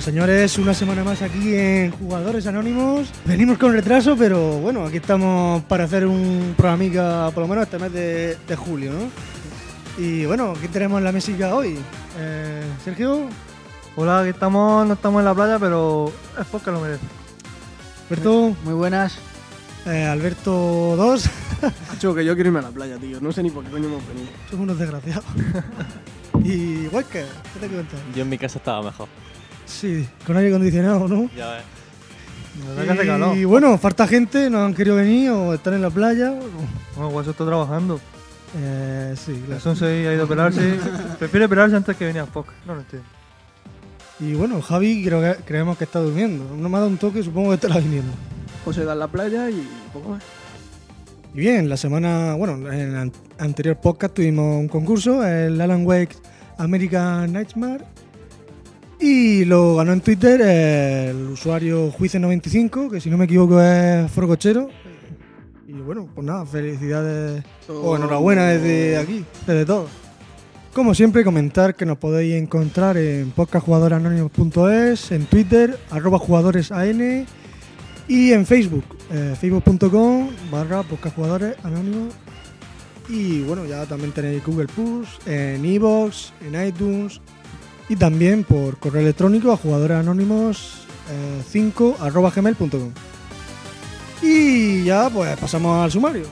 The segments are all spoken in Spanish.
señores, una semana más aquí en Jugadores Anónimos. Venimos con retraso, pero bueno, aquí estamos para hacer un programica, por lo menos este mes de, de julio, ¿no? Y bueno, ¿qué tenemos en la música hoy? Eh, Sergio, Hola, aquí estamos, no estamos en la playa, pero es porque lo merece. Berto, Muy buenas. eh, Alberto 2, Macho, Ah, que yo quiero irme a la playa, tío. No sé ni por qué coño hemos venido. somos unos desgraciados. y Walker, ¿qué te cuentas? Yo en mi casa estaba mejor. Sí, con aire acondicionado, ¿no? Ya ves. La verdad que hace calor. Y bueno, falta gente, no han querido venir o están en la playa. o- Bueno, Guaso está trabajando. Eh, sí, claro. Son seis, ha ido a pelarse. Prefiere pelarse antes que venir a Fox. No lo entiendo. Y bueno, Javi creo que, creemos que está durmiendo. No me ha dado un toque, supongo que estará viniendo. José da en la playa y poco más. Y bien, la semana, bueno, en el an- anterior podcast tuvimos un concurso, el Alan Wake American Nightmare. Y lo ganó en Twitter el usuario Juice95, que si no me equivoco es Frocochero. Y bueno, pues nada, felicidades o enhorabuena desde aquí, desde todos. Como siempre, comentar que nos podéis encontrar en podcastjugadoresanónimos.es, en Twitter, arroba jugadoresan y en Facebook, eh, facebook.com barra podcastjugadoresanónimos. Y bueno, ya también tenéis Google Plus, en iVoox, en iTunes y también por correo electrónico a jugadoresanónimos5 arroba gmail.com. Y ya pues pasamos al sumario.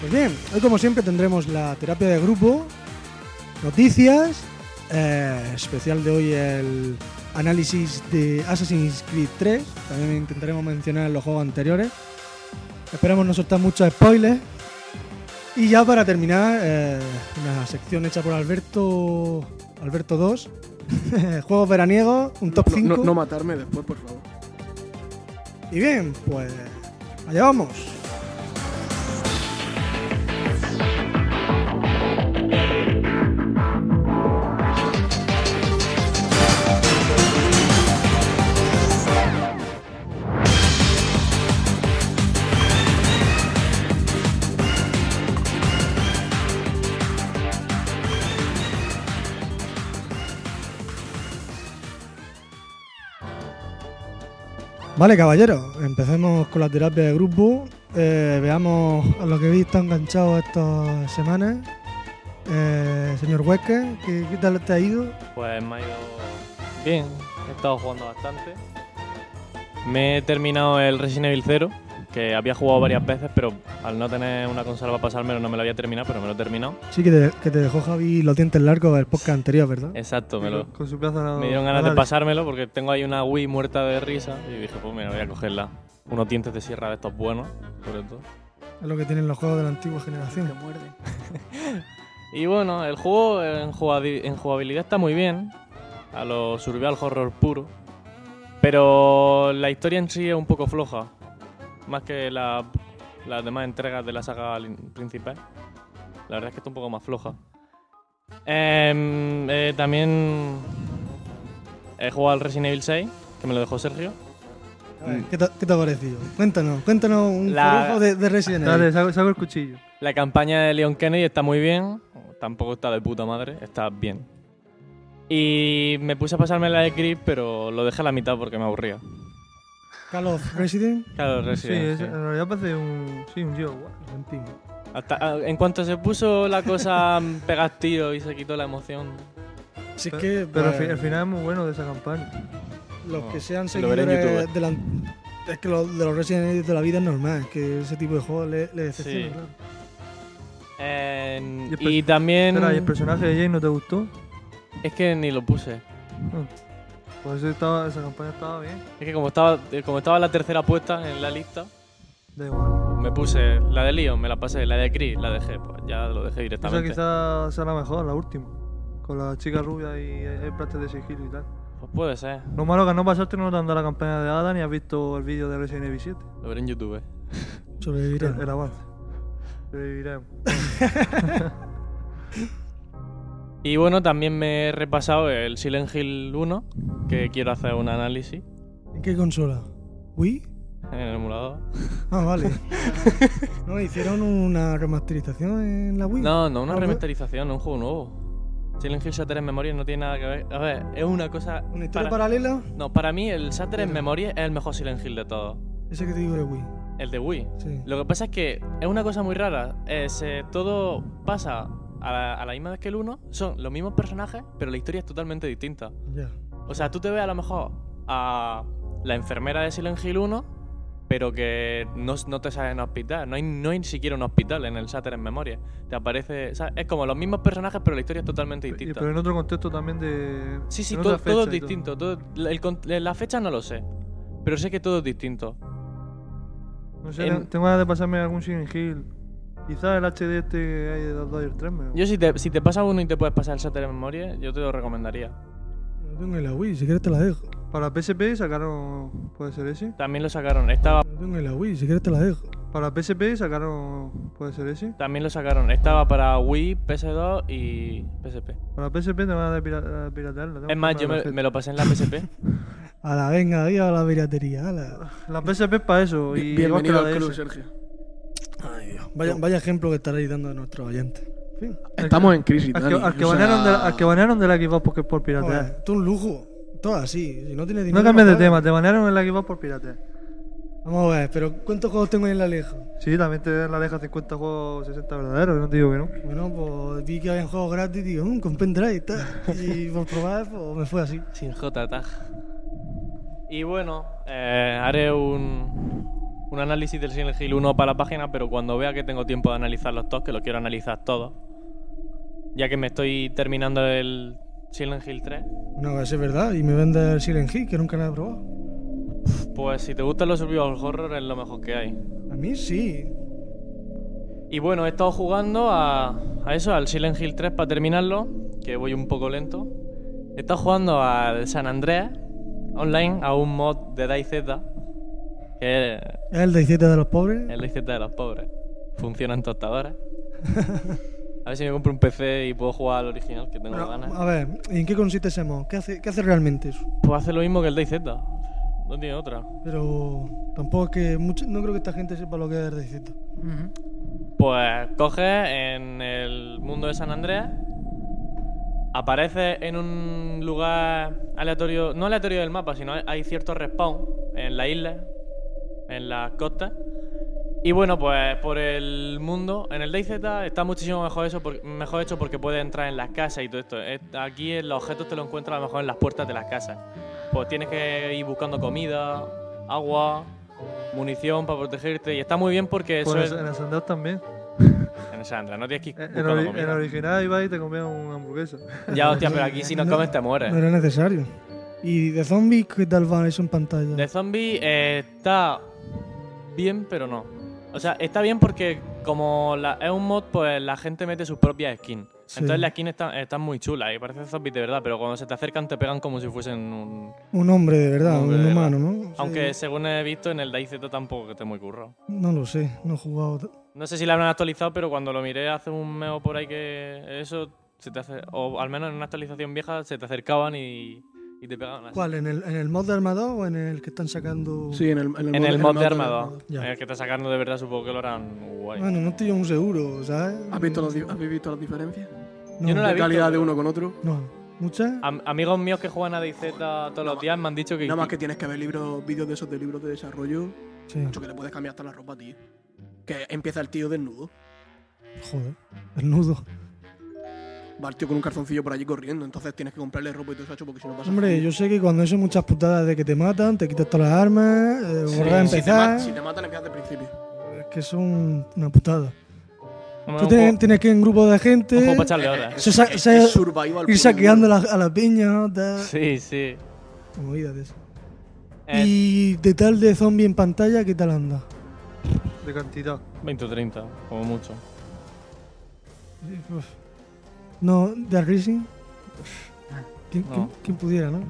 Pues bien, hoy como siempre tendremos la terapia de grupo, noticias, eh, especial de hoy el análisis de Assassin's Creed 3, también intentaremos mencionar los juegos anteriores, esperamos no soltar muchos spoilers, y ya para terminar, eh, una sección hecha por Alberto Alberto 2, juegos veraniegos, un top No- 5, No, no matarme después, por favor. y bien, pues allá vamos. Vale, caballeros, empecemos con la terapia de grupo. Eh, veamos a lo que habéis estado enganchados estas semanas. Eh, señor Huesca, ¿qué, qué tal te ha ido? Pues me ha ido bien. He estado jugando bastante. Me he terminado el Resident Evil 0, que había jugado varias veces, pero al no tener una consola para pasármelo no me lo había terminado, pero me lo he terminado. Sí, que te, que te dejó Javi los dientes largos del podcast anterior, ¿verdad? Exacto, me lo... Con su plaza no- Me dieron ganas de Dale. pasármelo porque tengo ahí una Wii muerta de risa y dije, pues mira, voy a cogerla. Unos dientes de sierra de estos buenos, sobre todo. Es lo que tienen los juegos de la antigua generación. Y bueno, el juego en, jugadi- en jugabilidad está muy bien, a lo survival horror puro, pero la historia en sí es un poco floja, más que la- las demás entregas de la saga lin- principal. La verdad es que está un poco más floja. Em, eh, también he jugado al Resident Evil 6, que me lo dejó Sergio. A ver, ¿qué, te, qué te ha parecido? Cuéntanos, cuéntanos un La- forofo de, de Resident Evil. Dale, saco, saco el cuchillo. La campaña de Leon Kennedy está muy bien. Tampoco está de puta madre, está bien. Y me puse a pasarme la de Grip, pero lo dejé a la mitad porque me aburría. Call of Resident. Claro, Sí, Resident, es- sí. en realidad parece un. Sí, un Geo. guau. Hasta- ah, en cuanto se puso la cosa mm, pegas tío y se quitó la emoción. Si es que Pero al pues, fi- al final es muy bueno de esa campaña. los que sean Oh, Lo veré en eh. seguidores de la, es que los, de los Resident Evil de la vida es normal, es que ese tipo de juegos le, le decepciona, Sí. claro. En- Y el per- y también. Espera, ¿y el personaje de Jane no te gustó? Es que ni lo puse. Pues eso estaba, esa campaña estaba bien. Es que como estaba, eh, como estaba la tercera puesta en la lista, Da igual. me puse la de Leon, me la pasé, la de Grip, la dejé. Pues ya lo dejé Esa directamente. quizás sea la mejor, la última. Con la chica rubia y el el plato de sigilo y tal. Pues puede ser, Lo malo que no pasaste no te han dado la campaña de Ada ni has visto el vídeo de Resident Evil 7. lo veré en YouTube. El, Sobreviviremos. el avance. Sobreviviremos. Y bueno, también me he repasado el Silent Hill 1, que quiero hacer un análisis. ¿En qué consola? ¿Wii? en el emulador. Ah, vale. no, hicieron una remasterización en la Wii. No, no, Ah, una bueno. remasterización, no un juego nuevo. Silent Hill Shatter en Memories no tiene nada que ver. A ver, es una cosa. Una historia para- paralela, No, para mí el Shatter en Pero- Memories es el mejor Silent Hill de todos. ese que te digo de Wii. El de Wii. Sí. Lo que pasa es que es una cosa muy rara. Es, eh, todo pasa a la, a la misma vez que el 1. Son los mismos personajes, pero la historia es totalmente distinta. Ya. O sea, tú te ves a lo mejor a la enfermera de Silent Hill 1, pero que no, no te sale en hospital. No hay, no hay ni siquiera un hospital en el Shatter en memoria. Te aparece. o sea, es como los mismos personajes, pero la historia es totalmente Y- distinta. Pero en otro contexto también de. Sí, sí, en todo, otra fecha todo y es distinto. todo- la- el con- la fecha no lo sé. Pero sé que todo es distinto. No sé, En- tengo ganas de pasarme algún Silent Hill. Quizás el HD este que hay de Dark Dyer 3. Me... Yo, si te, si te pasa uno y te puedes pasar el Shatter en memoria, yo te lo recomendaría. Lo tengo en la Wii, si quieres te la dejo. Para PSP sacaron. Puede ser ese. También lo sacaron. Estaba, Lo tengo en la Wii, si quieres te la dejo. Para PSP sacaron. Puede ser ese. también lo sacaron. Estaba para Wii, PS2 y PSP. Para PSP tengo ganas de pira- piratearla. tengo Es más, que yo me, comprarla. me lo pasé en la PSP. A la venga, adiós a la piratería. ala. La PSP es para eso. Y Bien- igual que Bienvenido la al club, DS. Sergio. Ay, Dios. Vaya, vaya ejemplo que estaréis dando a nuestros oyentes. En fin. Estamos en crisis, Al que, Dani. al que o sea, banearon de la- al que banearon de la Xbox porque por piratear. Joder, esto es un lujo. Todo así. Si no tienes dinero. No cambies de pagas. tema, te banearon en la Xbox por piratear. Vamos a ver, pero ¿cuántos juegos tengo en la leja? Sí, también te dan la leja 50 juegos 60 verdaderos, no te digo que no. Bueno, pues vi que había juegos gratis, digo, "Mm, con pendrive y tal. Y por probar, pues me fue así. Sin JTAG. Y bueno, eh, haré un, un análisis del Silent Hill 1 para la página, pero cuando vea que tengo tiempo de analizar los dos, que lo quiero analizar todos. Ya que me estoy terminando el Silent Hill 3. No, eso es verdad. Y me vende el Silent Hill, que nunca lo he probado. Pues si te gustan los survival horror es lo mejor que hay. A mí sí. Y bueno, he estado jugando a, a eso, al Silent Hill 3 para terminarlo, que voy un poco lento. He estado jugando al San Andreas online, a un mod de DayZ, que es Es el 17 de los pobres. el DayZ de los pobres. Funciona en tostadoras. A ver si me compro un PC y puedo jugar al original, que tengo Pero, ganas. a ver, ¿en qué consiste ese mod? ¿Qué hace, qué hace realmente eso? Pues hace lo mismo que el DayZ, no tiene otra. Pero tampoco es que. mucho- no creo que esta gente sepa lo que es el 17. ujú. Pues coges en el mundo de San Andreas, apareces en un lugar aleatorio, no aleatorio del mapa, sino hay- hay ciertos respawn en la isla, en las costas. Y bueno, pues por el mundo, en el DayZ está muchísimo mejor, eso por- mejor hecho porque puedes entrar en las casas y todo esto. Es- Aquí en los objetos te lo encuentras a lo mejor en las puertas de las casas. Pues tienes que ir buscando comida, agua, munición para protegerte. Y está muy bien porque eso Pues es... en el- en el Sandown también. En Sandra, no tienes que ir En, Eh, en buscando ori- comida. en original iba y te comías una hamburguesa. Ya, hostia, pero aquí si no No. comes te No mueres. era necesario. ¿Y de zombies qué tal va eso en pantalla? De zombie eh, está bien, pero no. O sea, está bien porque como la- es un mod, pues la gente mete sus propias skins. Sí. Entonces las skins están, están muy chulas y parecen zombies de verdad, pero cuando se te acercan te pegan como si fuesen un... Un hombre de verdad, Un un, hombre de humano, ¿no? Sí. Aunque según he visto en el DayZ tampoco que esté muy curro. No lo sé, no he jugado. t- No sé si la habrán actualizado, pero cuando lo miré hace un mes o por ahí que eso se te hace... O al menos en una actualización vieja se te acercaban y, y te pegaban así. ¿Cuál? ¿En el, ¿En el mod de Armado o en el que están sacando.? Sí, en el, en el, En el mod de del armado. Ya. En el Eh, que está sacando de verdad, supongo que lo harán guay. Bueno, no estoy yo un seguro, ¿sabes? ¿Has visto, los, di- ¿Habéis visto las diferencias? Yo no la Ah. de he visto, calidad de pero- uno con otro. No, muchas. Am- amigos míos que juegan a DayZ todos los días me han dicho que. Nada más que tienes que ver libros, vídeos de esos de libros de desarrollo. Sí, Mucho que le puedes cambiar hasta la ropa, tío. Que empieza el tío desnudo. joder, desnudo. Va el tío con un calzoncillo por allí corriendo. Entonces tienes que comprarle ropa y todo eso, porque si no pasa Hombre, yo sé que cuando eso muchas putadas de que te matan, te quitas todas las armas, eh, Sí, volver a si Si te, ma- empezar, si te matan, empiezas desde el principio. es que son una putada. Hombre, Tú un te- juego- tienes que ir en grupo de un juego gente, para echarle horas. se sa- Es- se- es survival puro y ir duro. saqueando la- a la piña, ¿no? Tal, Sí, sí. movidas de esas. Eh, Y de tal de zombie en pantalla, ¿qué tal anda? De cantidad. 20 o 30, como mucho. No, de Rising. ¿Quién, Ah. No. quién- quién pudiera, no?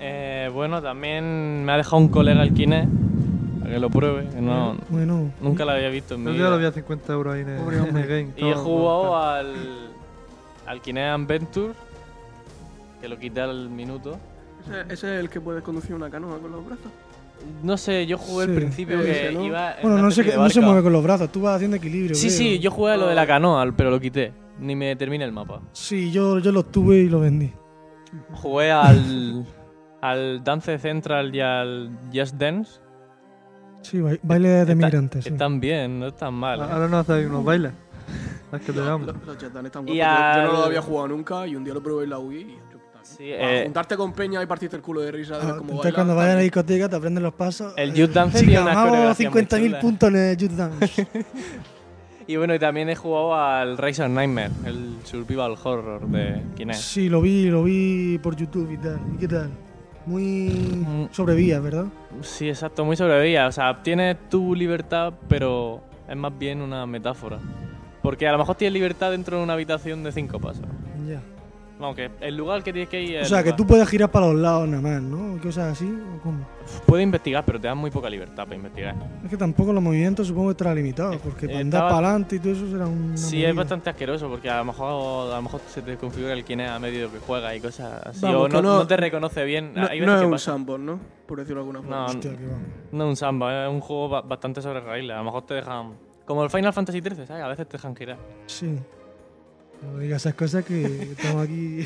Eh, bueno, también me ha dejado un colega el Kine. Para que lo pruebe. que no, Bueno, nunca lo había visto en mi Yo ya lo vi vida. a 50 euros ahí en el, Pobre en el hombre. game. Y he todo, jugado todo. al. Al Kine Adventure. Que lo quité al minuto. ¿Ese, ese es el que puedes conducir una canoa con los brazos. No sé, yo jugué al Sí. principio que Ese, ¿no? iba. en Bueno, una no, sé especie qué- de no se barca. mueve con los brazos, tú vas haciendo equilibrio. Sí, creo. sí, yo jugué a lo de Ah. la canoa, pero lo quité. Ni me terminé el mapa. Sí, yo, yo lo tuve y lo vendí. Jugué al. al Dance Central y al Just Dance. Sí, ba- baile de Está- migrantes. sí. Ah, Están bien, no están mal. ¿eh? Ahora nos haces unos bailes. Es que te Lo- llamo. Los, Jetdanes están guapos. Yo- Y Yo no al- lo había jugado nunca y un día lo probé en la Wii. Y... Sí, Para eh, juntarte con Peña y partirte el culo de risa de ver Ah, cómo Entonces, bailan, cuando vayas a la también. discoteca, te aprendes los pasos. El Youth Dance Sí, tiene una ganamos coreografía muy 50.000 chula. puntos en el Youth Dance. y bueno, y también he jugado al Rise of Nightmare, el survival horror de Kinect. sí, lo vi, lo vi por YouTube y tal. ¿Y qué tal? Muy Mm. sobrevía, ¿verdad? Sí, exacto, muy sobrevía. O sea, tienes tu libertad, pero es más bien una metáfora. Porque a lo mejor tienes libertad dentro de una habitación de cinco pasos. Ya. Vamos, que el lugar al que tienes que ir. O es sea, el que tú lugar. puedes girar para los lados nada más, ¿no? Cosas así, ¿o cómo? Puedes investigar, pero te dan muy poca libertad para investigar. Es que tampoco los movimientos supongo que estarán limitados, porque para eh, andar estaba- para adelante y todo eso será un. sí, es bastante asqueroso, porque a lo mejor, a lo mejor se te configura el Kinect a medio que juega y cosas así. Vamos, o no, que no- no te reconoce bien. No, Hay no veces es que un pasa. sandbox, ¿no? Por decirlo de alguna forma. No, Hostia, que va. No es un samba, es un juego ba- bastante sobre raíles. A lo mejor te dejan. Como el Final Fantasy XIII, ¿sabes? A veces te dejan girar. Sí. No digas esas cosas que estamos aquí.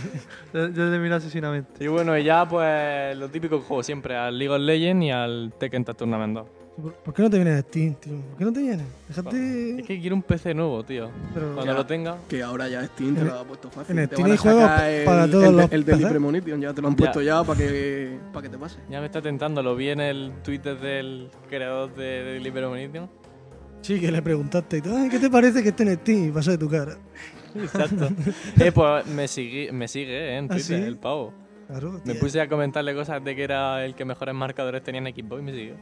Yo, yo le miro asesinamente. Y bueno, y ya pues lo típico que juego siempre, al League of Legends y al Tekken Tag Tournament 2. ¿Por, por qué no te vienes de Steam, tío? ¿Por qué no te vienes? Es Déjate. que quiero un PC nuevo, tío. Pero- Cuando Ya. lo tenga. Que ahora ya Steam te lo ha puesto fácil. en te Steam van a hay juegos sacar pa- el- para todos el, de- los El Deadly PC. Premonition ya te lo han Ya. puesto ya, para que, para que te pase. Ya me está tentando, lo vi en el Twitter del creador de, de Libero Meridian. Sí, que le preguntaste y todo. "Ay, ¿Qué te parece que esté en Steam? Y pasó de tu cara. Exacto. eh, pues me sigue, me sigue eh, en ¿Ah, Twitter, sí? el pavo. Claro. Me tío. puse a comentarle cosas de que era el que mejores marcadores tenía en Xbox y me siguió.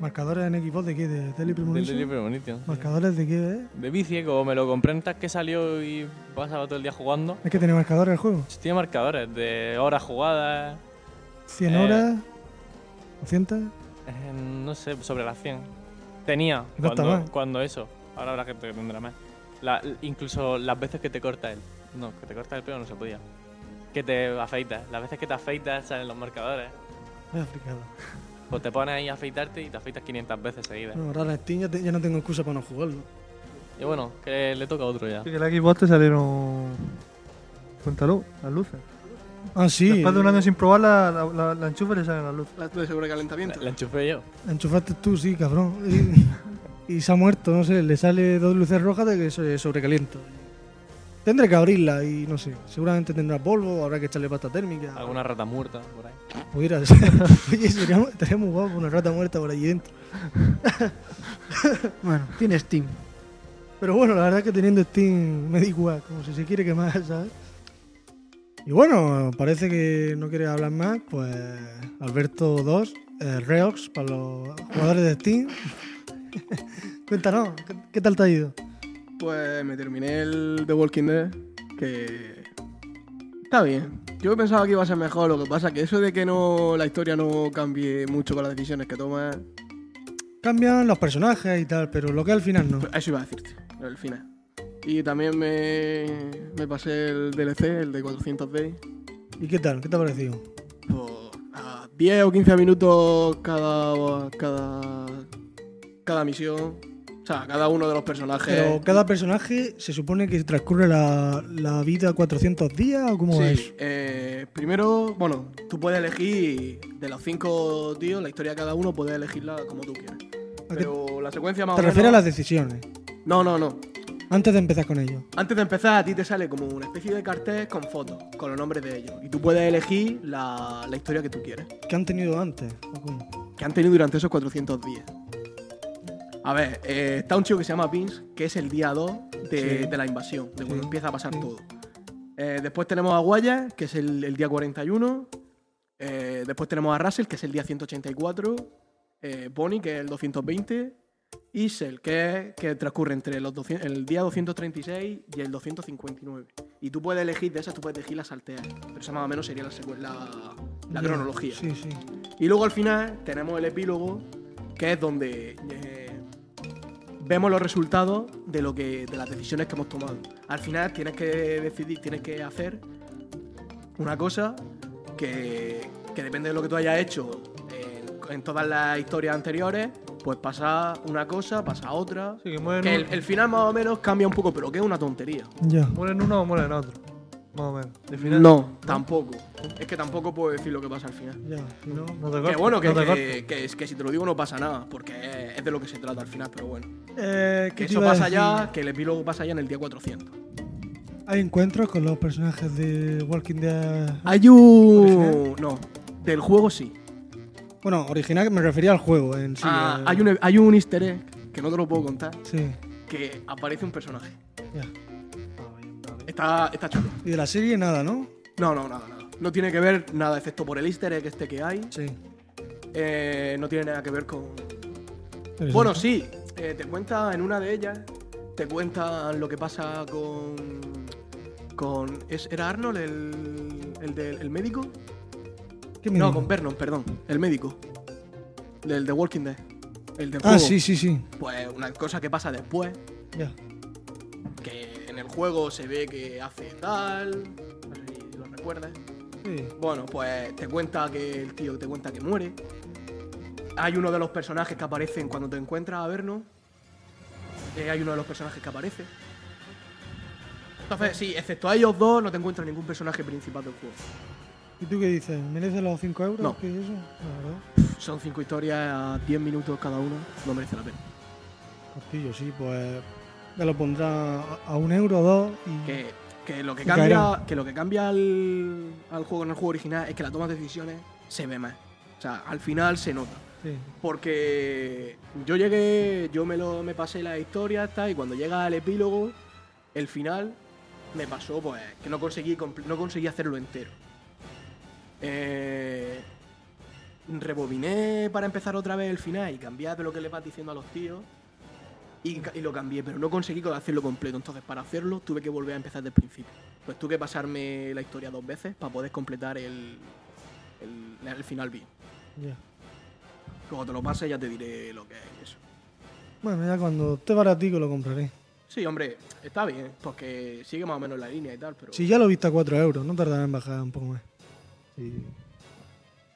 ¿Marcadores en equipos de qué? ¿De Daily Del Premonition? Libero Meridian. ¿Marcadores de qué? eh? De bici, eh, como me lo compré en tas que salió y pasaba todo el día jugando. Es que tiene marcadores el juego. Tiene marcadores de horas jugadas, 100 Eh. horas. 200. eh, no sé, sobre las 100. Tenía No está cuando, mal. cuando eso. Ahora habrá gente que tendrá más. La- incluso las veces que te corta el. No, que te corta el pelo no se podía. Que te afeitas. Las veces que te afeitas salen los marcadores. Vaya fricada. Pues te pones ahí a afeitarte y te afeitas 500 veces seguidas. No, ahora en Steam ya, te- ya no tengo excusa para no jugarlo. Y bueno, que le toca a otro ya. Y que la Xbox te salieron. Cuéntalo, las luces. Ah, sí. Después de un año sin probarla, la, la, la enchufe y le salen las luces. La de sobrecalentamiento. La enchufé yo. La enchufaste tú, sí, cabrón. Y, y se ha muerto, no sé, le sale dos luces rojas de que se sobrecalienta. Tendré que abrirla y no sé, seguramente tendrá polvo, habrá que echarle pasta Ah, térmica. Alguna rata muerta por ahí. Pudiera ser. Oye, sería, estaría muy guapo una rata muerta por allí dentro. Bueno, tiene Steam. Pero bueno, la verdad es que teniendo Steam me da igual, como si se quiere quemar, ¿sabes? Y bueno, parece que no quiere hablar más, pues Alberto 2, eh, Reox para los jugadores de Steam. Cuéntanos, ¿qué, qué tal te ha ido? Pues me terminé el The Walking Dead, que está bien. Yo pensaba que iba a ser mejor, lo que pasa que eso de que no la historia no cambie mucho con las decisiones que tomas, Cambian los personajes y tal, pero lo que al final no. pues eso iba a decirte, el final. Y también me, me pasé el DLC, el de 400 Days, ¿Y qué tal? ¿Qué te ha parecido? por a 10 o 15 minutos cada, cada, cada misión, o sea, cada uno de los personajes. Pero cada personaje se supone que transcurre la, la vida 400 días o cómo es. Sí, eh, primero, bueno, tú puedes elegir de los cinco tíos, la historia de cada uno, puedes elegirla como tú quieras. qué Pero la secuencia más Te o menos- refieres a las decisiones, No, no, no. antes de empezar con ello. Antes de empezar, a ti te sale como una especie de cartel con fotos, con los nombres de ellos. Y tú puedes elegir la, la historia que tú quieres, ¿Qué han tenido antes? ¿O cómo? que han tenido durante esos 400 días. A ver, eh, está un chico que se llama Vince, que es el día 2 de, Sí. de la invasión, de cuando Sí. empieza a pasar Sí. todo. Eh, después tenemos a Guaya, que es el, el día 41. Eh, después tenemos a Russell, que es el día 184. Eh, Bonnie, que es el 220. Y Sel, que, es- que transcurre entre los 200 el día 236 y el 259. Y tú puedes elegir de esas, tú puedes elegir las salteadas. Pero esa más o menos sería la, secue- la, la Ya, cronología. Sí, sí. Y luego al final tenemos el epílogo, que es donde eh, vemos los resultados de lo que de las decisiones que hemos tomado. Al final tienes que decidir, tienes que hacer una cosa que, que depende de lo que tú hayas hecho eh, en todas las historias anteriores, pues pasa una cosa, pasa otra. Sí, que mueren, Que un- el, el final más o menos cambia un poco, pero que es una tontería. Ya. mueren uno o mueren otro. Más o menos. De final, No, tampoco. Es que tampoco puedo decir lo que pasa al final. Ya. No. No te Que cortes, bueno, que, no te cortes. que, que es- que si te lo digo no pasa nada, porque es- es de lo que se trata al final, pero bueno. Eh, ¿qué te Que eso iba a pasa decir? ya, que el epílogo pasa ya en el día 400. Hay encuentros con los personajes de Walking Dead. Hay un... No, del juego sí. Bueno, original me refería al juego en sí. Ah, eh, hay, un, hay un easter egg, que no te lo puedo contar, Sí. que aparece un personaje. Ya. Está, está chulo. Y de la serie nada, ¿no? No, no, nada, nada. No tiene que ver nada, excepto por el easter egg este que hay. Sí. Eh, no tiene nada que ver con... Bueno, sí. eh, te cuenta en una de ellas, te cuentan lo que pasa con... con ¿es, ¿Era Arnold el, el, del- el médico? ¿Qué me No, dices? con Vernon, perdón. El médico. Del The Walking Dead. El del Ah, juego. sí, sí, sí. Pues una cosa que pasa después, Ya. que en el juego se ve que hace tal, no sé si lo recuerdas. Sí. Bueno, pues te cuenta que el tío te cuenta que muere. Hay uno de los personajes que aparecen cuando te encuentras a Verno. Eh, hay uno de los personajes que aparece. Entonces, sí, excepto a ellos dos, no te encuentras ningún personaje principal del juego. ¿Y tú qué dices? ¿Merece los 5 euros? No. ¿Qué es eso? La verdad. Son cinco historias a 10 minutos cada una, no merece la pena. Cortillo, sí, pues. Ya lo pondrá a- a un euro o dos y. Que, que lo que Y caerá. cambia, que lo que cambia al, al juego en el juego original es que la toma de decisiones se ve más. O sea, al final se nota. Sí. Porque yo llegué, yo me lo me pasé la historia hasta y cuando llega el epílogo, el final me pasó pues que no conseguí compl- no conseguí hacerlo entero. Eh, rebobiné para empezar otra vez el final y cambiar de lo que le vas diciendo a los tíos y, ca- y lo cambié, pero no conseguí co- hacerlo completo. Entonces para hacerlo tuve que volver a empezar desde el principio. Pues tuve que pasarme la historia dos veces para poder completar el, el, el final bien. Ya. Luego te lo pase y ya te diré lo que es eso. Bueno, ya cuando esté baratico lo compraré. Sí, hombre, está bien, porque sigue más o menos la línea y tal, pero... Si ya lo he visto a 4 euros, no tardará en bajar un poco más. Sí.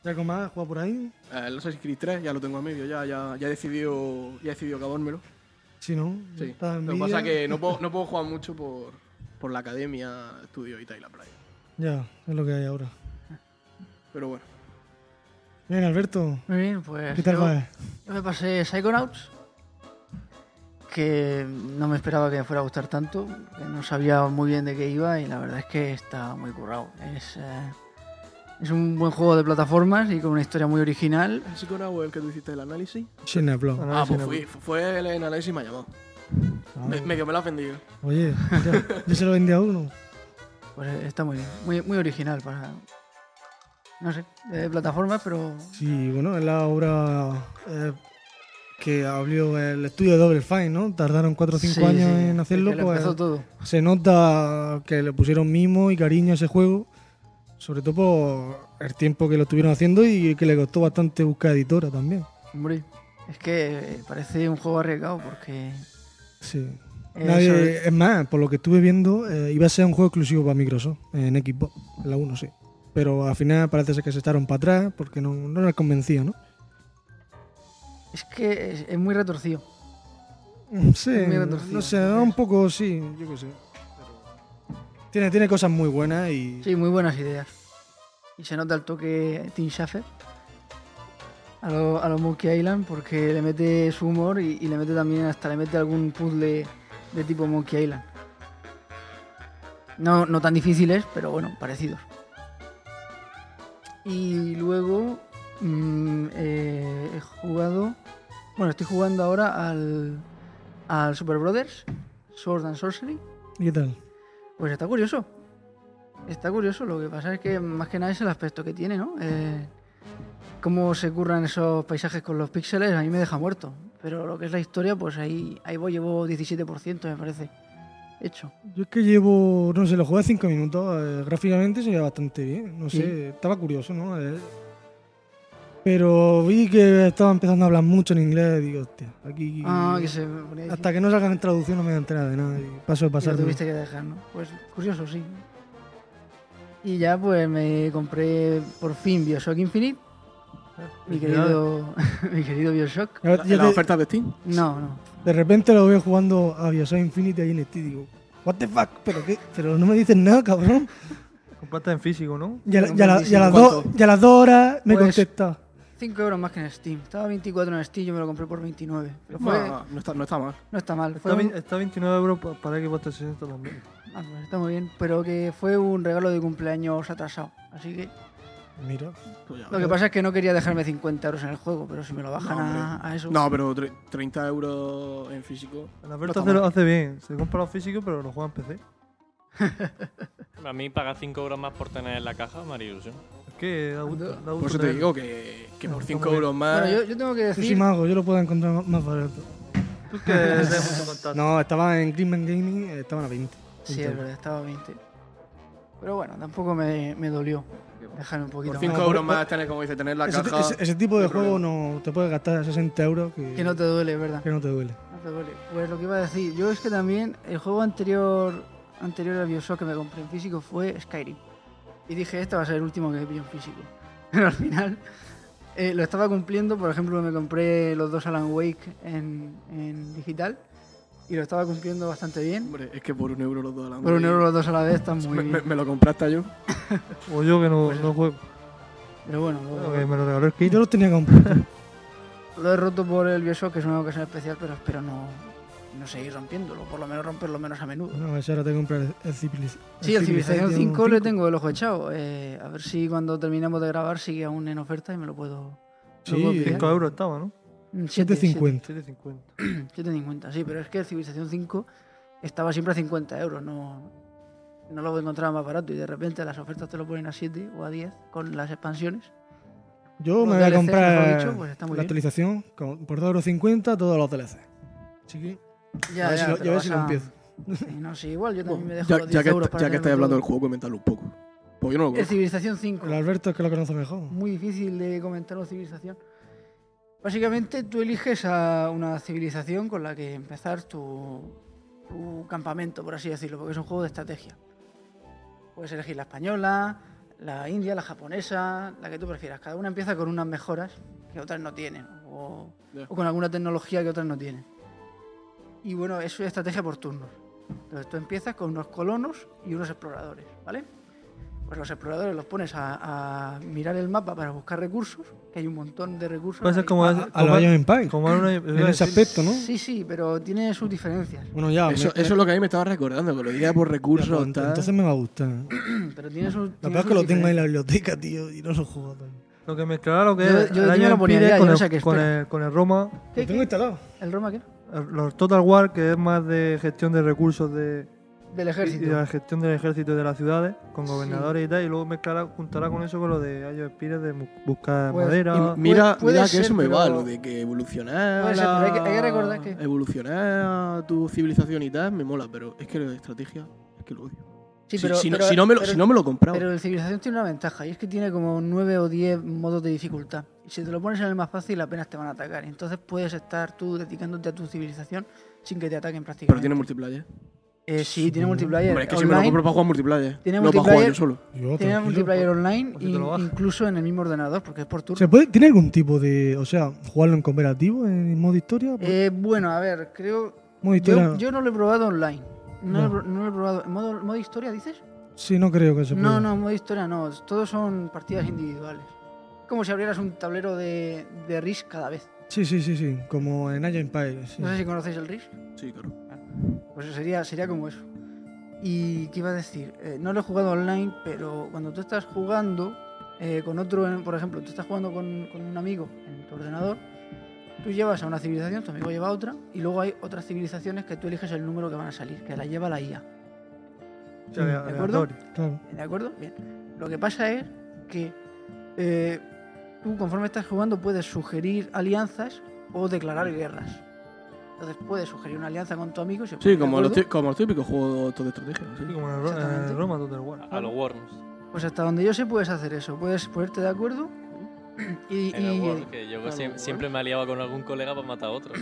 ¿Ya con más? ¿Juega por ahí? Eh, el Assassin's Creed 3 ya lo tengo a medio, ya, ya, ya he decidido, ya he decidido acabármelo. Si no, Sí. está Lo que envidia. pasa es que no puedo, no puedo jugar mucho por, por la academia, estudio y tal y la playa. Ya, es lo que hay ahora. Pero bueno. Bien, Alberto, Muy bien, pues. ¿qué tal yo- va? Yo me pasé Psychonauts, que no me esperaba que me fuera a gustar tanto, que no sabía muy bien de qué iba y la verdad es que está muy currado. Es, eh, es un buen juego de plataformas y con una historia muy original. ¿El psiconauta el que tú hiciste el análisis? Sin Block. Ah, Análisis pues en fui- el- fu- fue el análisis y me ha llamado. Me- medio me lo ha ofendido. Oye, ya, yo se lo vendí a uno. Pues eh, está muy bien, muy, muy original para... No sé, de plataformas, pero... Sí, bueno, es la obra eh, que abrió el estudio de Double Fine, ¿no? Tardaron 4 o 5 Sí, años sí, en hacerlo, desde que lo pues empezó todo. se nota que le pusieron mimo y cariño a ese juego, sobre todo por el tiempo que lo estuvieron haciendo y que le costó bastante buscar editora también. Hombre, es que eh, parece un juego arriesgado porque... Sí. Eh, Nadie- sobre- Es más, por lo que estuve viendo, eh, iba a ser un juego exclusivo para Microsoft, en Xbox, en la 1, sí. Pero al final parece ser que se echaron para atrás porque no, no les convencía, ¿no? Es que es- es muy retorcido. Mm, Sí, Es muy no retorcido, sé, entonces. un poco, sí, yo qué sé. Tiene, tiene cosas muy buenas y... Sí, muy buenas ideas. Y se nota el toque Tim Schafer a los a lo Monkey Island porque le mete su humor y, y le mete también hasta le mete algún puzzle de tipo Monkey Island. No, no tan difíciles, pero bueno, parecidos. Y luego mm, eh, he jugado. Bueno, estoy jugando ahora al, al Super Brothers, Sword and Sorcery. ¿Y qué tal? Pues está curioso. Está curioso. Lo que pasa es que más que nada es el aspecto que tiene, ¿no? Eh, cómo se curran esos paisajes con los píxeles a mí me deja muerto. Pero lo que es la historia, pues ahí, ahí voy, llevo 17%, me parece. Hecho. Yo es que llevo, no sé, lo jugué 5 minutos. eh, gráficamente se veía bastante bien. No sé, Sí. estaba curioso, ¿no? Eh, pero vi que estaba empezando a hablar mucho en inglés. Digo, hostia, aquí. Ah, que se ponía ahí. Hasta que no salgan en traducción no me voy a enterar de nada. y paso de Y lo pasar. tuviste que dejar, ¿no? Pues curioso, sí. Y ya pues me compré por fin Bioshock Infinite, Ah, mi querido, mi querido Bioshock. Ahora En yo las te- ofertas de Steam. No, no. de repente lo veo jugando a Bioshock Infinity ahí en Steam y digo, ¿What the fuck? ¿Pero, qué? ¿Pero no me dicen nada, cabrón? Compraste en físico, ¿no? Ya, Pero ya la- ya buenísimo. las dos- ¿Cuánto? ya las dos horas me Pues- contesta. 5 euros más que en Steam. Estaba 24 en Steam, yo me lo compré por 29. Pero fue- Bueno, no, está, no está mal. no está mal. Está, Fue vi- un- está 29 euros pa- para Xbox 360 también. Ah, pues está muy bien. Pero que fue un regalo de cumpleaños atrasado. Así que Mira. Pues ya lo ves. que pasa es que no quería dejarme 50 euros en el juego, pero si me lo bajan No, a, hombre. a eso. No, pero tre- 30 euros en físico. La No está oferta hace, lo- mal. hace bien. Se compra los físicos, pero lo juega en PC. A mí pagar 5 euros más por tener la caja me haría ilusión. Es que da gusto. da gusto Por eso te tener- digo que, que por Está 5 muy bien. euros más. Ah, Bueno, yo, yo tengo que Yo soy decir. mago, yo lo puedo encontrar más- más barato. Tú que tenemos mucho contacto. No, estaba en Greenman Gaming, eh, estaban a 20. Sí, es verdad, estaba a 20. Pero bueno, tampoco me, me dolió. Dejarme un poquito por más. 5 no, euros por- más tener, como dice, tener la Ese, caja. ese- ese tipo de no hay juego no te puedes gastar 60 euros que, Que no te duele, ¿verdad? que no te duele. No te duele. Pues lo que iba a decir, yo es que también el juego anterior anterior a Bioshock que me compré en físico fue Skyrim. Y dije, este va a ser el último que pillo en físico. Pero al final eh, lo estaba cumpliendo, por ejemplo, me compré los dos Alan Wake en, en digital y lo estaba cumpliendo bastante bien. Hombre, es que por un euro los dos hablando. Por un euro los dos a la vez están muy Me, me- bien. me lo compraste yo. O yo que no, no juego. Pero bueno, Claro, lo, que me lo regaló el Y kit. yo los tenía comprado. lo he roto por el Bioshock, que es una ocasión especial, pero espero no, no seguir rompiéndolo, por lo menos romperlo menos a menudo. no, eso ahora te compras el, el Civiliz- Sí, el Civilization 5 le cinco. tengo el ojo echado. Eh, a ver si cuando terminemos de grabar sigue aún en oferta y me lo puedo. Sí, lo puedo pillar. 5 euros estaba, ¿no? Mm, siete, 750. 7,50. siete, 7,50, sí, pero es que el Civilización 5 estaba siempre a 50 euros, no, no lo encontraba más barato y de repente las ofertas te lo ponen a 7 o a 10 con las expansiones. Yo Los me voy a DLCs, comprar mejor dicho, pues está muy la bien. actualización con- por 2,50 euros todos los DLC. Así que, a ver si lo, ya a pero ver vas si lo a- empiezo. Sí, no, sí, igual yo también me dejo Ya, los 10 ya que, euros para ya que tenerlo estáis hablando del todo. juego, comentadlo un poco. Pues yo no lo El conozco. Eh, Civilización 5. El Alberto es que lo conoce mejor. muy difícil de comentar la civilización. Básicamente tú eliges a una civilización con la que empezar tu, tu campamento, por así decirlo, porque es un juego de estrategia. Puedes elegir la española, la india, la japonesa, la que tú prefieras. Cada una empieza con unas mejoras que otras no tienen, o, Ya. o con alguna tecnología que otras no tienen. Y bueno, es una estrategia por turnos. Entonces tú empiezas con unos colonos y unos exploradores, ¿vale? Pues los exploradores los pones a, a mirar el mapa para buscar recursos, que hay un montón de recursos. Puede ser ahí. como. A, a lo Ion Empire, Como era una. en ese aspecto, ¿no? Sí, sí, pero tiene sus diferencias. Bueno, ya. Eso, me- eso es lo que a mí me estaba recordando, que lo diga por me- recursos. ent- tal. Entonces me va a gustar. Pero tiene sus. La tiene peor es que sus lo tengo ahí en diferencias. la biblioteca, tío, y no lo he jugado. todavía. Lo que mezclaba lo que Yo- es yo- el yo me Iron lo ponía Empire ya, yo con, no el, sé qué con, espera. el, con el Roma, Lo tengo instalado. ¿El Roma qué? el- los Total War, que es más de gestión de recursos de, Del y ejército. de la gestión del ejército y de las ciudades, con Sí. gobernadores y tal, y luego mezclará, juntará con eso con lo de Iron Empire, de mu- buscar Pues, madera. Y mira, Puede- puede mira que ser, eso me pero- va, lo de que evolucionar. Puede ser, pero hay que- hay que la- recordar que- Evolucionar tu civilización y tal, me mola, pero es que la estrategia, es que lo odio. Sí, Si- pero- si, no, pero- si no me lo, pero- si no me lo compraba. Pero el Civilización tiene una ventaja y es que tiene como 9 o 10 modos de dificultad. Y si te lo pones en el más fácil, apenas te van a atacar. Entonces puedes estar tú dedicándote a tu civilización sin que te ataquen prácticamente. Pero tiene multiplayer. Eh, sí, tiene multiplayer. Hombre, es que si me lo online, compro para jugar multiplayer. Tiene no para jugar multiplayer. yo solo. Yo, tiene tranquilo. multiplayer online o si te lo in- bajas. incluso en el mismo ordenador porque es por turno. ¿Se puede, ¿Tiene algún tipo de. O sea, jugarlo en cooperativo, en modo historia? Eh, bueno, a ver, creo. modo historia. Yo, yo no lo he probado online. No, No. Lo, he pro- no lo he probado. ¿En modo, modo historia dices? sí, no creo que se pueda. No, no, en modo historia no. Todos son partidas individuales. Como si abrieras un tablero de, de RIS cada vez. Sí, sí, sí, sí. Como en Age Empire. Sí. No sé si conocéis el RIS. Sí, claro. Pues eso sería, sería como eso. ¿Y qué iba a decir? Eh, no lo he jugado online, pero cuando tú estás jugando eh, con otro, en- por ejemplo, tú estás jugando con, con un amigo en tu ordenador, tú llevas a una civilización, tu amigo lleva a otra, y luego hay otras civilizaciones que tú eliges el número que van a salir, que la lleva la IA. o sea, ¿de ale- acuerdo? aleatorio. Claro. ¿De acuerdo? Bien. Lo que pasa es que eh, tú, conforme estás jugando, puedes sugerir alianzas o declarar guerras. Entonces puedes sugerir una alianza con tu amigo. si Sí, os ponéis de como los, acuerdo. tí- como los típicos juegos de estrategia. sí. Sí, como en el, Ro- en el Exactamente. Roma Total War. A, a los Worms. Pues hasta donde yo sé puedes hacer eso, puedes ponerte de acuerdo y, En el y- Worms, que yo a los siem- Worms. siempre me aliaba con algún colega para matar a otro.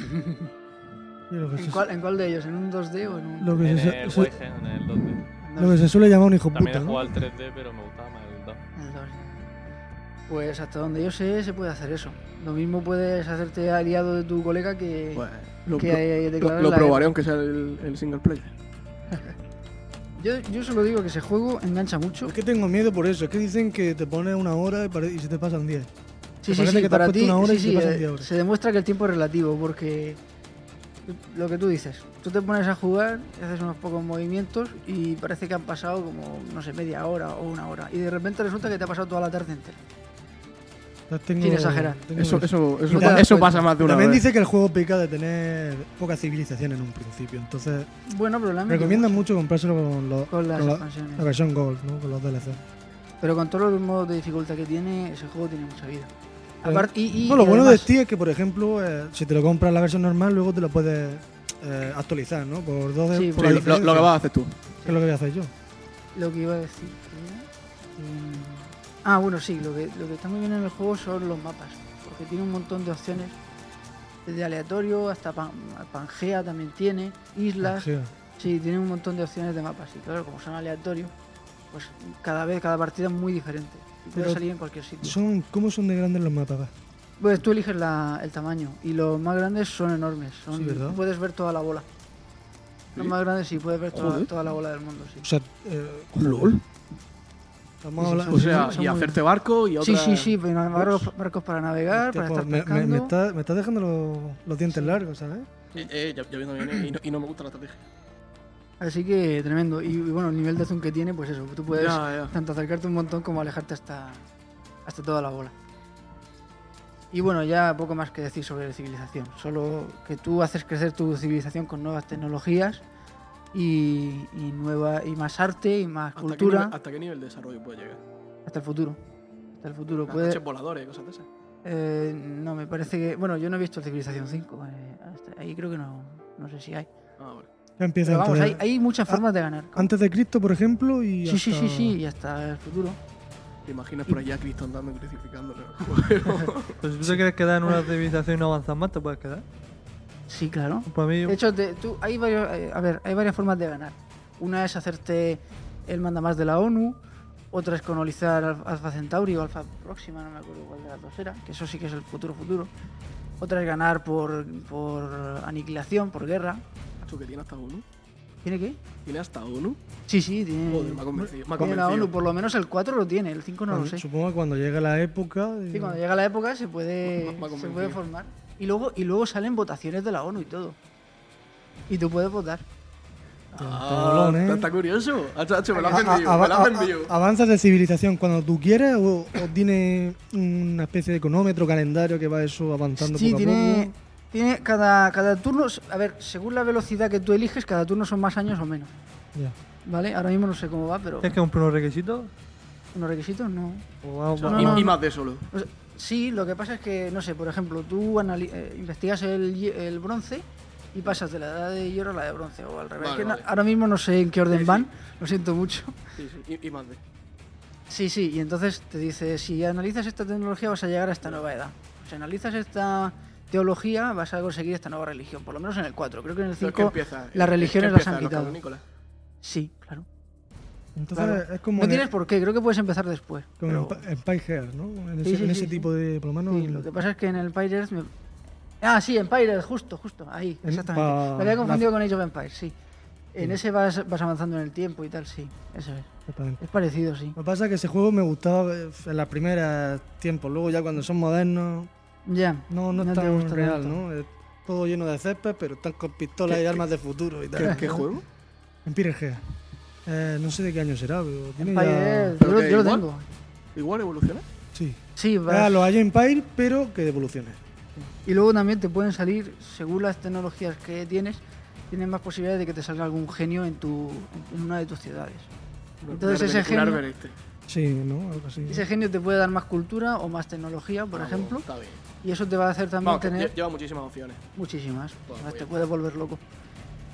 Yo lo que ¿en, se- cuál, en cuál de ellos, en un 2D o en un Lo que, en Pues se, el se- Weigen, en el 2D. en lo que dos- se suele llamar un hijo También puta. he ¿no? jugado al 3D, pero me gustaba más el 2. en el 2D. Pues hasta donde yo sé se puede hacer eso. Lo mismo puedes hacerte aliado de tu colega que, Pues, lo, que lo- eh, declarar lo la probaré aunque sea el, el single player. guerra. Yo, yo solo digo que ese juego engancha mucho. Es que tengo miedo por eso. Es que dicen que te pones una hora y, pare- y se te pasan 10. Sí, sí, parece que sí, te has para puesto ti una hora y sí, te sí, pasan eh, 10 horas. se demuestra que el tiempo es relativo porque lo que tú dices, tú te pones a jugar, haces unos pocos movimientos y parece que han pasado como, no sé, media hora o una hora y de repente resulta que te ha pasado toda la tarde entera. Ya tengo- Sin exagerar. tengo Eso, eso. eso, eso, No te das eso cuenta. pasa más de una También vez. dice que el juego peca de tener poca civilización en un principio. Entonces, Bueno, pero la han metido recomiendan mucho comprárselo con, los- Ah, con las con la- expansiones. la versión Gold, ¿no? con los DLC. Pero con todos los modos de dificultad que tiene, ese juego tiene mucha vida. Aparte, y, y- No, lo y bueno de además- Steam es que, por ejemplo, eh, si te lo compras la versión normal, luego te lo puedes eh, actualizar, ¿no? Por dos Sí, por Sí, la lo- lo, diferencia, que vas a hacer tú. que es lo que voy a hacer yo. Lo que iba a decir. que era, em, Ah, bueno, sí, lo que, lo que está muy bien en el juego son los mapas, porque tiene un montón de opciones, desde aleatorio hasta Pan- Pangea también tiene, islas, Ah, Sí. sí, tiene un montón de opciones de mapas, y claro, como son aleatorios, pues cada vez, cada partida es muy diferente, y puede Pero salir en cualquier sitio. Son, ¿Cómo son de grandes los mapas? Pues tú eliges la- el tamaño, y los más grandes son enormes, son, Sí, ¿verdad? puedes ver toda la bola. Los Sí. más grandes sí, puedes ver toda, Joder. toda la bola del mundo, sí. O sea, eh, LOL. estamos Sí, sí, hablando... O sea, Son y muy- hacerte barco y otra... Sí, sí, sí, pero barcos, barcos para navegar, Hostia, para pues, estar me, me, pescando. me está, me está dejando los, los dientes Sí. largos, ¿sabes? Eh, eh, ya, ya viendo bien, eh, y, no, y no me gusta la estrategia. Así que tremendo. Y, y bueno, el nivel de zoom que tiene, pues eso, tú puedes Ya, ya. tanto acercarte un montón como alejarte hasta, hasta toda la bola. Y bueno, ya poco más que decir sobre la civilización. Solo que tú haces crecer tu civilización con nuevas tecnologías y, y, nueva, y más arte y más ¿Hasta, Qué cultura nivel, ¿Hasta qué nivel de desarrollo puede llegar? hasta el futuro. Hasta el futuro. Las Puede, coches voladores y cosas de esas. Eh, no, me parece que. Bueno, yo no he visto el Civilización 5. eh, hasta ahí creo que no. No sé si hay. Ah, vale. Ya empieza Pero vamos, entonces- hay, hay muchas formas de ganar. Antes de Cristo, por ejemplo, y Sí, sí, hasta- sí, sí, y hasta el futuro. ¿Te imaginas por allá a Cristo andando y crucificándolo? Pero si tú te quieres quedar en una civilización y no avanzas más, te puedes quedar. Sí, claro. Para mí, De hecho, te- tú, hay varios, eh, a ver, hay varias formas de ganar. Una es hacerte el mandamás de la ONU. Otra es colonizar Al- Alfa Centauri o Alfa Próxima, no me acuerdo cuál de las dos era, que eso sí que es el futuro futuro. Otra es ganar por, por aniquilación, por guerra. ¿Tú que tiene hasta ONU? ¿Tiene qué? ¿Tiene hasta ONU? Sí, sí, tiene. Joder, me ha convencido. Me ha Tiene convencido. la ONU, por lo menos el 4 lo tiene, el 5 no lo cuando- sé. Supongo que cuando llegue la época... Sí, eh, Mm. cuando llega la época se puede, Me- me ha se convencido. puede formar. Y luego, y luego salen votaciones de la ONU y todo. Y tú puedes votar. Ah, Tablón, ¿eh? está, está curioso. Ah, chacho, me lo A- has vendido. a- me lo has a- vendido. a- ¿Avanzas de civilización cuando tú quieres o, o tiene una especie de cronómetro, calendario que va eso avanzando Sí, poco a tiene, poco? tiene cada, cada turno, a ver, según la velocidad que tú eliges, cada turno son más años o menos. Ya. ¿Vale? Ahora mismo no sé cómo va, pero ¿es que cumplir unos requisitos? unos requisitos no. O vamos, Y- No, no, y, no. más de solo. O sea, sí, lo que pasa es que, no sé, por ejemplo, tú anali- eh, investigas el, hie- el bronce y pasas de la edad de hierro a la de bronce o al revés. Vale, que no- vale. ahora mismo no sé en Sí, qué orden sí. van, lo siento mucho. Sí, sí, y, y más de. Sí, sí, y entonces te dice, si analizas esta tecnología vas a llegar a esta nueva edad. Si analizas esta teología vas a conseguir esta nueva religión, por lo menos en el 4, creo que en el Pero es que 5... empieza. las es- religiones es las que empieza han los quitado. cavernícolas. Sí, claro. Entonces Claro. es como No en, tienes por qué, creo que puedes empezar después. como pero- en Pi- en Pinehead, ¿no? En ese, Sí, sí, en sí, ese sí. tipo de... Por lo menos... Sí, lo que pasa es que en el Empires... me- Ah, sí, Empires, justo, justo, ahí, Em- En- exactamente. pa- ah, Lo había confundido con Age of Empires, sí. En Sí. ese vas, vas avanzando en el tiempo y tal, sí, eso es. Exactamente. Es parecido, sí. Lo que pasa es que ese juego me gustaba eh, en las primeras tiempos, luego ya cuando son modernos... Ya. No, no, te es tan gusta real, tanto. ¿no? Es todo lleno de césped, pero están con pistolas y armas de futuro y ¿Qué, tal. qué juego? En Pireja. Eh, no sé de qué año será, pero tiene ya- Empires, Pero yo, que yo lo igual. Ah, tengo. Igual evoluciona. Sí. Ah, Sí, vas- Era los Age Empire, pero que devoluciones. Y luego también te pueden salir, según las tecnologías que tienes, tienes más posibilidades de que te salga algún genio en, tu, en una de tus ciudades. Entonces ese genio- este. Sí, ¿no? Algo así. Ese genio te puede dar más cultura o más tecnología, por Vamos, ejemplo, Ah, Está bien. y eso te va a hacer también Vamos, que tener lle- lleva muchísimas opciones. muchísimas. Bueno, Además, muy te bien. puedes volver loco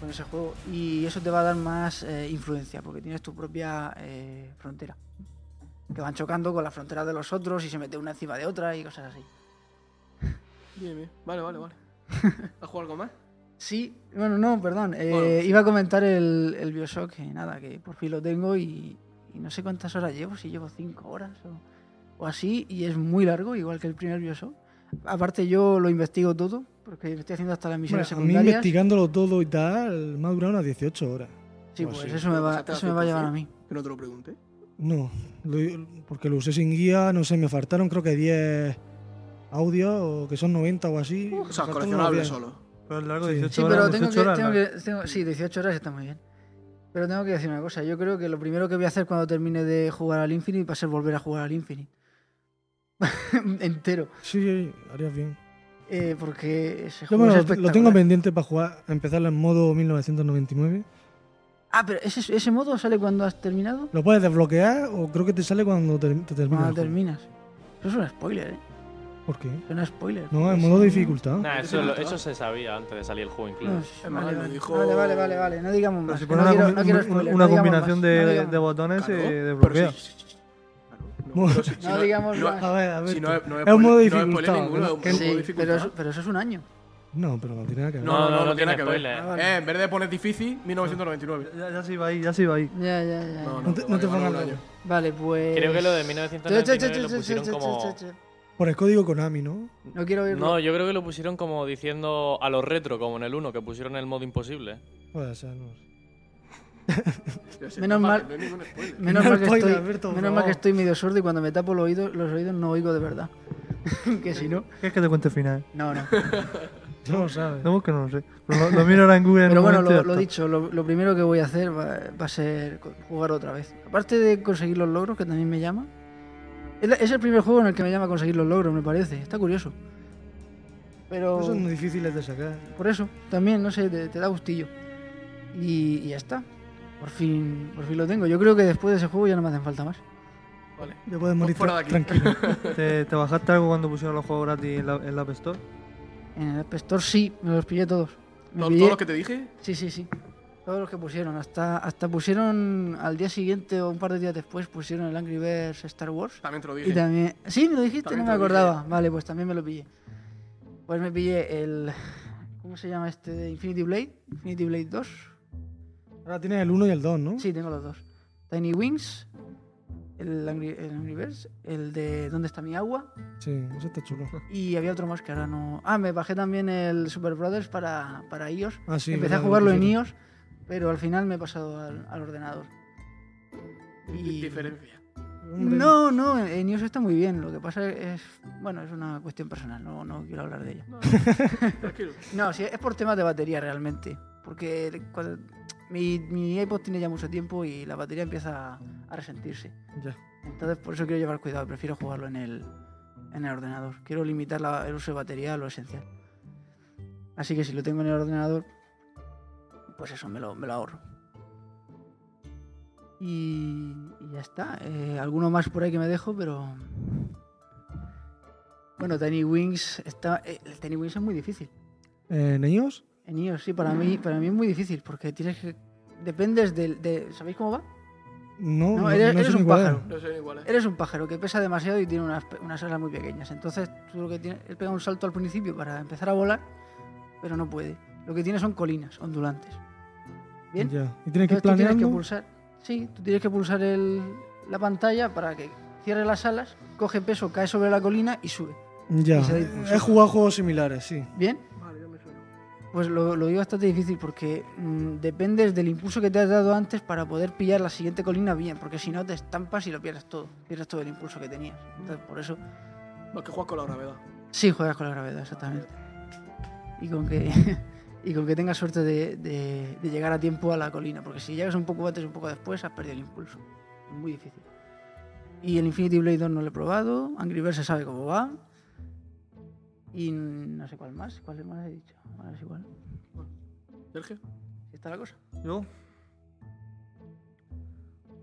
con ese juego y eso te va a dar más eh, influencia porque tienes tu propia eh, frontera que van chocando con las fronteras de los otros y se mete una encima de otra y cosas así. Bien, bien. Vale, vale, vale. ¿Has jugado algo más? Sí, bueno, no, perdón. eh, Bueno. Iba a comentar el, el Bioshock, que nada, que por fin lo tengo y, y no sé cuántas horas llevo, si llevo cinco horas o, o así, y es muy largo, igual que el primer Bioshock. Aparte yo lo investigo todo, porque me estoy haciendo hasta las Bueno, misiones a mí secundarias. investigándolo todo y tal, me ha durado unas 18 horas. sí, o pues así. eso me va, Saca eso me va a llevar a 100%. mí. Que no te lo pregunte. No, lo- porque lo usé sin guía, no sé, me faltaron creo que 10 audios, o que son 90 o así. me O sea, faltaron coleccionable unos 10. solo. Pero es largo, Sí. 18 Sí, horas. pero tengo 18 que, horas, tengo ¿no? que- tengo- sí, 18 horas está muy bien. Pero tengo que decir una cosa, yo creo que lo primero que voy a hacer cuando termine de jugar al Infinite va a ser volver a jugar al Infinite. Entero. Sí, harías bien. Eh, porque ese Yo juego me es lo, lo espectacular. tengo pendiente para jugar, empezarlo en modo 1999. Ah, pero ese, ese modo sale cuando has terminado. Ah, Lo puedes desbloquear o creo que te sale cuando te, te termina. Cuando el juego. terminas. Eso es un spoiler, ¿eh? ¿Por qué? Es un spoiler. No, en Sí, modo dificultad. Nah, Yo eso, sí, lo- claro. eso se sabía antes de salir el juego No, Ah, incluso. sí, Es más, vale, lo vale. dijo- vale, vale, vale, vale, no digamos Pero más. si que pones no una, quiero, combi- no quiero una- spoiler, una no digamos combinación más, no de, digamos de más. botones Claro, eh, pero desbloquea. sí, sí, sí, sí. Claro, no, pero sí, sí, No digamos no, más. A ver, a ver. si no es, no Es un modo spoiler- no dificultad, spoiler ninguno, ¿no? es un Que modo Sí, pero dificultad. eso, pero eso es un año. No, pero no tiene nada que ver. No, no, no tiene nada que ver. spoiler. Ah, vale. Eh, en vez de poner difícil, 1999. Ya, ya se iba ahí, ya se iba ahí. Ya, ya, ya. No, ya. No te- no te vale, pongas vale, loco. Vale, pues. Creo que lo de Che, che, che, 1999 che, lo che, pusieron che, che, como... che, che. Por el código Konami, ¿no? No quiero oírlo. No, yo creo que lo pusieron como diciendo a los retro, como en el 1, que pusieron el modo imposible. Puede ser, no. sé. Ya sé, Menos no, mal- no hay ningún spoiler. Menos, No mal que, spoiler, estoy, Alberto, por menos mal que favor. estoy medio sordo y cuando me tapo los oídos, los oídos no oigo de verdad. que si no. ¿Qué es que te cuente el final? No, no. No lo sabes. No, que no lo sé. Pero lo, lo miro ahora en Google. en Pero un bueno, momento y lo, ya lo está. dicho, lo, lo primero que voy a hacer va, va a ser co- jugar otra vez. Aparte de conseguir los logros, que también me llama. Es, la- es el primer juego en el que me llama a conseguir los logros, me parece. Está curioso. Pero No Pues son difíciles de sacar. por eso, también, no sé, te, te da gustillo. Y, y ya está. Por fin, por fin lo tengo. Yo creo que después de ese juego ya no me hacen falta más. Vale. Ya puedes morir fuera tra- de aquí. tranquilo. ¿Te, te bajaste algo cuando pusieron los juegos gratis en la, en la App Store? En el App Store sí, me los pillé todos. Me Todo, pillé- todo lo que te dije, Sí, sí, sí. Todos los que pusieron. Hasta, hasta pusieron al día siguiente o un par de días después, pusieron el Angry Birds Star Wars. también te lo Y dije. también. Sí, me lo dijiste, También no me te lo dije. acordaba. Vale, pues también me lo pillé. Pues me pillé el. ¿Cómo se llama este? de Infinity Blade. Infinity Blade 2. Ahora tienes el 1 y el 2, ¿no? Sí, tengo los dos. Tiny Wings. El Angry, el Angry Birds. El de ¿Dónde está mi agua? Sí, eso está chulo. Y había otro más que ahora no. Ah, me bajé también el Super Brothers para, para iOS. Ah, sí, Empecé a verdad, jugarlo lo en pusieron. iOS, pero al final me he pasado al, al ordenador. Di- Diferencia. Hombre, No, no, en iOS está muy bien. Lo que pasa es, bueno, es una cuestión personal, no, no quiero hablar de ello. Tranquilo. No, sí, es por temas de batería realmente, porque cuando- mi, mi iPod tiene ya mucho tiempo y la batería empieza a resentirse. Ya. Entonces por eso quiero llevar cuidado, prefiero jugarlo en el, en el ordenador. Quiero limitar la- el uso de batería a lo esencial. Así que si lo tengo en el ordenador, pues eso, me lo, me lo ahorro. Y, y ya está. Eh, alguno más por ahí que me dejo, pero... Bueno, Tiny Wings está... eh, el Tiny Wings es muy difícil. Eh, ¿En iOS? En iOS, sí, para mí, para mí es muy difícil, porque tienes que... Dependes del... de- ¿Sabéis cómo va? No, No, no, eres- no eres sé ni un cuál es. pájaro. No son iguales. Eres un pájaro que pesa demasiado y tiene unas, pe- unas alas muy pequeñas. Entonces, tú lo que tienes, él pega un salto al principio para empezar a volar, pero no puede. Lo que tiene son colinas ondulantes. ¿Bien? Ya. Y tienes que ir Entonces, tú tienes que planeando. pulsar. Sí, tú tienes que pulsar el- la pantalla para que cierre las alas, coge peso, cae sobre la colina y sube. ya. y se da y pulsar. He jugado juegos similares, sí. ¿Bien? Pues lo, lo digo bastante difícil porque mm, dependes del impulso que te has dado antes para poder pillar la siguiente colina bien, porque si no te estampas y lo pierdes todo, pierdes todo el impulso que tenías. Entonces, por eso Los que juegas con la gravedad. Sí, juegas con la gravedad, exactamente. Y con que, y con que tengas suerte de, de- de llegar a tiempo a la colina, porque si llegas un poco antes, un poco después, has perdido el impulso. Es muy difícil. Y el Infinity Blade 2 no lo he probado, Angry Birds se sabe cómo va. Y no sé cuál más, cuál más he dicho. Bueno, es igual. Sergio. Así está la cosa. ¿Yo?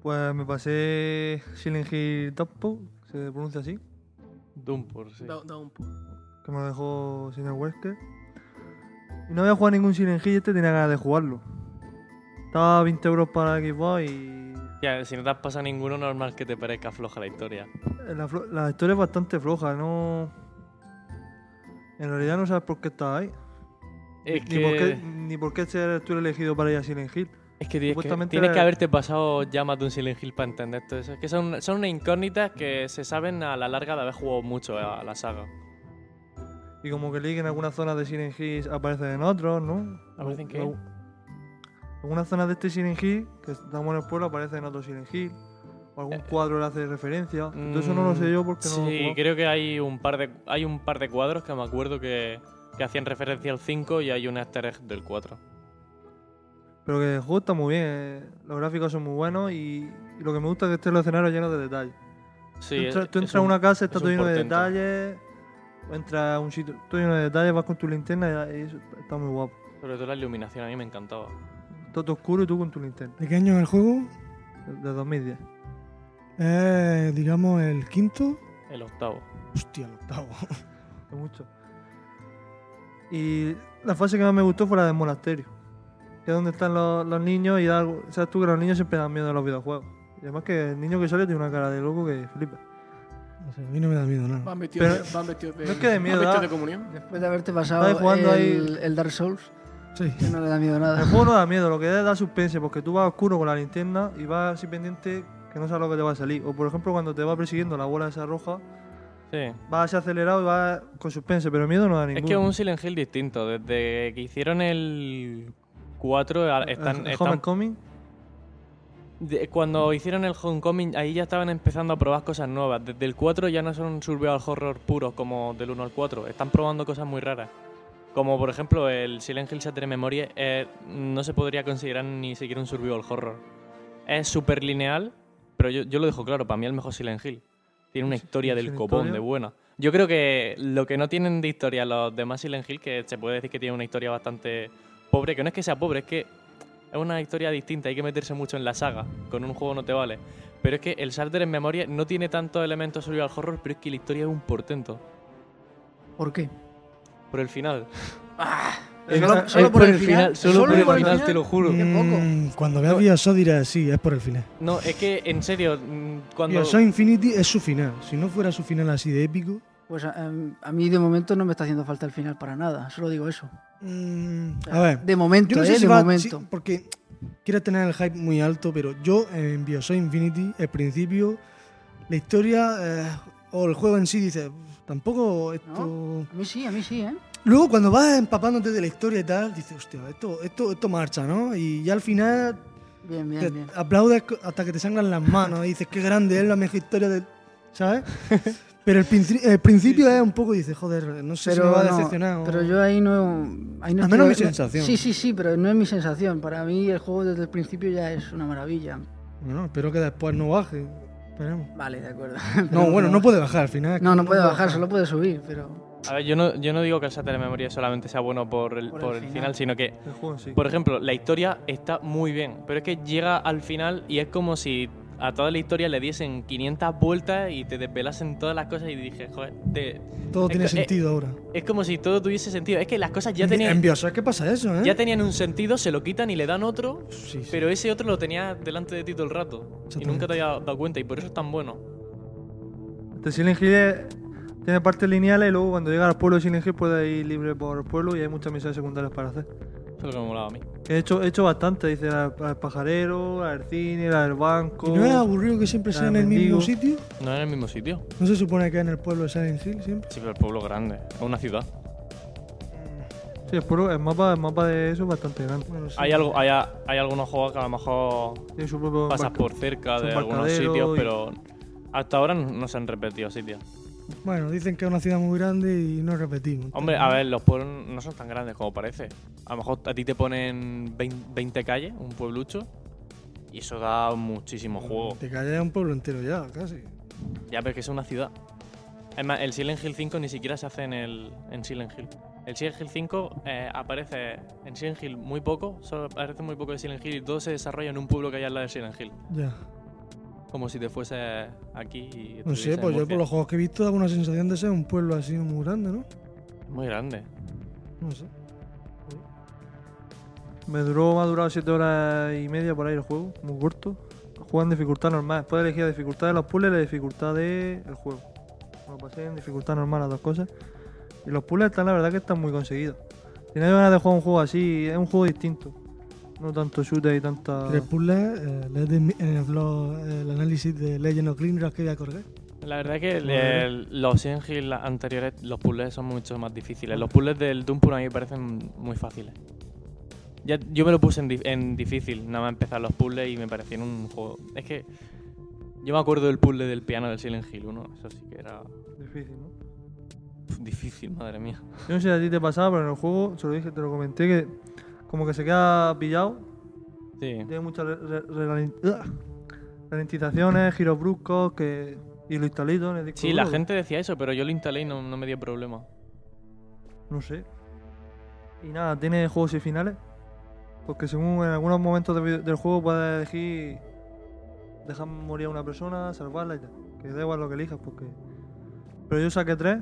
Pues me pasé Silent Hill Toppo, se pronuncia así, Dumpur, sí. Da, da un poco. que me lo dejó Senior Wesker. Y no había jugado ningún Silent Hill y este tenía ganas de jugarlo. Estaba a 20 euros para Xbox y. Ya, si no te has pasado ninguno, normal que te parezca floja la historia. La, flo- la historia es bastante floja, no. En realidad no sabes por qué estás ahí. Es Ni, por qué, que... ni por qué ser tú el elegido para ir a Silent Hill. Es que tienes, que Supuestamente- tienes que haberte pasado ya más de un Silent Hill para entender todo eso. Es que son, son unas incógnitas que se saben a la larga de haber jugado mucho a la saga. Y como que leí que en algunas zonas de Silent Hill aparecen en otros, ¿no? ¿Aparecen qué? Al- Algunas zonas de este Silent Hill, que estamos en el pueblo, aparecen en otro Silent Hill. O algún cuadro le hace referencia. Todo eso no lo sé yo porque no Eh, lo he mm, Sí, jugado. creo que hay un par de hay un par de cuadros que me acuerdo que, que hacían referencia al 5 y hay un easter egg del 4. Pero que el juego está muy bien. eh. Los gráficos son muy buenos y, y lo que me gusta es que estén los escenarios llenos de detalles. Sí, tú entra- es- tú es entras a un- una casa, está es todo un lleno portento. de detalles. O entras a un sitio, todo lleno de detalles, vas con tu linterna y, y eso está muy guapo. Sobre todo la iluminación, a mí me encantaba. Todo oscuro y tú con tu linterna. ¿De qué año es el juego? De, de 2010. Eh, digamos el quinto. El octavo. Hostia, el octavo. Es mucho. Y la fase que más me gustó fue la del monasterio. Que es donde están los, los niños y da, sabes tú que los niños siempre dan miedo en los videojuegos. Y además que el niño que sale tiene una cara de loco que flipa. No sé, a mí no me da miedo nada. Van vestidos, Pero- de, van vestidos de, no es que de van miedo, vestidos da- de comunión. Después de haberte pasado Estaba jugando ahí- el, el Dark Souls, Sí. que no le da miedo a El nada. juego no da miedo, lo que da es da suspense, porque tú vas oscuro con la linterna y vas así pendiente que no sabes lo que te va a salir. O por ejemplo cuando te va persiguiendo la bola esa roja, Sí. vas así acelerado y vas con suspense, pero miedo no da Es ninguno. que es un Silent Hill distinto. Desde que hicieron el 4, a- están, El- el están- Homecoming, de- cuando hicieron el Homecoming, ahí ya estaban empezando a probar cosas nuevas. Desde el 4 ya no son survival horror puros como del 1 al 4. Están probando cosas muy raras. Como por ejemplo el Silent Hill Shattered Memories eh, no se podría considerar ni siquiera un survival horror. Es súper lineal, pero yo, yo lo dejo claro, para mí es el mejor Silent Hill. Tiene una Sí, historia del tiene copón historia. de buena. Yo creo que lo que no tienen de historia los demás Silent Hill, que se puede decir que tiene una historia bastante pobre, que no es que sea pobre, es que es una historia distinta, hay que meterse mucho en la saga, con un juego no te vale. Pero es que el Shattered en memoria no tiene tantos elementos survival horror, pero es que la historia es un portento. ¿Por qué? Por el final. Eh, Solo, eh, solo Es por el final. solo, por el final, te lo juro. Qué Mm, cuando veas Bioshock dirás, sí, es por el final. No, es que en serio, mm, cuando. Bioshock Infinity es su final. Si no fuera su final así de épico. Pues a, a- a mí de momento no me está haciendo falta el final para nada, solo digo eso. mm, a ver. De momento, Yo no ¿eh? sé si de va- momento. sí, porque quieres tener el hype muy alto, pero yo eh, en Bioshock Infinity, al principio, la historia eh, o el juego en sí dice, tampoco esto. A mí sí, a mí sí, ¿eh? Luego, cuando vas empapándote de la historia y tal, dices, hostia, esto, esto, esto marcha, ¿no? Y ya al final Bien, te bien, bien. aplaudes co- hasta que te sangran las manos y dices, qué grande es la mejor historia de. ¿Sabes? Pero el, princi- el principio es un poco, dices, joder, no sé si me va a no, decepcionar. o- pero yo ahí no. Ahí no Al menos mi estoy- sensación. Sí, sí, sí, pero no es mi sensación. Para mí el juego desde el principio ya es una maravilla. Bueno, espero que después no baje. Esperemos. Vale, de acuerdo. No, bueno, no puede bajar al final. es que No, no puede bajar, solo puede subir, pero. A ver, yo no, yo no digo que el Shattered en memoria solamente sea bueno por el, por el final. sino que, el juego en sí. por ejemplo, la historia está muy bien, pero es que llega al final y es como si a toda la historia le diesen 500 vueltas y te desvelasen todas las cosas y dije, joder, te- Todo tiene Es que- sentido ahora. es como si todo tuviese sentido. Es que las cosas ya En- En tenían, Bioshock, ¿qué pasa eso, eh? ya tenían un sentido, se lo quitan y le dan otro, Sí, sí. pero ese otro lo tenías delante de ti todo el rato y nunca te había dado cuenta y por eso es tan bueno. Este Silent Hill es- tiene partes lineales y luego cuando llegas al pueblo de Silent Hill puedes ir libre por el pueblo y hay muchas misiones secundarias para hacer. Eso es lo que me molaba a mí. Que He hecho, he hecho bastante, dice la- la del pajarero, la del cine, la del banco. ¿Y no es aburrido que siempre sea en el mismo Mendigo. sitio? No en el mismo sitio. ¿No se supone que es en el pueblo de Silent Hill siempre? Sí, pero el pueblo grande. Es una ciudad. Sí, el, pueblo- el mapa, el mapa de eso es bastante grande. Bueno, sí. Hay, algo, hay, a- hay algunos juegos que a lo mejor Tiene su propio pasas embarca- por cerca es de un algunos barcadero sitios, y- pero hasta ahora no- no se han repetido sitios. Bueno, dicen que es una ciudad muy grande y no repetimos. Hombre, a ver, los pueblos no son tan grandes como parece. A lo mejor a ti te ponen 20, 20 calles, un pueblucho, y eso da muchísimo juego. Te callas un pueblo entero ya, casi. Ya ves que es una ciudad. Es más, el Silent Hill 5 ni siquiera se hace en, el, en Silent Hill. El Silent Hill 5 eh, aparece en Silent Hill muy poco, solo aparece muy poco de Silent Hill y todo se desarrolla en un pueblo que hay al lado de Silent Hill. Ya. Como si te fuese aquí y No sé, estuviese en pues yo Murcia. por los juegos que he visto da una sensación de ser un pueblo así muy grande, ¿no? Muy grande. No sé. Me duró, me ha durado 7 horas y media por ahí el juego, muy corto. Juega en dificultad normal, puedes elegir la dificultad de los puzzles y la dificultad del juego. Me lo pasé en dificultad normal las dos cosas. Y los puzzles están, la verdad, que están muy conseguidos. Tenía ganas de jugar un juego así, es un juego distinto. No tanto shooter y tanta. Tres puzzles, eh, leed en mi- en el blog eh, el análisis de Legend of Green que voy a colgar. La verdad es que el- Madre. el- los Silent Hill anteriores, los puzzles son mucho más difíciles. Los puzzles del Doom a mí me parecen muy fáciles. Ya, yo me lo puse en, di- en difícil, nada más empezar los puzzles y me parecían un juego. Es que yo me acuerdo del puzzle del piano del Silent Hill 1, eso sí que era Difícil, ¿no? pf, difícil, madre mía. Yo no sé si a ti te pasaba, pero en el juego, se lo dije, te lo comenté, que como que se queda pillado. Sí, Tiene muchas re- re- relani- ¡Ugh! ralentizaciones, giros bruscos, que. Y lo instalito en el disco sí la duro, gente decía eso, pero yo lo instalé y no, no me dio problema. No sé. Y nada, tiene juegos y finales. Porque según en algunos momentos de vi- del juego puedes elegir dejar morir a una persona, salvarla y tal. Que da igual lo que elijas, porque. Pero yo saqué tres.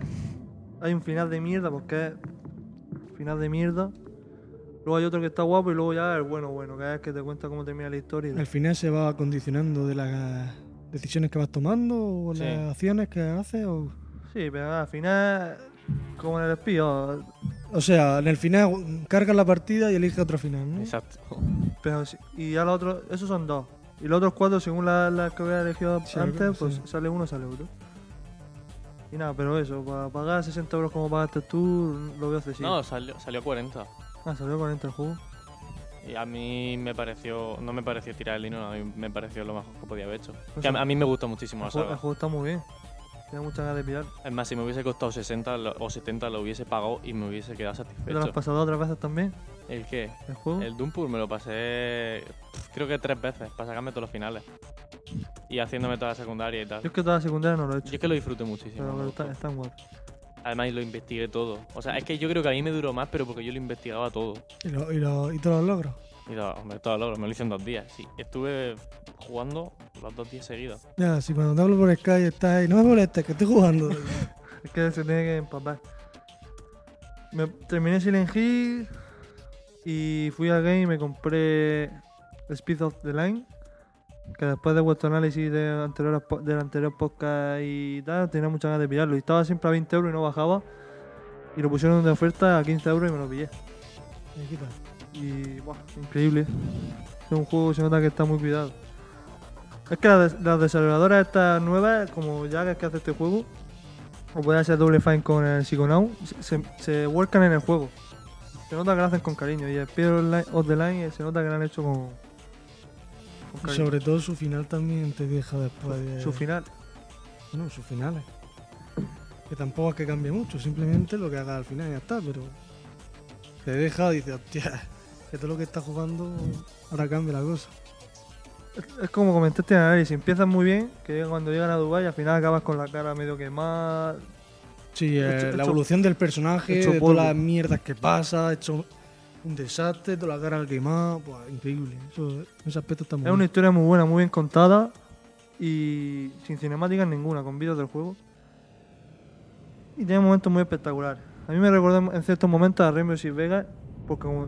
Hay un final de mierda, porque es. Final de mierda. Luego hay otro que está guapo y luego ya el bueno, bueno, que es el que te cuenta cómo termina la historia. y tal. Al final se va condicionando de las decisiones que vas tomando o Sí. las acciones que haces. O, Sí, pero al final. Como en el oh, espío. o sea, en el final cargas la partida y eliges otro final, ¿no? Exacto. Pero sí, y ya los otros, esos son dos. Y los otros cuatro, según la- las que había elegido Sí, antes, pues sí. sale uno, sale otro. Y nada, pero eso, para pagar 60 euros como pagaste tú, lo veo accesible. No, salió, salió 40. Ah, salió con el juego. Y a mí me pareció, no me pareció tirar el dinero, a mí me pareció lo mejor que podía haber hecho. Pues Que a, sí. a mí me gusta muchísimo El la juego, el saga. juego está muy bien. Tiene muchas ganas de pillar. Es más, si me hubiese costado 60 lo- o 70 lo hubiese pagado y me hubiese quedado ¿Te lo has ¿Mm? satisfecho. pasado otras veces también, ¿El qué? el juego? El Doompool me lo pasé pff, creo que tres veces para sacarme todos los finales. Y haciéndome toda la secundaria y tal. Yo es que toda la secundaria no lo he hecho, Yo es que lo disfruté muchísimo. me pero gustó. está, están guapos. Además lo investigué todo. O sea, es que yo creo que a mí me duró más, pero porque yo lo investigaba todo. Y, lo- y lo- y todos los logros. Y lo- hombre, todo lo, me lo hice en dos días. Sí, estuve jugando los dos días seguidos. Ya, si cuando te hablo por Sky estás ahí, no me molestes, que estoy jugando. Es que se tiene que empapar. Me terminé Silent Hill y fui al game y me compré Speed of the Line. Que después de vuestro análisis de anteriores po- del anterior podcast y tal, tenía muchas ganas de pillarlo. Y estaba siempre a 20 euros y no bajaba. Y lo pusieron de oferta a 15 euros y me lo pillé. Me quita. Y buah, increíble. Es un juego que se nota que está muy cuidado. Es que las, des- las desarrolladoras estas nuevas, como ya que hace este juego, o puede hacer doble fine con el Psychonaut, se, se, se vuelcan en el juego. Se nota que lo hacen con cariño. Y el Spear Online- of the Line eh, se nota que lo han hecho con, con Y cariño. sobre todo su final también te deja después de. Su final. Bueno, sus finales. Que tampoco es que cambie mucho, simplemente lo que haga al final y ya está, pero. Te deja y dices, hostia, que todo lo que estás jugando ahora cambia la cosa. Es- Es como comentaste en el análisis, empiezas muy bien, que cuando llegan a Dubai al final acabas con la cara medio quemada, Sí, eh, Hecho- la hecho- evolución del personaje, hecho de todas polvo. las mierdas que pasa, hecho un desastre, toda la cara quemada, pues increíble. Eso, ese aspecto está muy Es una bien. historia muy buena, muy bien contada y sin cinemáticas ninguna, con vídeos del juego. Y tiene momentos muy espectaculares. A mí me recordó en ciertos momentos a Rainbow Six Vegas, porque como,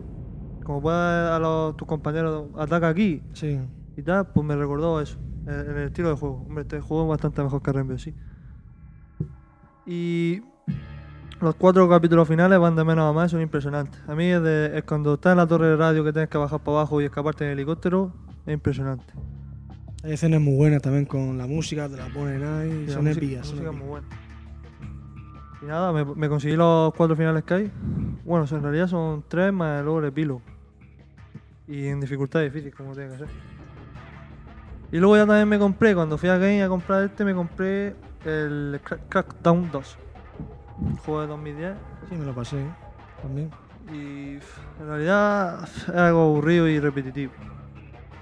como puedes a los- tus compañeros ataca aquí Sí, y tal, pues me recordó a eso, en el, el estilo de juego. Hombre, este juego es bastante mejor que Rainbow Six. Y los cuatro capítulos finales van de menos a más, son impresionantes. A mí es, de- es cuando estás en la torre de radio que tienes que bajar para abajo y escaparte en helicóptero, es impresionante. hay escenas muy buenas también con la música, te la ponen ahí, Sí, la son música- épicas. la son música es épicas. muy buena. Y nada, me, me conseguí los cuatro finales que hay. Bueno, en realidad son tres más luego el epílogo. Y en dificultad difícil, como tiene que ser. Y luego ya también me compré, cuando fui a Game a comprar este, me compré el Crack- Crackdown 2. Un juego de 2010. Sí, me lo pasé también. Y pff, en realidad pff, es algo aburrido y repetitivo.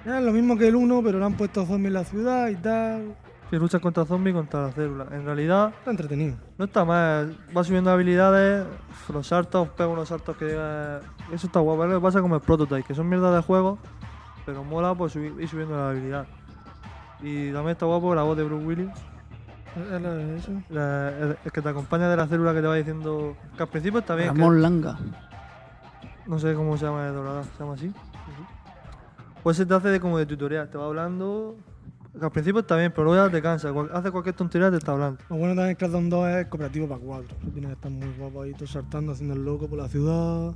Era lo mismo que el 1, pero le han puesto zombies en la ciudad y tal. Si luchas contra zombies y contra las células. En realidad Está entretenido. No está mal, va subiendo habilidades, los saltos, pega unos saltos que... eh, Eso está guapo, es lo que pasa como el prototype, que son mierdas de juego, pero mola pues subi- ir subiendo la habilidad. Y también está guapo la voz de Bruce Willis, Era lo- eso. la- el, el que te acompaña de la célula que te va diciendo... Que al principio está bien, que- Ramón Langa. no sé cómo se llama el dorada, se llama así. Pues se te hace de, como de tutorial, te va hablando... que Al principio está bien, pero luego ya te cansa, cual- hace cualquier tontería te está hablando. Lo bueno también es que Crackdown 2 es cooperativo para 4. Tienes que estar muy guapo ahí, tú saltando, haciendo el loco por la ciudad.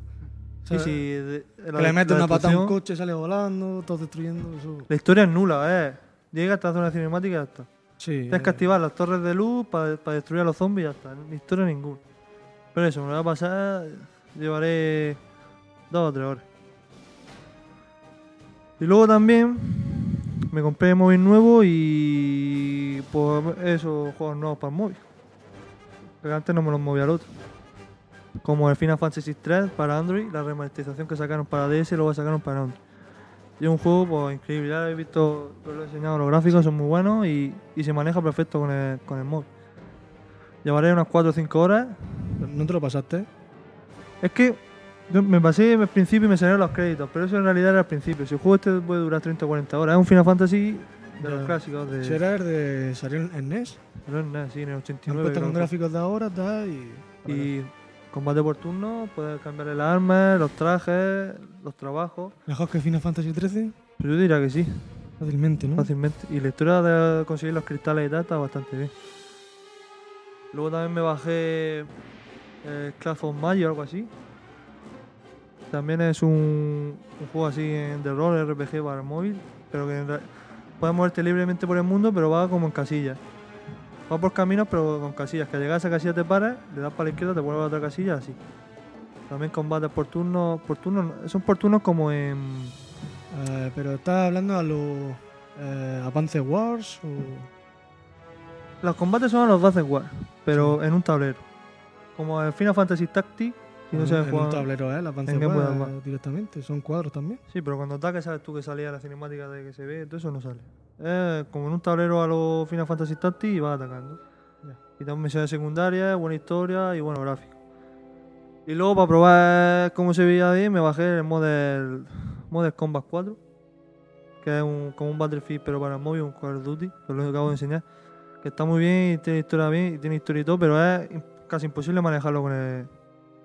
Sí, ¿sabes? sí. de- la- Que le metes la una pata a un destrucción- coche, sale volando, todo destruyendo. Eso. La historia es nula, eh. Llega hasta la zona cinemática y ya está. Sí. Tienes que eh, activar las torres de luz para destruir a los zombies y ya está. Ni historia ninguna. Pero eso, me lo voy a pasar. Llevaré dos o tres horas. Y luego también me compré el móvil nuevo y. Pues eso, juegos nuevos para el móvil. Que antes no me los movía al otro. Como el Final Fantasy 3 para Android, la remasterización que sacaron para DS y luego sacaron para Android. Y es un juego pues, increíble, ya lo he visto, os lo he enseñado, los gráficos son muy buenos y, y se maneja perfecto con el, con el móvil. Llevaré unas 4 o 5 horas. ¿No te lo pasaste? Es que yo me pasé al principio y me salieron los créditos, pero eso en realidad era al principio. Si el juego este puede durar 30 o 40 horas, es un Final Fantasy de los Ya. clásicos de... Si era el de. salió en NES. pero es nada, sí, en el Te han 89. puesto con creo que gráficos de ahora, tal, y. fue. Y combate por turno, puedes cambiarle las armas, los trajes, los trabajos. Mejor que Final Fantasy XIII, Pero yo diría que sí. fácilmente, ¿no? fácilmente. Y la historia de conseguir los cristales y tal está bastante bien. Luego también me bajé eh, Clash of Magic o algo así. También es un, un juego así en de rol, RPG para el móvil, pero que en re- puedes moverte libremente por el mundo, pero va como en casillas. Va por caminos, pero con casillas. Que al llegar a esa casilla te paras, le das para la izquierda, te vuelves a otra casilla, así. También combates por turnos, por turnos, no, son por turnos como en... Eh, pero estás hablando a los. Eh, Advance Wars o. Los combates son a los Advance Wars, pero en un tablero. Como el Final Fantasy Tactics, si no en- sabes en jugar. un tablero, ¿eh? El Advance en Game Boy Wars Advance. eh, directamente. Son cuadros también. Sí, pero cuando ataques sabes tú que salía la cinemática de que se ve, todo eso no sale. Eh, como en un tablero a los Final Fantasy Tactics y vas atacando. Y también misiones secundarias, buena historia y bueno, gráfico. Y luego para probar cómo se veía bien me bajé el Model, Model Combat 4, que es un, como un Battlefield pero para el móvil, un Call of Duty, que os lo acabo de enseñar, que está muy bien y tiene historia bien, y tiene historia y todo, pero es im- casi imposible manejarlo con el,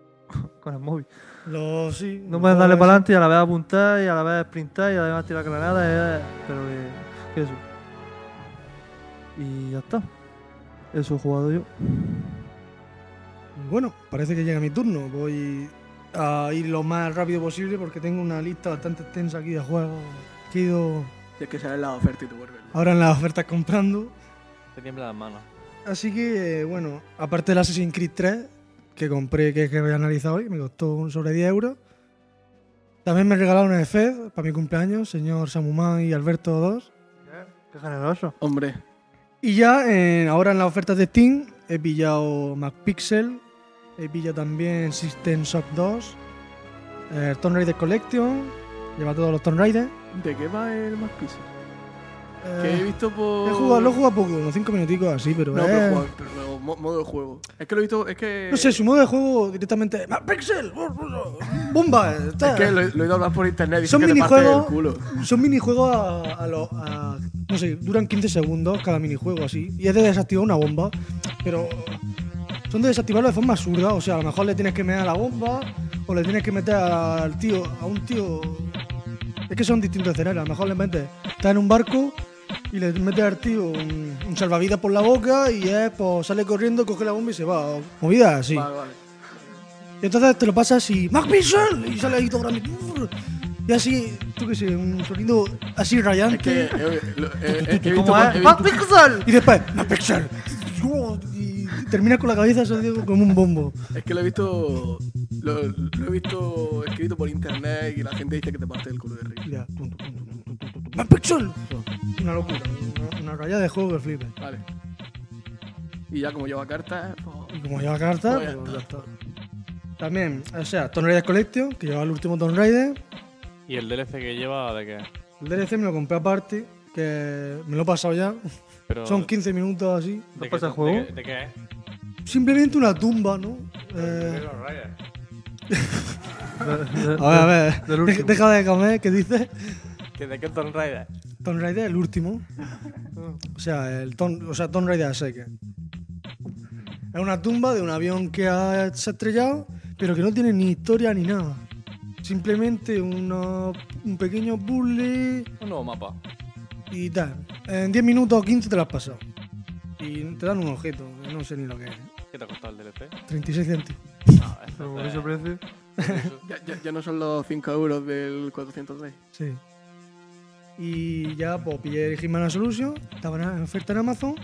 con el móvil. Los sí. No puedes darle para adelante y a la vez apuntar y a la vez sprintar y a la vez tirar granadas, eh, pero que, que eso. Y ya está. Eso he jugado yo. Bueno, parece que llega mi turno. Voy a ir lo más rápido posible porque tengo una lista bastante extensa aquí de juegos que he ido Si es que sale la oferta y tú vuelves. ahora en las ofertas comprando. Te tiemblan las manos. Así que, eh, bueno, aparte del Assassin's Creed 3, que compré, que, que voy a analizar hoy, me costó un sobre 10 euros. También me regalaron el FED para mi cumpleaños, señor Samumán y Alberto 2. Qué generoso. Hombre, Y ya, en- ahora en las ofertas de Steam, he pillado MacPixel, he pillado también System Shock 2, eh, Tomb Raider Collection, lleva todos los Tomb Raider. ¿de qué va el más piso? Que he Eh, visto por. he jugado, lo he jugado poco, unos 5 minuticos así, pero, No, eh, pero, juego- pero luego, mo- modo de juego. Es que lo he visto. Es que. no sé, su modo de juego directamente... MacPixel, bomba, está. Es que lo, he- lo he ido a hablar por internet. Dicen Son que te partes minijuegos. el culo. Son minijuegos a, a lo- a- No sé, duran 15 segundos cada minijuego así. Y es de desactivar una bomba. Pero. Son de desactivarlo de forma absurda. O sea, a lo mejor le tienes que meter a la bomba. O le tienes que meter al tío. A un tío. Es que son distintos escenarios. A lo mejor le metes. Está en un barco. Y le metes al tío un, un salvavidas por la boca. Y es, pues, sale corriendo, coge la bomba y se va. O- Movidas así. Vale, vale. Y entonces te lo pasas y ¡Mac Pixel! Y sale ahí todo grande. Y así, tú qué sé, un sonido así Es que. rayante. eh, lo- eh, eh, que he visto por- ¿Cómo he es? visto- ¡Más Pixel! Y después, ¡Mac Pixel! Y terminas con la cabeza así como un bombo. Es que lo he visto. Lo, lo he visto escrito por internet y la gente dice que te parte el culo de Y risa. ya, tum, tum, tum, tum, tum, tum, tum, ¡Mac Pixel! Una locura, una, una rayada de juego que flipa. Vale. Y ya como lleva cartas, pues, Y como lleva carta, Pues ya pues ya está. También, o sea, Tomb Raider Collection, que lleva el último Tomb Raider. ¿Y el DLC que lleva de qué? El DLC me lo compré aparte, que me lo he pasado ya. Pero, Son 15 minutos así. ¿de qué- pasa de juego? qué- ¿De qué es? Simplemente una tumba, ¿no? Eh, Pero rayas. A ver, a ver. Del de- último. Deja de comer, ¿qué dices? ¿Que ¿De qué Tomb Raider? Tomb Raider, el último. O sea, el Tom, o sea, Tomb Raider Seque. Es una tumba de un avión que ha, se ha estrellado, pero que no tiene ni historia ni nada. Simplemente uno- un pequeño puzzle Un nuevo mapa. y tal. En 10 minutos o 15 te lo has pasado. Y te dan un objeto, que no sé ni lo que es. ¿Qué te ha costado el DLC? 36 céntimos. No, esto Pero por es- ese precio. Ya, ya- ya no son los 5 euros del 403. Sí. Y ya pues, pillé el Hitman Absolution, estaban en oferta en Amazon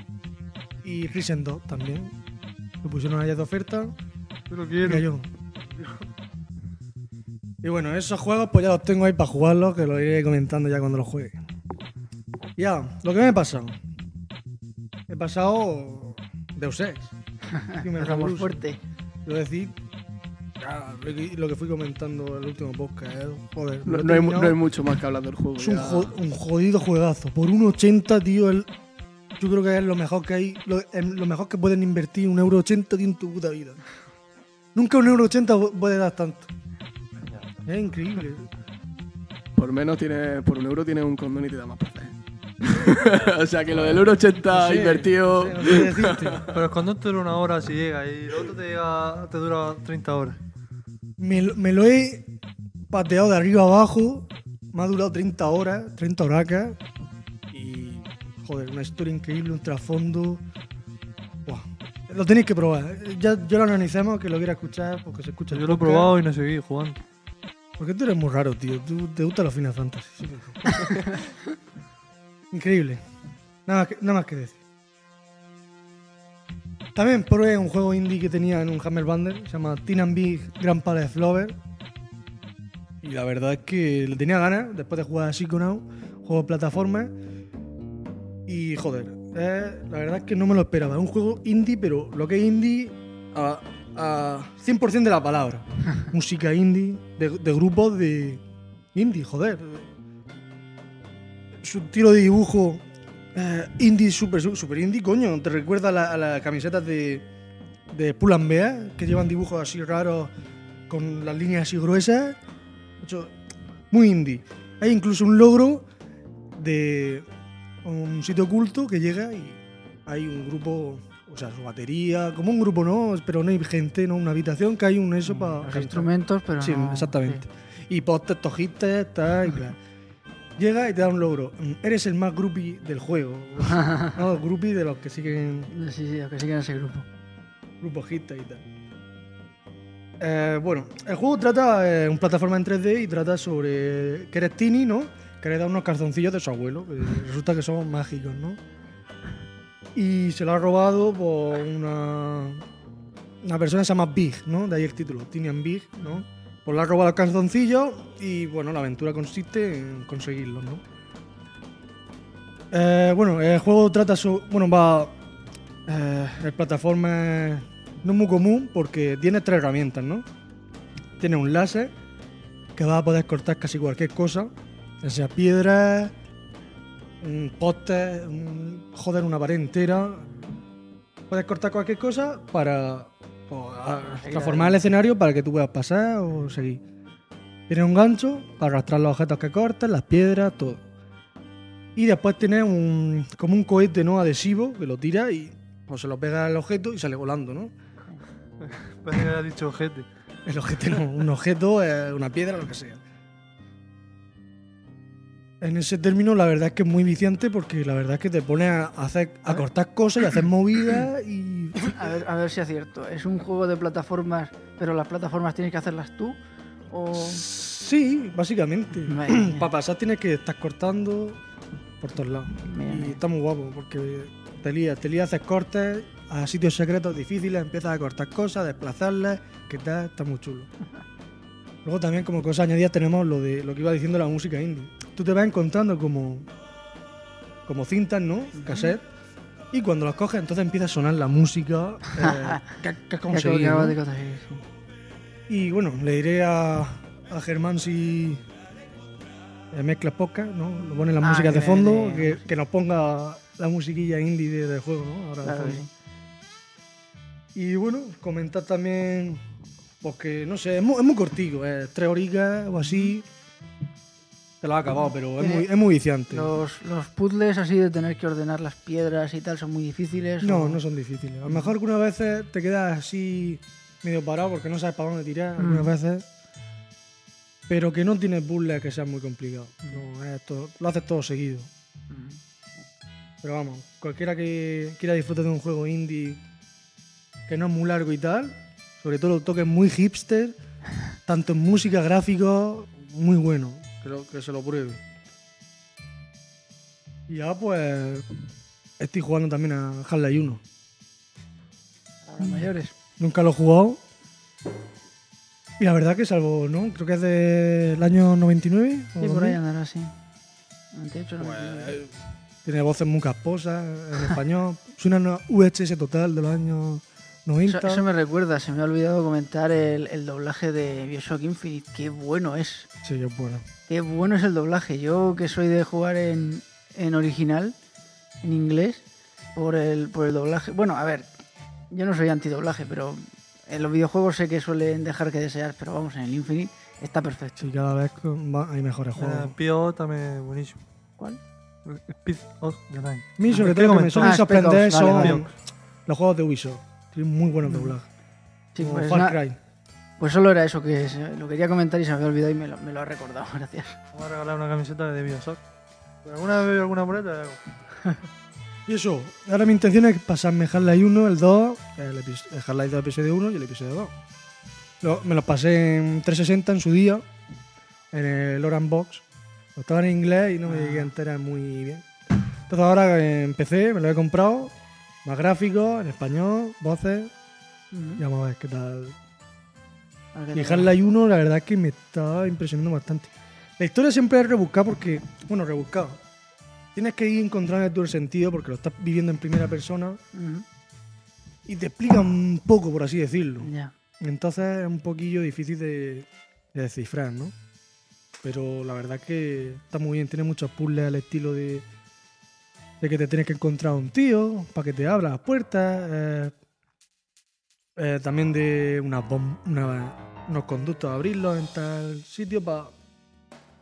y Prison 2 también. Me pusieron allá de oferta Yo lo y quiero. cayó. Y bueno, esos juegos pues ya los tengo ahí para jugarlos, que los iré comentando ya cuando los juegue. Ya, lo que me he pasado. He pasado Deus Ex. Hitman Ramos Absolution. fuerte. Yo decir, ya, lo que- lo que fui comentando en el último podcast, ¿eh? joder. me No, lo he no hay, mu- terminado. no hay mucho más que hablar del juego. Es un, ya. jo- un jodido juegazo. Por un 80, tío, el, yo creo que es lo mejor que hay, lo, es lo mejor que pueden invertir un euro 80 tío, en tu puta vida. Nunca un euro 80 pu- puede dar tanto. Es increíble. Por menos tiene, por un euro tiene un condón y te da más placer. o sea que lo del euro 80 No sé, invertido. no sé, no sé decirte. Pero el condón te dura una hora si llega y el otro te, llega, te dura 30 horas. Me, lo- me lo he pateado de arriba abajo. Me ha durado 30 horas, 30 horacas. Y, joder, una historia increíble, un trasfondo. Buah. Lo tenéis que probar. Ya, yo lo analicemos, que lo quiera escuchar, porque se escucha. el Yo lo he podcast. probado y no seguí jugando. Porque tú eres muy raro, tío. Tú te gusta los Final Fantasy. sí, por favor. Increíble. Nada más, que, nada más que decir. También probé un juego indie que tenía en un Hammer Bundle. Se llama Teen and Big Grand Palace Flower. Y la verdad es que le tenía ganas después de jugar a Psychonaut, juego de plataformas. Y joder, eh, la verdad es que no me lo esperaba. Es un juego indie, pero lo que es indie a, a 100% de la palabra música indie, de, de grupos de indie, joder. Su tiro de dibujo eh, indie, super, super indie, coño. Te recuerda a, la- a las camisetas de, de Pull and Bear, que llevan dibujos así raros, con las líneas así gruesas. Macho, Muy indie. Hay incluso un logro de un sitio oculto que llega y hay un grupo, o sea, su batería, como un grupo, ¿no? Pero no hay gente, ¿no? Una habitación que hay un eso para... Los instrumentos, pero Sí, no- exactamente. sí. Y pues, postes, tojites, tal y bla. Llega y te da un logro. Mm, Eres el más groupie del juego. no, groupie de los que siguen Sí, sí, los que siguen ese grupo. grupos hipsters y tal. Eh, bueno, el juego trata, eh, un plataforma en 3D y trata sobre que eres tini, ¿no? Que le da unos calzoncillos de su abuelo, que resulta que son mágicos, ¿no? Y se lo ha robado por una, una persona que se llama Big, ¿no? De ahí el título, Tini and Big, ¿no? Pues le ha robado los calzoncillos y, bueno, la aventura consiste en conseguirlos, ¿no? Eh, bueno, el juego trata su... Bueno, va... Eh, el plataforma es no muy común porque tiene tres herramientas, ¿no? Tiene un láser que va a poder cortar casi cualquier cosa, ya sea piedras, un poste, un- joder, una pared entera. Puedes cortar cualquier cosa para pues, a- transformar el escenario para que tú puedas pasar o seguir. Tiene un gancho para arrastrar los objetos que cortas, las piedras, todo. Y después tiene un, como un cohete no adhesivo que lo tira y pues, se lo pega al objeto y sale volando, ¿no? Parece que ha dicho gente. El objeto no, un objeto, eh, una piedra, lo que sea. En ese término, la verdad es que es muy viciante porque la verdad es que te pone a, hacer, a cortar cosas y a hacer movidas y. A ver, a ver si acierto. ¿Es un juego de plataformas, pero las plataformas tienes que hacerlas tú? ¿O.? Sí, básicamente. Madre mía. Para pasar tienes que estar cortando por todos lados. Mira, Y mira. está muy guapo porque te lías, te lías, haces cortes a sitios secretos difíciles, empiezas a cortar cosas, a desplazarlas, que tal, está muy chulo. Luego también como cosa añadida tenemos lo de lo que iba diciendo la música indie. Tú te vas encontrando como como cintas, ¿no? Cassette. Y cuando las coges, entonces empieza a sonar la música eh, que, que has Ya que conseguido, acabas ¿no? de conseguir, sí. Y bueno, le diré a, a Germán si eh, mezcla podcast, ¿no? Lo pone la Ah, música de que le- fondo, le- que, que nos ponga la musiquilla indie de- del juego, ¿no? Ahora de Claro que fondo. sí. Y bueno, comentar también, porque no sé, es muy, es muy cortico, eh, tres horitas o así. Te lo has acabado, pero es Tiene- muy, es muy viciante. Los, los puzzles así de tener que ordenar las piedras y tal son muy difíciles. No, o- no son difíciles. A lo mejor algunas veces te quedas así medio parado porque no sabes para dónde tirar, Mm. algunas veces. Pero que no tienes puzzles que sean muy complicados. No, es todo- lo haces todo seguido. Mm. Pero vamos, cualquiera que quiera disfrutar de un juego indie que no es muy largo y tal, Sobre todo los toques muy hipster, tanto en música, gráficos, muy bueno. Creo que se lo pruebe. Y ya pues estoy jugando también a Half-Life 1. Para los mayores. Nunca lo he jugado. Y la verdad que salvo, ¿no? Creo que es del año 99. o Sí, por ahí 2000. andará así. 98, 99. Tiene voces muy casposas en español. Suena una VHS total de los años 90. Eso, eso me recuerda, se me ha olvidado comentar el, el doblaje de Bioshock Infinite. Qué bueno es. Sí, es bueno. Qué bueno es el doblaje. Yo que soy de jugar en, en original, en inglés, por el, por el doblaje. Bueno, a ver, yo no soy antidoblaje, pero en los videojuegos sé que suelen dejar que desear, pero vamos, en el Infinite está perfecto. Sí, cada vez con- va- hay mejores juegos. El P.O. también es buenísimo. ¿Cuál? El Speed of the Line. A mí, sobre ¿Qué todo, lo que me comentó? suele Ah, Spec sorprender Ops, vale, son vale. los juegos de Ubisoft. Tienen muy buenos doblajes. Mm. Sí, como pues, Far na- Cry. pues solo era eso que se- lo quería comentar y se me había olvidado y me lo, me lo ha recordado, gracias. Vamos a regalar una camiseta de Bioshock. ¿Pero ¿Alguna vez veo alguna por ahí? te la hago. Y eso, ahora mi intención es pasarme Half-Life 1, el 2, el, epi- el Half-Life del episodio 1 y el episodio 2. Lo- me los pasé en 360 en su día, en el Orange Box. Lo estaba en inglés y no me llegué a enterar muy bien. Entonces ahora eh, empecé, me lo he comprado, más gráficos, en español, voces, y Ujú. vamos a ver qué tal. Ahora que Y te- Half-Life 1, la verdad es que me está impresionando bastante. La historia siempre es rebuscada porque, bueno, rebuscada. Tienes que ir encontrando tu sentido porque lo estás viviendo en primera persona Ujú. y te explica un poco, por así decirlo. Ya. Entonces es un poquillo difícil de, de descifrar, ¿no? Pero la verdad es que está muy bien, tiene muchos puzzles al estilo de, de que te tienes que encontrar un tío para que te abra las puertas. eh, eh, también de unas bom- una- unos conductos a abrirlos en tal sitio para...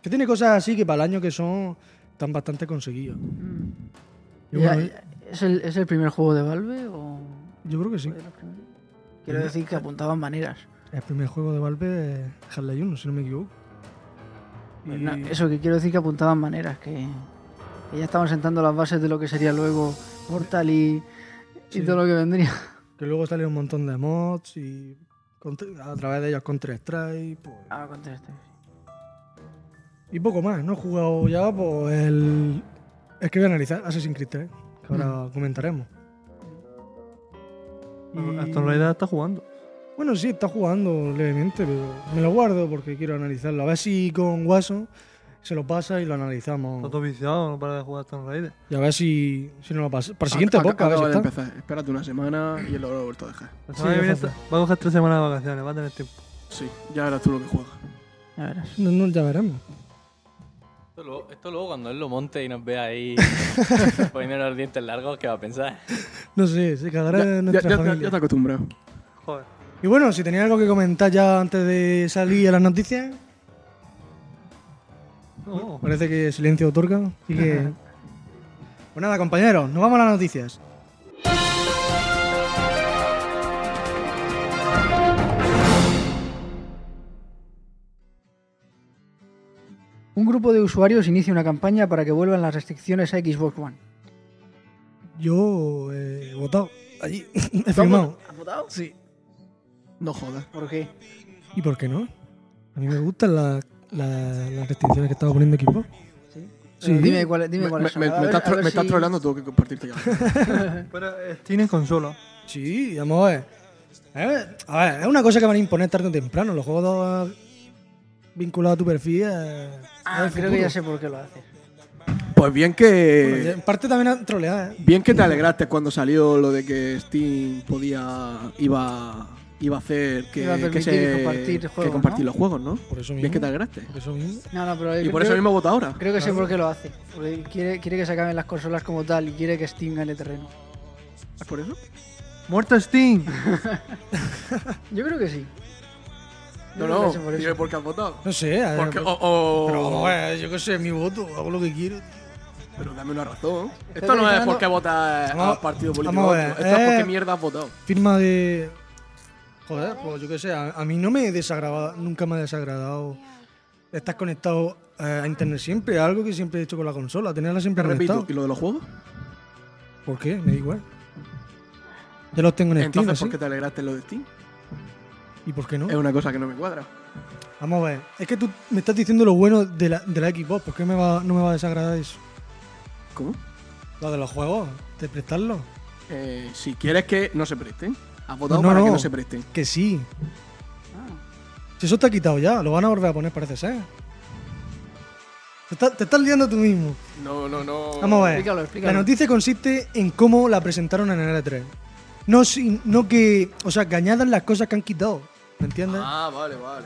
Que tiene cosas así que para el año que son están bastante conseguidos. Mm. Y Ya, bueno, ya. ¿Es, el, ¿Es el primer juego de Valve o...? Yo creo que sí. fue de los primeros? Quiero decir que apuntaban maneras. El primer juego de Valve es Half-Life 1, si no me equivoco. Pues no, eso que quiero decir que apuntaban maneras, que, que ya estaban sentando las bases de lo que sería luego Mortal y, y Sí. todo lo que vendría. Que luego salen un montón de mods y contra- a través de ellos Counter Strike pues, Ah, contesta. y poco más. No he jugado ya pues el... Es que voy a analizar Assassin's Creed 3, que ahora comentaremos. Y- Hasta en realidad está jugando. Bueno, sí, está jugando levemente, pero me lo guardo porque quiero analizarlo. A ver si con Watson se lo pasa y lo Está analizamos. todo viciado, no para de jugar hasta en realidad. Y a ver si, si no lo pasa. Para el siguiente Ac- ac- podcast, a ver si acabo de está. empezar. Espérate una semana y el lo he vuelto a dejar. La Sí, semana que viene es fácil. está- va a coger tres semanas de vacaciones, va a tener tiempo. Sí, ya verás tú lo que juegas. Ya verás. No, no, ya veremos. Esto, lo- esto luego cuando él lo monte y nos ve ahí poniendo los dientes largos, ¿qué va a pensar? No sé, se cagará Ya, en ya, nuestra ya- ya- familia. ya te acostumbrado. Joder. Y bueno, si tenéis algo que comentar ya antes de salir a las noticias, No, parece que silencio otorga. Así que. Pues nada, compañeros, nos vamos a las noticias. Un grupo de usuarios inicia una campaña para que vuelvan las restricciones a Xbox One. Yo eh, he votado allí, he firmado. ¿Has votado? Sí. No jodas. ¿Por qué? ¿Y por qué no? A mí me gustan las- las- las restricciones que estaba poniendo equipo. Sí. Sí. Pero Dime cuál, dime Me, cuáles me- son. me- A me ver- estás, a tro- ver me estás si- troleando, tengo que compartirte ya. Pero tiene consola. Sí, vamos a ver. Eh, A ver, es una cosa que van a imponer tarde o temprano. Los juegos eh, vinculados a tu perfil. eh, Ah, es el creo que futuro. ya sé por qué lo haces. Pues bien Bueno, ya que. en parte también han troleado, ¿eh? Bien que te alegraste cuando salió lo de que Steam podía. iba. iba a hacer que, Iba a que permitir se- compartir que juegos, compartir ¿no? los juegos, ¿no? Eh, Por eso mismo. Bien que te alegraste. Por eso mismo. No, no, pero Y yo por creo, eso mismo he votado ahora. creo que sé Claro. por qué lo hace. Porque quiere, quiere que se acaben las consolas como tal y quiere que Steam gane terreno. ¿Es por eso? ¡Muerta Steam! Yo creo que sí. Yo No, creo que no. sé por eso. Dime por qué has votado. No sé, a ver, Porque, oh. pero- o- o- pero vamos a ver, yo qué sé, mi voto, hago lo que quiero. Pero dame una razón. Esto Estoy no es pensando- porque votas Vamos- al partido político. vamos a otro. ver, Esto es eh. porque mierda has votado. Firma de. Joder, pues yo qué sé, a, a mí no me desagradaba, nunca me ha desagradado estar conectado eh, a internet siempre, algo que siempre he hecho con la consola, tenerla siempre Te repito, conectado. ¿y lo de los juegos? ¿Por qué? Me da igual. Ya los tengo en Steam. Entonces, Eh, así. ¿por qué te alegraste en lo de Steam? ¿Y por qué no? Es una cosa que no me cuadra. Vamos a ver. Es que tú me estás diciendo lo bueno de la, de la Xbox. ¿Por qué me va- no me va a desagradar eso? ¿Cómo? Lo de los juegos, de prestarlos. Eh, si quieres que no se presten. Has votado Pues No, para que no. no se presten. Que sí. Ah, Si eso está quitado ya, lo van a volver a poner, parece ser. Te, está- te estás liando tú mismo. No, no, no. Vamos a ver. explícalo, explícalo. La noticia consiste en cómo la presentaron en el E3. No, sin- no que. O sea, que añadan las cosas que han quitado. ¿Me entiendes? Ah, vale, vale.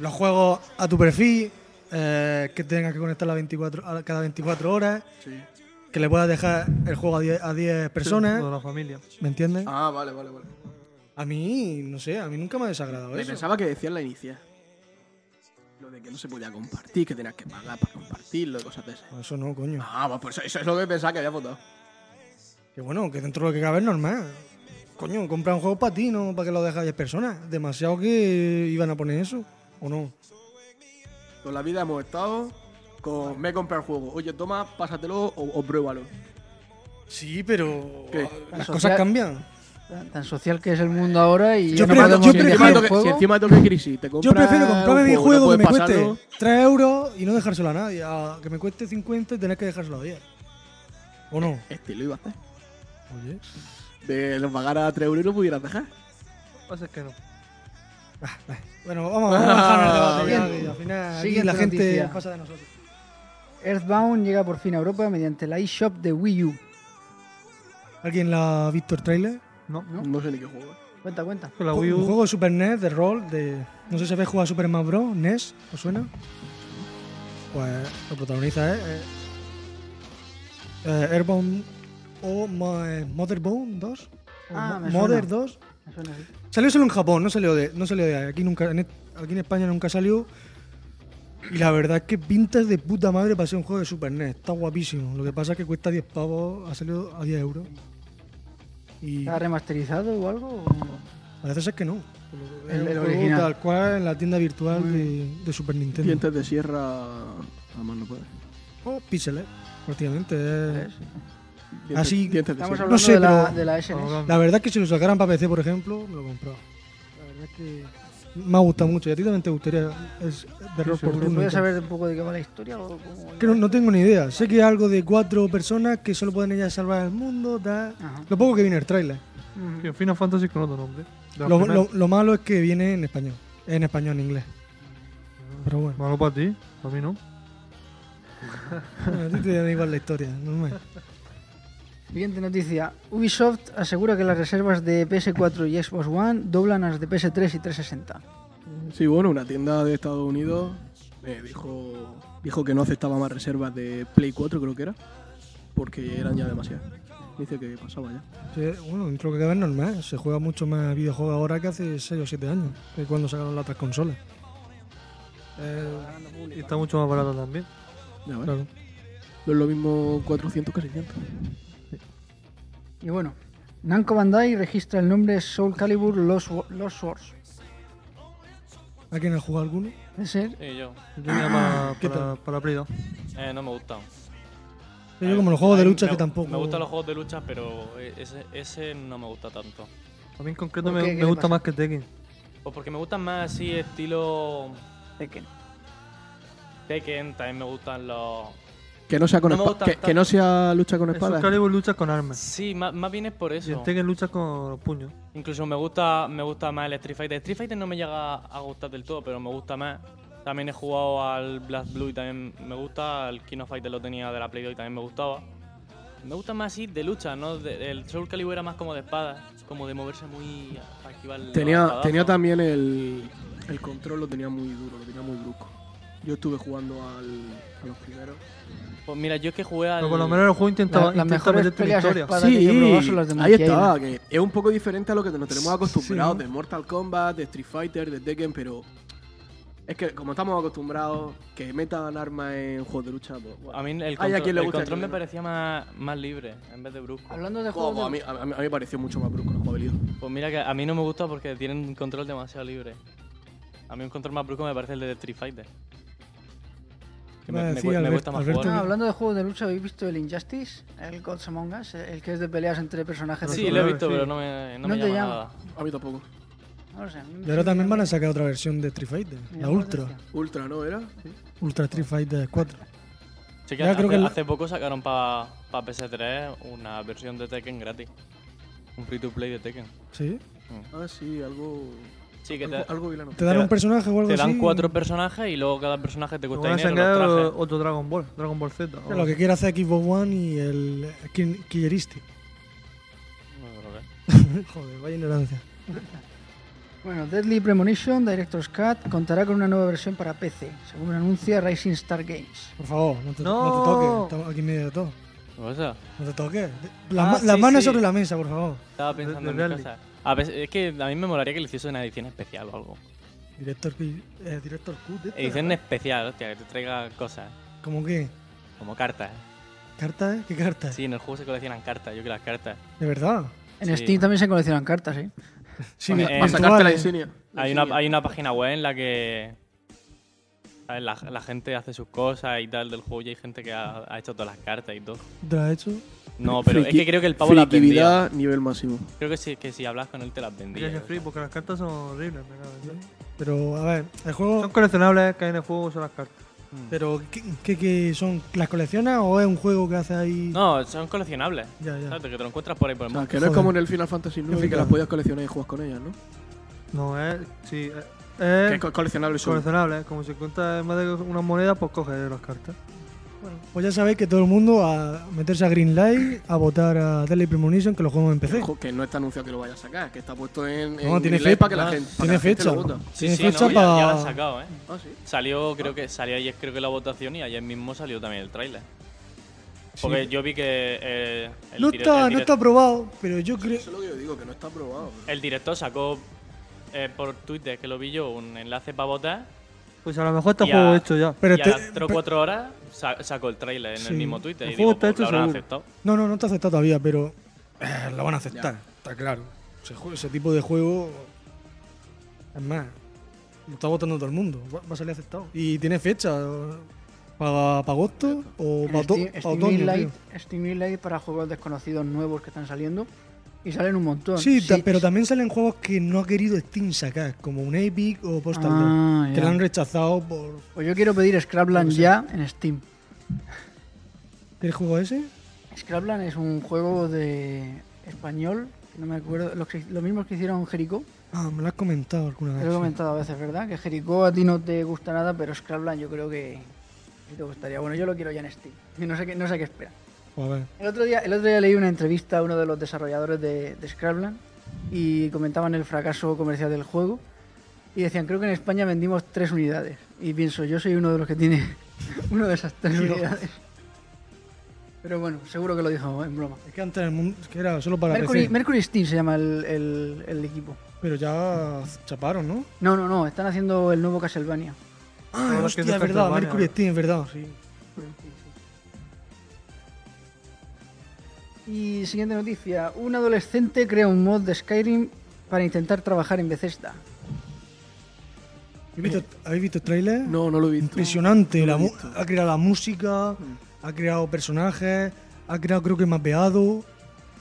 Los juegos a tu perfil, eh, que tengas que conectar las 24, a cada 24 horas, Sí. que le puedas dejar el juego a 10, a 10 Lo de personas. la familia. ¿Me entiendes? Ah, vale, vale, vale. A mí, no sé, a mí nunca me ha desagradado Me eso. pensaba que decían la inicia. Lo de que no se podía compartir, que tenías que pagar para compartirlo y cosas de esas. No, Eso no, coño. Ah, pues por eso, eso es lo que pensaba que había votado. Que bueno, que dentro de lo que cabe es normal. Coño, compra un juego para ti, no para que lo dejes a 10 personas. Demasiado que iban a poner eso, ¿o no? Toda la vida hemos estado con. Me he comprado el juego. Oye, toma, pásatelo o, o pruébalo. Sí, pero ah, ¿Qué? las Eso cosas ya- cambian. Tan, tan social que es el mundo ahora y Yo no prefiero- podemos yo si, prefiero- encima dejar el toque, un juego. si encima toque crisis, te Yo compras prefiero comprarme un mi no juego que puedes me pasarlo. cueste 3 euros y no dejárselo a nadie, a que me cueste 50 y tener que dejárselo a 10. ¿O no? Este lo iba a hacer. Oye. De lo pagar a 3 euros y lo pudieras dejar. Lo que pasa es que no. Ah, Bueno, vamos, vamos a dejar el Ah, debate ya, bien. que al final aquí Siguiente la gente noticia. pasa de nosotros. Earthbound llega por fin a Europa mediante la eShop de Wii U. ¿Alguien la ha visto el trailer? No. No. No sé ni qué juego. es. Cuenta, cuenta. Con la Wii Pues, Un U. juego de Super NES, de rol, de... No sé si habéis jugado a Super Smash Bros. NES, ¿os suena? Pues lo protagoniza, ¿eh? eh, eh, Airbound o eh, Motherbound 2. o Ah, Mo- me Mother suena. 2. Me suena así. Salió solo en Japón, no salió de, no salió de ahí. aquí nunca, en, e, aquí en España nunca salió. Y la verdad es que pintas de puta madre para ser un juego de Super NES. Está guapísimo. Lo que pasa es que cuesta 10 pavos, ha salido a 10 euros. Y ¿Está remasterizado o algo? parece ser que no. Por lo que veo, El- un el juego original. Tal cual en la tienda virtual de, de Super Nintendo. Dientes de sierra. pues. Además no puedes. Oh, pixel, eh, prácticamente. eh. ¿Ves? Dientes- Así- Dientes de Estamos sierra. hablando sé, de, la, pero- de la E SNES. Ahogando. La verdad es que si lo sacaran para PC, por ejemplo, me lo compraba. La verdad es que me ha gustado mucho. Y a ti también te gustaría es, de rol por seguro. turno y ¿Voy a tal. saber un poco de qué va la historia? O cómo... Que no, no tengo ni idea. Sé que es algo de cuatro personas que solo pueden ellas salvar el mundo. Tal. Ajá. Lo poco que viene el trailer. Ujú. Que Final Fantasy con otro nombre. De la Lo, primera. lo- lo malo es que viene en español. En español, en inglés. Ah, Pero bueno, Malo para ti, para mí no. a ti te da igual la historia. normal. Siguiente noticia. Ubisoft asegura que las reservas de PS4 y Xbox One doblan las de PS3 y 360. Sí, bueno, una tienda de Estados Unidos eh, dijo, dijo que no aceptaba más reservas de Play 4, creo que era, porque eran ya demasiadas. Dice que pasaba ya. Sí, bueno, dentro de lo que cabe es normal. Se juega mucho más videojuegos ahora que hace 6 o 7 años, que cuando sacaron las otras consolas. Eh, Y está mucho más barato también. Ya ves. claro. No es lo mismo 400 que 600. Y bueno, Namco Bandai registra el nombre Soul Calibur Lost, Wo- Lost Swords. ¿A quién ha jugado alguno? Puede ser. Sí, yo. Yo tenía para, ¿Qué para, para Play 2. Eh, no me gusta. Yo como los juegos de Ay, lucha me- que tampoco... Me gustan los juegos de lucha, pero e, ese, ese no me gusta tanto. A mí en concreto me, ¿Por qué? ¿Qué me le gusta pasa? más que Tekken. Pues porque me gustan más así estilo Tekken. Tekken, también me gustan los... Que no sea con No me espa- gusta que, tanto. que no sea lucha con En Soul espadas. Calibur luchas con armas. Sí, más, más bien es por Y en eso. Tekken luchas con los puños. Incluso me gusta, me gusta más el Street Fighter. Street Fighter no me llega a gustar del todo, pero me gusta más. También he jugado al Black Blue y también me gusta. El King of Fighter lo tenía de la Play 2 y también me gustaba. Me gusta más así de lucha, ¿no? De- el Soul Calibur era más como de espada, como de moverse muy a- para esquivar los Tenía, espadazos. tenía también el, el control, lo tenía muy duro, lo tenía muy brusco. Yo estuve jugando al, a los primeros. Pues mira, yo es que jugué al. Pero por lo menos el juego intentaba, La- las intenta mejores meterte una peleas a historia. espada- Ahora que yo he probado son las de ahí Monkey está, Island. que es un poco diferente a lo que nos tenemos acostumbrados Sí. de Mortal Kombat, de Street Fighter, de Tekken, pero es que como estamos acostumbrados que metan armas en juegos de lucha, pues, bueno. A mí el Hay a control, quien le el gusta, a quien control le me no. parecía más, más libre en vez de brusco. Hablando de Pues, juegos pues, a, mí, a, mí- a mí me pareció mucho más brusco la jugabilidad. Pues mira que a mí no me gusta porque tienen un control demasiado libre. A mí un control más brusco me parece el de Street Fighter. Que Iba me, a me decir, cue- me Albert- cuesta más Alberto, jugar. Ah, hablando de juegos de lucha, ¿habéis visto el Injustice? El Gods Among Us, el que es de peleas entre personajes. de Sí, Los lo he colores, visto, sí. pero no me, no No me te llama llama. nada. A mí tampoco. No lo sé. a mí me Y ahora suena también van a que- sacar otra versión de Street Fighter, me la acuerdo Ultra, que- Ultra, ¿no era? Ultra Street Fighter 4. Sí que Ya hace, creo que la- hace poco sacaron para PS3 una versión de Tekken gratis. Un free to play de Tekken. ¿Sí? Ah, sí, algo. Sí, que Algo, te, algo vilano. ¿Te dan da- un personaje o algo te dan así? cuatro personajes y luego cada personaje te Luego cuesta van a dinero. sacar Los trajes. otro Dragon Ball, Dragon Ball Z. o- Lo que quiere hacer Xbox One y el Kin- Killeristic. No sé lo que es. Joder, vaya ignorancia. Bueno, Deadly Premonition Director's Cut contará con una nueva versión para PC, según anuncia Rising Star Games. Por favor, no te, No. no te toques. Estamos aquí en medio de todo. ¿Qué pasa? No te toques. Las ma- sí, las manos sí. sobre la mesa, por favor. Estaba pensando de en Rally. mi casa. A veces- es que a mí me molaría que le hiciese una edición especial o algo. Director, Ki- eh, director Cut. ¿esto? Edición especial, hostia, que te traiga cosas. ¿Cómo qué? Como cartas. ¿Cartas? eh? ¿Qué cartas? Sí, en el juego se coleccionan cartas. Yo que las cartas. ¿De verdad? En Sí. Steam también se coleccionan cartas, ¿eh? Sí, Bueno, vi- eh, Para sacarte la virtuales. insignia. La Hay una, insignia. hay una página web en la que ¿sabes? La, la gente hace sus cosas y tal del juego y hay gente que ha, ha hecho todas las cartas y todo. ¿Te la has hecho? No, pero Friki- es que creo que el pavo las vendía. Friquividad, nivel máximo. Creo que si, que si hablas con él te las vendía. Dirías en yo free, creo. porque las cartas son horribles, me cago en Dios. Pero, a ver, el juego... Son coleccionables que hay en el juego, son las cartas. Pero, ¿qué, qué, qué son? ¿Las coleccionas o es un juego que hace ahí...? No, son coleccionables. Ya, ya. ¿Sabes? Que te lo encuentras por ahí por O el sea, mundo. que no es Joder. como en el Final Fantasy IX que Friquividad. las podías coleccionar y juegas con ellas, ¿no? No, es. Sí, es. Que es es co- coleccionable solo. coleccionable, como si cuentas más de una moneda, pues coges las cartas. Pues ya sabéis que todo el mundo a meterse a Greenlight, a votar a Deadly Premonition, que lo jugamos en PC. Ojo, Que no está anunciado que lo vaya a sacar, que está puesto en, en No, tiene Greenlight fecha. para que la gente, para Tiene que la gente fecha. lo vota. Sí, Tiene sí, fecha no, ya- ya, la han para... sacado, ¿eh? Ah, sí. Salió, creo que salió ayer creo que la votación y ayer mismo salió también el tráiler. Porque yo vi que eh, el, No dire- está, el no dire- está aprobado, pero yo creo... Eso es lo que yo digo, que no está aprobado. pero- el director sacó eh, por Twitter, que lo vi yo, un enlace para votar Pues a lo mejor está Ya. Mm, juego hecho ya. Pero y te- a las 3 o 4 horas sa- sacó el tráiler en Sí. el mismo Twitter. El y digo, juego está pues, hecho lo habrán seguro. aceptado. No, no, no está aceptado todavía, pero eh, lo van a aceptar, está claro. Ese, jue- ese tipo de juego... Es más, lo está votando todo el mundo, va va a salir aceptado. Y tiene fecha, para, para agosto o En para, to- Steam, para Steam otoño. Greenlight- creo. Steam Greenlight para juegos desconocidos nuevos que están saliendo y salen un montón. Sí, ta- Si- pero también salen juegos que no ha querido Steam sacar, como un Epic o Postal Ah, 2, que ya. lo han rechazado por... Pues yo quiero pedir Scrapland No sé. ya en Steam. ¿Qué juego es ese? Scrapland es un juego de español, que no me acuerdo, los que- los mismos que hicieron Jericho. Ah, me lo has comentado alguna Te vez. lo he Ah, sí. comentado a veces, ¿verdad? Que Jericho a ti no te gusta nada, pero Scrapland yo creo que sí te gustaría. Bueno, yo lo quiero ya en Steam. Y No sé qué, no sé qué espera. Pues a ver. El otro, día, el otro día leí una entrevista a uno de los desarrolladores de, de Scrabland y comentaban el fracaso comercial del juego y decían, creo que en España vendimos tres unidades. Y pienso, yo soy uno de los que tiene una de esas tres Yo. unidades. Pero bueno, seguro que lo dijo en broma. Es que antes el mundo es que era solo para Mercury, PC, Mercury Steam se llama el, el- el equipo. pero ya chaparon, ¿no? No, no, no, están haciendo el nuevo Castlevania. Ah, Ahora que es hostia, de es verdad, Castlevania, Mercury ahora. Steam, es verdad, sí. Y siguiente noticia, un adolescente crea un mod de Skyrim para intentar trabajar en Bethesda. ¿Habéis visto, ¿Habéis visto el tráiler? Eh, No, no lo he visto. Impresionante, No lo la he mu- visto. Mm. ha creado la música, ha creado personajes, ha creado creo que mapeado,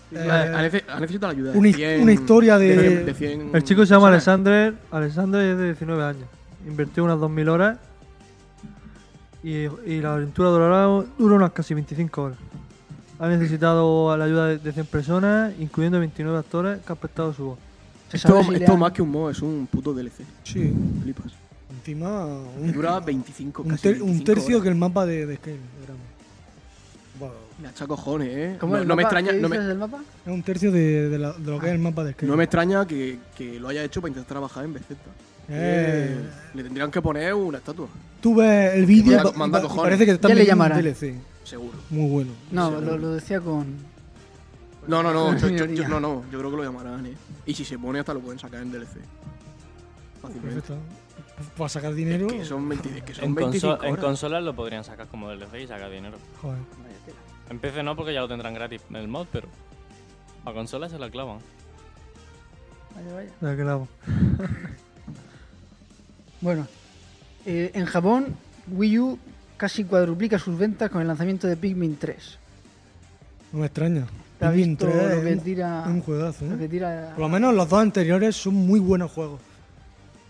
Sí, Eh, ha, ha nece- ha necesitado ayuda. de una hi- 100 una historia de- 100 de 100 El chico se llama personas. Alexander. Alexander es de 19 años. Invirtió unas 2.000 horas. Y, y la aventura durará, dura unas casi 25 horas. Ha necesitado la ayuda de, de 100 personas, incluyendo 29 actores que han prestado su voz. Se Esto, sabe si le esto han- más que un mod, es un puto DLC. sí. Flipas. Encima un, Dura 25, un casi ter- 25 un tercio horas. que el mapa de, de Skyrim. de grande. Buah, Me hacha cojones, eh. ¿Cómo No, el no me mapa? extraña, ¿Qué no me, dices del mapa? Es un tercio de, de la- de lo que es el mapa de Skyrim. no me extraña que, que lo haya hecho para intentar trabajar en Bethesda. Eh, Eh, Le tendrían que poner una estatua, Tú ves el vídeo Manda- pa- manda pa- cojones. parece que están Ya le metiendo un llamarán. DLC. seguro. Muy bueno. No, Sí, lo, lo decía con. No, no, no, Una yo, yo- yo- minoría. no, no, yo creo que lo llamarán, eh. Y si se pone hasta lo pueden sacar en DLC. Fácilmente. Perfecto. Para sacar dinero. Es que son, 20 es que son En, conso- 25 en horas. consolas lo podrían sacar como DLC y sacar dinero. Joder. En PC no, porque ya lo tendrán gratis en el mod, pero. A consolas se la clavan. Vaya, vaya. Ya que la hago. Bueno, eh, en Japón, Wii U casi cuadruplica sus ventas con el lanzamiento de Pikmin 3. No me extraña. ¿Te has Pikmin visto 3 lo que es un- tira- es un juegazo, ¿eh? Lo que tira. Por lo menos los dos anteriores son muy buenos juegos.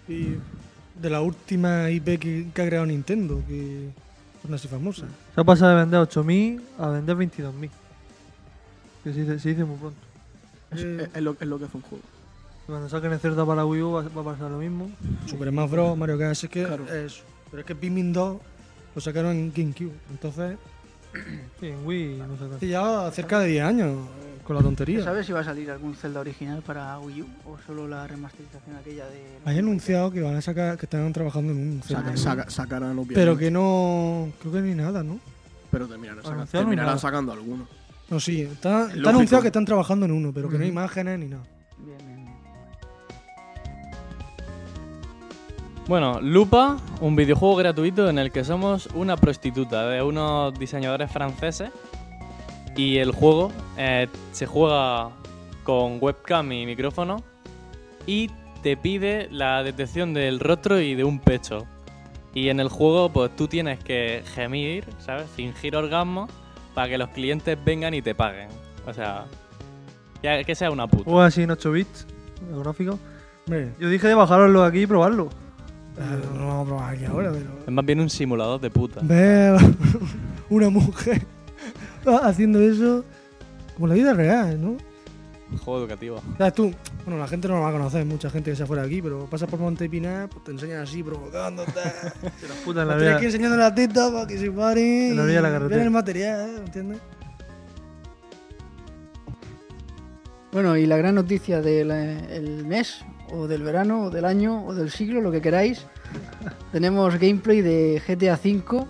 Y de la última IP que, que ha creado Nintendo, que pues son así famosas. Se ha pasado de vender 8.000 a vender 22.000. Que se dice, se dice muy pronto. Es, es- es lo, es lo que fue un juego. Y Cuando saquen el Zelda para Wii U va, va a pasar lo mismo. Super Smash Bros, Mario Kart, es que Claro. es- pero es que Pikmin 2 lo sacaron en GameCube. Entonces, Sí, en Wii no sacan. hace ya cerca de 10 años eh, con la tontería. ¿Sabes si va Pues a salir algún Zelda original para Wii U o solo la remasterización aquella de. Hay anunciado que van a sacar, que están trabajando en un Saca- Zelda. saca- sacarán obviamente, Pero que no. Creo que ni nada, ¿no? pero terminarán, saca- Anunciaron terminarán nada. sacando alguno. No, sí, está, está Lógico. anunciado que están trabajando en uno, pero que no hay Ujú. imágenes ni nada. Bien, bien, bien. Bueno, Lupa, un videojuego gratuito en el que somos una prostituta de unos diseñadores franceses y el juego eh, se juega con webcam y micrófono y te pide la detección del rostro y de un pecho. Y en el juego pues tú tienes que gemir, ¿sabes? Fingir orgasmo para que los clientes vengan y te paguen. O sea, que, que sea una puta. Juega así en 8 bits, el gráfico. Hombre, Yo dije de bajaroslo aquí y probarlo. eh, no lo vamos a probar aquí ahora, pero. Es más bien un simulador de puta. Ver una mujer haciendo eso como la vida real, ¿no? Juego educativo. O sea, tú, bueno, la gente no lo va a conocer, mucha gente que se fuera de aquí, pero pasas por Monte Pinar, pues te enseñan así, provocándote. Se las putas en la Tienes vida. que ir enseñando las tetas para que se paren. En la orilla de la y vean carretera. el material, ¿eh? ¿entiendes? Bueno, y la gran noticia del eh, el mes, o del verano, o del año, o del siglo, lo que queráis. Tenemos gameplay de GTA V,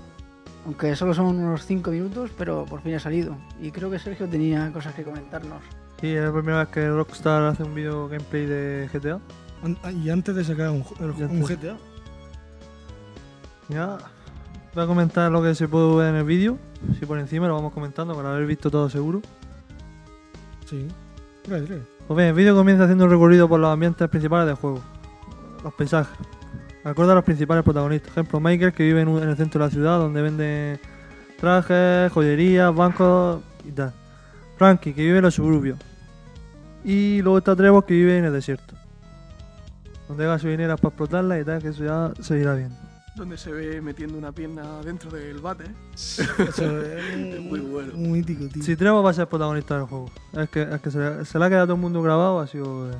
aunque solo son unos 5 minutos, pero por fin ha salido. Y creo que Sergio tenía cosas que comentarnos. Sí, es la primera vez que Rockstar hace un video gameplay de GTA. An- ah, Y antes de sacar un, ju- el- Ya un está. GTA. Ya. Voy a comentar lo que se puede ver en el vídeo. Si por encima lo vamos comentando para haber visto todo seguro. Sí. Trae, trae. Pues bien, el vídeo comienza haciendo un recorrido por los ambientes principales del juego. Los paisajes. Acorde a los principales protagonistas. Ejemplo, Michael, que vive en, un- en el centro de la ciudad, donde vende trajes, joyerías, bancos y tal. Frankie, que vive en los suburbios. Y luego está Trevor, que vive en el desierto. Donde hay gasolineras para explotarlas y tal, que eso ya se irá viendo. Donde se ve metiendo una pierna dentro del bate. Eso es Muy bueno. Un mítico, tío. Si Trevor va a ser protagonista del juego, es que, es que se, le- se le ha quedado a todo el mundo grabado, ha sido. eh,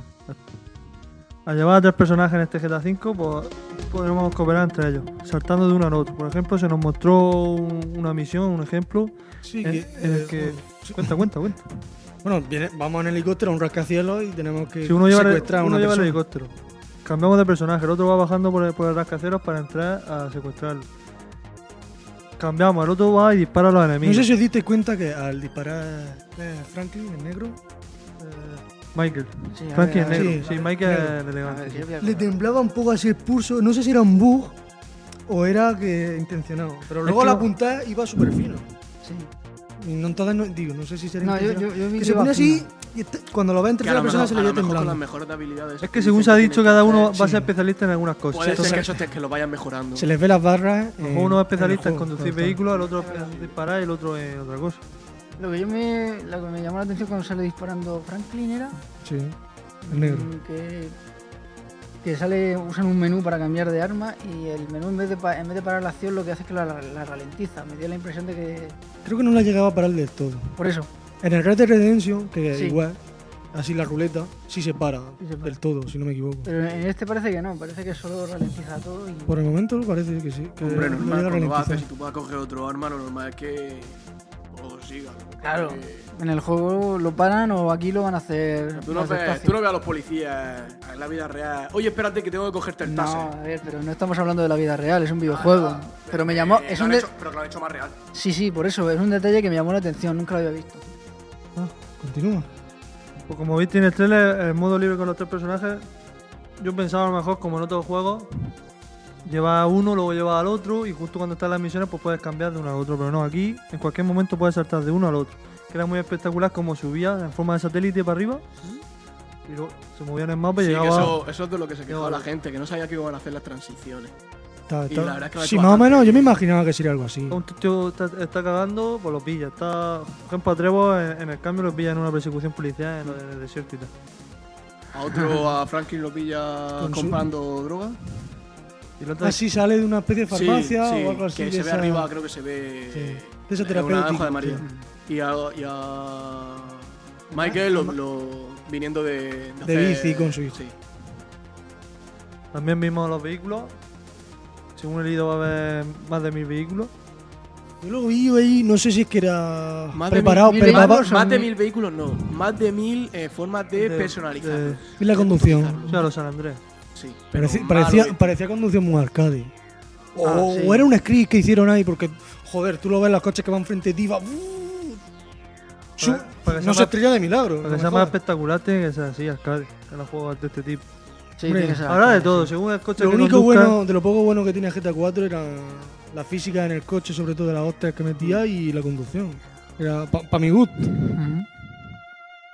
al llevar a tres personajes en este GTA V, pues podremos cooperar entre ellos, saltando de uno al otro. Por ejemplo, se nos mostró un- una misión, un ejemplo. Sí, eh, en- en el que- sí. Cuenta, cuenta, cuenta. Bueno, viene- vamos en helicóptero a un rascacielos y tenemos que Si uno lleva, el- secuestrar a uno una lleva el persona. helicóptero, cambiamos de personaje, el otro va bajando por el, por el rascacielos para entrar a secuestrarlo. Cambiamos, el otro va y dispara a los No enemigos. sé si os diste cuenta que al disparar eh, Franklin, el negro, eh, Michael, Sí, a Frankie ver, es a ver, negro. sí, Sí, a ver, Michael es negro. el a elegante. ver, que yo voy a le comentar. temblaba un poco así el pulso. No sé si era un bug o era que intencionado. Pero luego que al no- apuntar iba súper fino. Sí. Y no, entonces no- digo, no sé si será No, yo, intencionado. yo, yo vi que que se iba pone así fino. y este- cuando lo ve en Que a tercera lo persona mejor, se a le lo ve mejor con las temblando. mejores habilidades. Es que según se ha dicho, cada uno pues va a sí. ser especialista en algunas cosas. Puede ser que Entonces, eso estés que lo vayan mejorando. Se les ve las barras. eh, uno es el especialista en juego, conducir cuando está. vehículos, el otro en disparar y el otro en otra cosa. Lo que, yo me, lo que me llamó la atención cuando sale disparando Franklin era Sí, el negro. mm, que, que sale, usan un menú para cambiar de arma y el menú en vez de, pa- en vez de parar la acción lo que hace es que la, la ralentiza. Me dio la impresión de que... Creo que no la llegaba a parar del todo. Por eso. En el Red Dead Redemption, que Sí. igual, así la ruleta, sí se para Sí se para. del todo, si no me equivoco. Pero en este parece que no, parece que solo ralentiza todo y... Por el momento parece que sí. Que Hombre, no normal, llega a cuando vas a hacer, si ralentizar. tú vas a coger otro arma, lo normal es que pues, lo sigas. Claro. Porque En el juego lo paran o aquí lo van a hacer Tú no, más ves, despacio. tú no ves a los policías en la vida real. Oye, espérate que tengo que cogerte el Ah, No, taser. a ver, pero no estamos hablando de la vida real, es un videojuego. pero me llamó... Eh, Es lo un han de- hecho- pero que lo han hecho más real. Sí, sí, por eso, es un detalle que me llamó la atención, nunca lo había visto. Continúa. Pues como viste en el trailer, el modo libre con los tres personajes, yo pensaba a lo mejor, como en otros juegos, lleva a uno, luego lleva al otro y justo cuando están las misiones pues puedes cambiar de uno al otro. Pero no, aquí en cualquier momento puedes saltar de uno al otro. Que era muy espectacular como subía en forma de satélite para arriba y luego se movía en el mapa Pues y Sí, que llegaba... eso, eso es de lo que se quejaba Llegaba. la gente, que no sabía que iban a hacer las transiciones. Está- Y está- la verdad es que sí, va más o bastante menos, yo me bien. imaginaba que sería algo así. Un tío está, está cagando, pues lo pilla. Está, por ejemplo, a Trevor en, en el cambio lo pilla en una persecución policial en, lo- en el desierto y tal. A otro, a Franklin lo pilla Con su- comprando droga. Y lo Ah, otro- Así sale de una especie de farmacia Sí, sí, o algo así. Que de se ve esa- arriba, creo que se ve. Sí, de esa eh, terapéutica, Ah, Una hoja de María. tío. Y a, y a Michael lo, lo- viniendo de. De bici con su bici. Sí. También vimos los vehículos. Según he leído, va a haber más de mil vehículos. Yo lo vi ahí, no sé si es que era Más de preparado, mil- pero mil va- va- euros. Más, más de mil- mil vehículos no, más de mil eh, formas de, De- personalizar. de- es la conducción. O sea, los San Andrés. Sí, pero Pareci- malo parecía, que- parecía conducción muy arcade. O, Ah, sí. o era un script que hicieron ahí, porque, joder, tú lo ves, los coches que van frente a ti, va. ¡uh! Su- Para- para que sea no más- se estrella de milagro. Para no que me sea más jodas. espectacular, tiene que ser así, alcalde. Que los juegos de este tipo. Sí, Hombre, tiene que ser Habrá de arcade, todo, sí. según el coche Lo que único conduzca, bueno, de lo poco bueno que tenía GTA 4 era la física en el coche, sobre todo de las hostias que metía Mm. y la conducción. Era para mi gusto. Ujú.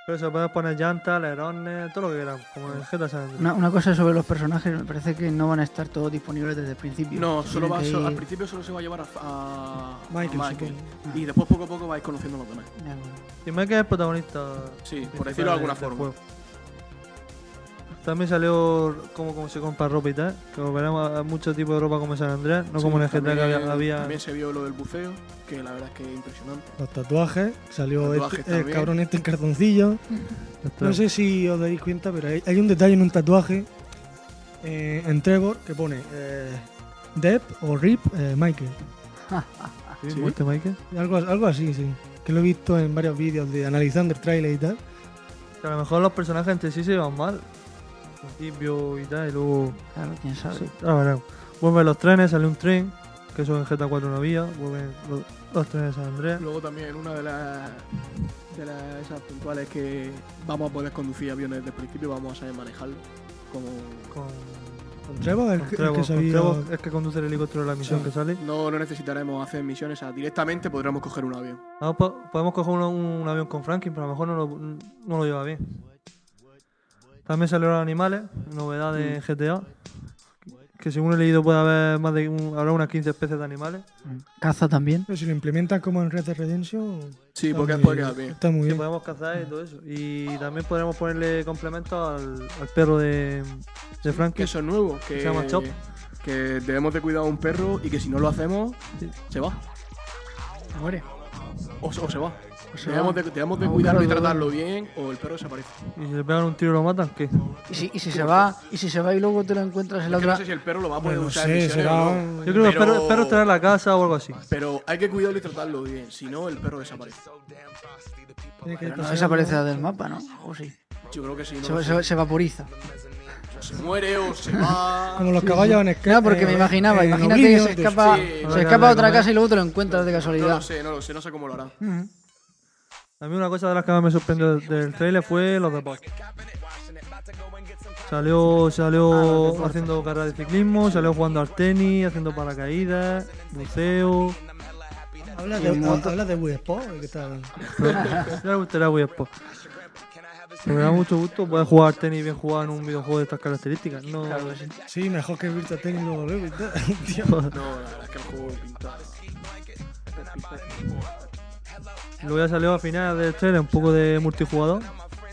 Pero se puede poner llantas, alerones, todo lo que quieran, como en GTA San Andreas. Una, una cosa sobre los personajes, me parece que no van a estar todos disponibles desde el principio. No, solo Tienen va, que solo- al ir- principio solo se va a llevar a, a- a Michael, Michael. supongo. Y después poco a poco vais conociendo a los demás. de acuerdo. Y me que es el protagonista. Sí, por decirlo principal de del- alguna del forma. juego. También salió cómo, cómo se compra ropa y tal, que veremos a muchos tipos de ropa como en San Andrés, no Sí, como en el GTA también- que había. había- También se vio lo del buceo, que la verdad es que es impresionante. Los tatuajes, salió Tatuajes este- el también. cabrón este en cartoncillo. No sé si os dais cuenta, pero hay, hay un detalle en un tatuaje eh, en Trevor que pone eh, Deb o Rip eh, Michael. ¿Sí? Ah, ¿Sí? ¿Muerte, Michael? Algo, algo así, sí. Que lo he visto en varios vídeos de analizando el trailer y tal. Que a lo mejor los personajes entre sí se llevan mal. Al principio y tal, y luego. Claro, quién Ah, sabe. Sí, ahora veremos. Vuelven los trenes, sale un tren, que eso en GTA 4 no había. Vuelven los, los trenes de San Andrés. Luego también una de las de las esas puntuales que vamos a poder conducir aviones desde el principio, vamos a saber manejarlo. Como Con, Con Trevor, el, Mm. con que- el Trevor, que con sabía. Trevor, es que conduce el helicóptero de la misión Sí. que sale. no, no necesitaremos hacer misiones, o sea, directamente podremos coger un avión. Ah, po- podemos coger un, un avión con Franklin, pero a lo mejor no lo, no lo lleva bien. También salieron animales, novedad de GTA. Que según he leído puede haber más de un- habrá unas 15 especies de animales. Mm. Caza también. Pero si lo implementan como en Red Dead Redemption. Sí, está porque muy- después queda bien. Está muy que bien. podemos cazar y todo eso. Y también podremos ponerle complemento al, al perro de, de Que Franklin. eso es nuevo, que, Se llama Chop. que debemos de cuidar a un perro y que si no lo hacemos, Sí. se va. Muere. O, o se va. se Debemos va. de, debemos de A un cuidarlo y perro de tratarlo bien o el perro desaparece. Y si le pegan un tiro y lo matan, ¿qué? Y si, y si se va, y si se va y luego te lo encuentras en la Es que no otra. sé si el perro lo va a poder Bueno, no usar sé, en misiones será o un- no. Yo creo que el perro, el Pero- perro estará en la casa o algo así. Pero hay que cuidarlo y tratarlo bien, si no el perro desaparece. Tiene que Pero no pasar desaparece algo. del mapa, ¿no? O sí. Yo creo que si Se, no va- se va- se vaporiza. se muere o se va. Como los caballos en Claro, porque eh, me imaginaba. en Imagínate que Oblivion, se te- escapa, sí. se Habrá que escapa a darle otra comer. casa y luego te lo encuentras de No casualidad. lo sé, no lo sé, no sé cómo lo harán. Ujú. A mí una cosa de las que más me sorprendió del trailer fue los deportes. Salió, salió haciendo carreras de ciclismo, salió jugando al tenis, haciendo paracaídas, buceo. Habla de, habla de Wii Sport, que está- Ya le gustaría Wii Sport. Me da mucho gusto poder jugar al tenis bien jugado en un videojuego de estas características. No, Sí, mejor que Virtua Tennis luego, luego y tal, tío. No, la verdad es que el juego pinta. Luego ya salió al final del trailer un poco de multijugador,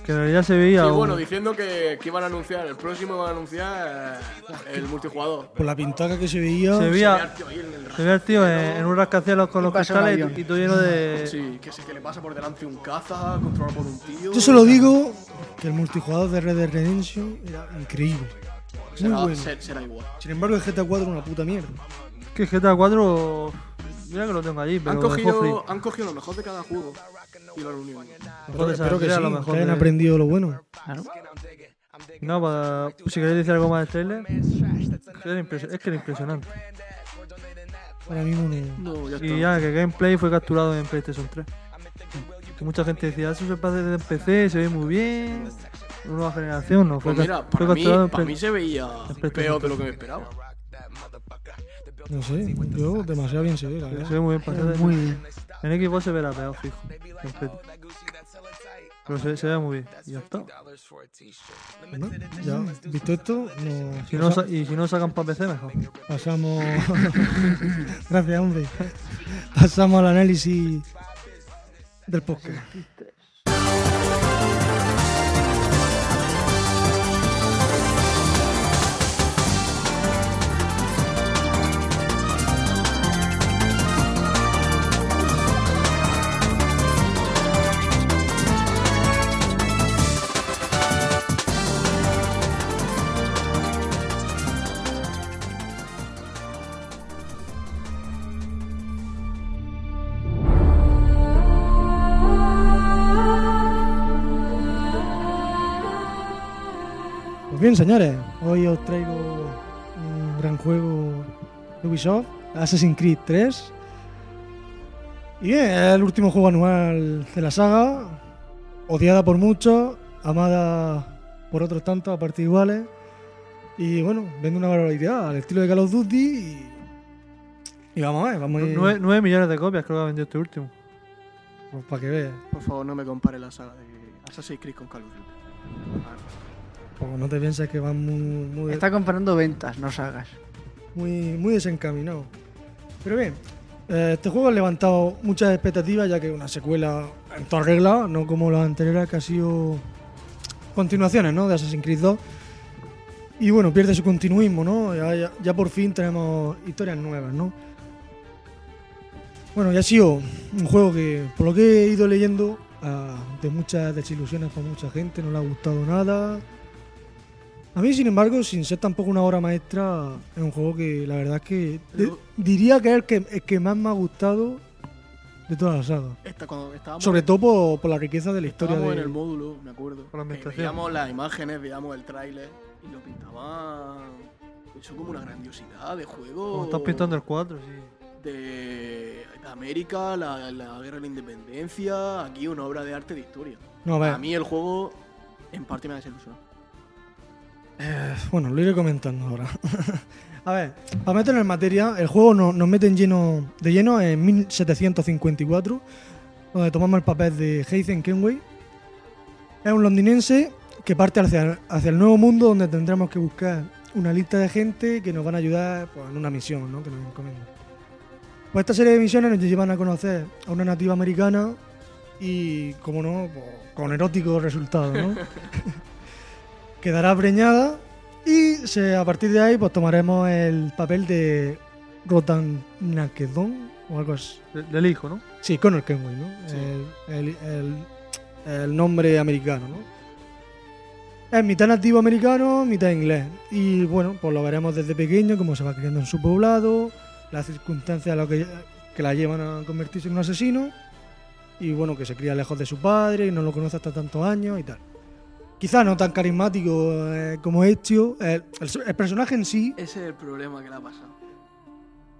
que en realidad se veía... Y un- bueno, diciendo que, que iban a anunciar, el próximo van a anunciar eh, el multijugador. Por la pintaca que se veía. Mira, se veía... tío, ahí en el ra- Se veía el tío en, en un rascacielos con los Y pasa un cristales avión. y, y todo lleno de... Sí, que sé que le pasa por delante un caza, controlado por un tío. Yo solo digo que el multijugador de Red Dead Redemption era increíble. Muy será, bueno. ser- será igual. Sin embargo, el GTA 4 era una puta mierda. Que GTA 4, mira que lo tengo allí, pero Han lo dejó free. cogido, han cogido lo mejor de cada juego y lo han unido. Mejor de Espero que San sí, Andreas, a lo mejor que hayan de- aprendido lo bueno. Claro. No, para, si queréis decir algo más del trailer, era impres- es que era impresionante. Ahora mismo no. No, ya está. Y ya que el gameplay fue capturado en PlayStation 3. Que mucha gente decía, "Ah, eso se pasa desde el PC, se ve muy bien, nueva generación, no, fue, Pues ca- mira, fue para mí, capturado en para Play- mí se veía PlayStation peor de lo que me esperaba. No sé, yo demasiado bien se ve, la ¿eh? verdad. Se ve muy bien para Muy bien. En Xbox se verá peor, fijo. en Play. Pero se, se ve muy bien. Y ya está. ¿no? Ya, visto esto, no- Si no, sa- y si no sacan para PC, mejor. pasamos. Gracias, hombre. Pasamos al análisis del podcast. Pues bien, señores, hoy os traigo un gran juego de Ubisoft, Assassin's Creed 3. Y bien, es el último juego anual de la saga, odiada por muchos, amada por otros tantos a partes iguales. Y bueno, vende una barbaridad al estilo de Call of Duty y, y vamos a ver, vamos a ir 9, millones de copias creo que ha vendido este último. pues, para que veas. Por favor, no me compare la saga de Assassin's Creed con Call of Duty. Pues no te pienses que van muy, muy, Está comparando ventas, no sagas. muy, muy desencaminado. Pero bien, eh, este juego ha levantado muchas expectativas, ya que es una secuela en toda regla, no como las anteriores que ha sido continuaciones ¿no? de Assassin's Creed 2. Y bueno, pierde su continuismo, ¿no? Ya, ya- ya por fin tenemos historias nuevas, ¿no? Bueno, ya ha sido un juego que, por lo que he ido leyendo, ah, de muchas desilusiones para mucha gente, no le ha gustado nada. A mí, sin embargo, sin ser tampoco una obra maestra, es un juego que la verdad es que de- diría que es el que, el que más me ha gustado de toda la saga. Esta, cuando estábamos, Sobre todo por, por la riqueza de la historia. estábamos De, en el módulo, me acuerdo. Con la eh, ambientación. veíamos las imágenes, veíamos el tráiler y lo pintaban. Eso como una grandiosidad de juego. Como estás pintando el 4, sí. de América, la, la guerra de la independencia, aquí una obra de arte de historia. no, a ver, A mí el juego en parte me ha desilusionado. Bueno, lo iré comentando ahora. a ver, para meternos en materia, el juego no- nos mete en lleno, de lleno en 1754, donde tomamos el papel de Heisen Kenway. Es un londinense que parte hacia, hacia el nuevo mundo donde tendremos que buscar una lista de gente que nos van a ayudar pues, en una misión ¿no? que nos encomiendan. Pues esta serie de misiones nos llevan a conocer a una nativa americana y, como no, pues, con eróticos resultados, ¿no? Quedará preñada y se- a partir de ahí pues tomaremos el papel de Rotan Nakedon o algo así. De- Del hijo, ¿no? Sí, Connor Kenway, ¿no? Sí. El, el- el- el nombre americano, ¿no? Es mitad nativo americano, mitad inglés. Y bueno, pues lo veremos desde pequeño, cómo se va criando en su poblado, las circunstancias a lo que, que la llevan a convertirse en un asesino. Y bueno, que se cría lejos de su padre y no lo conoce hasta tantos años y tal. Quizás no tan carismático eh, como Ezio, el, el- el personaje en sí, Ese es el problema que le ha pasado.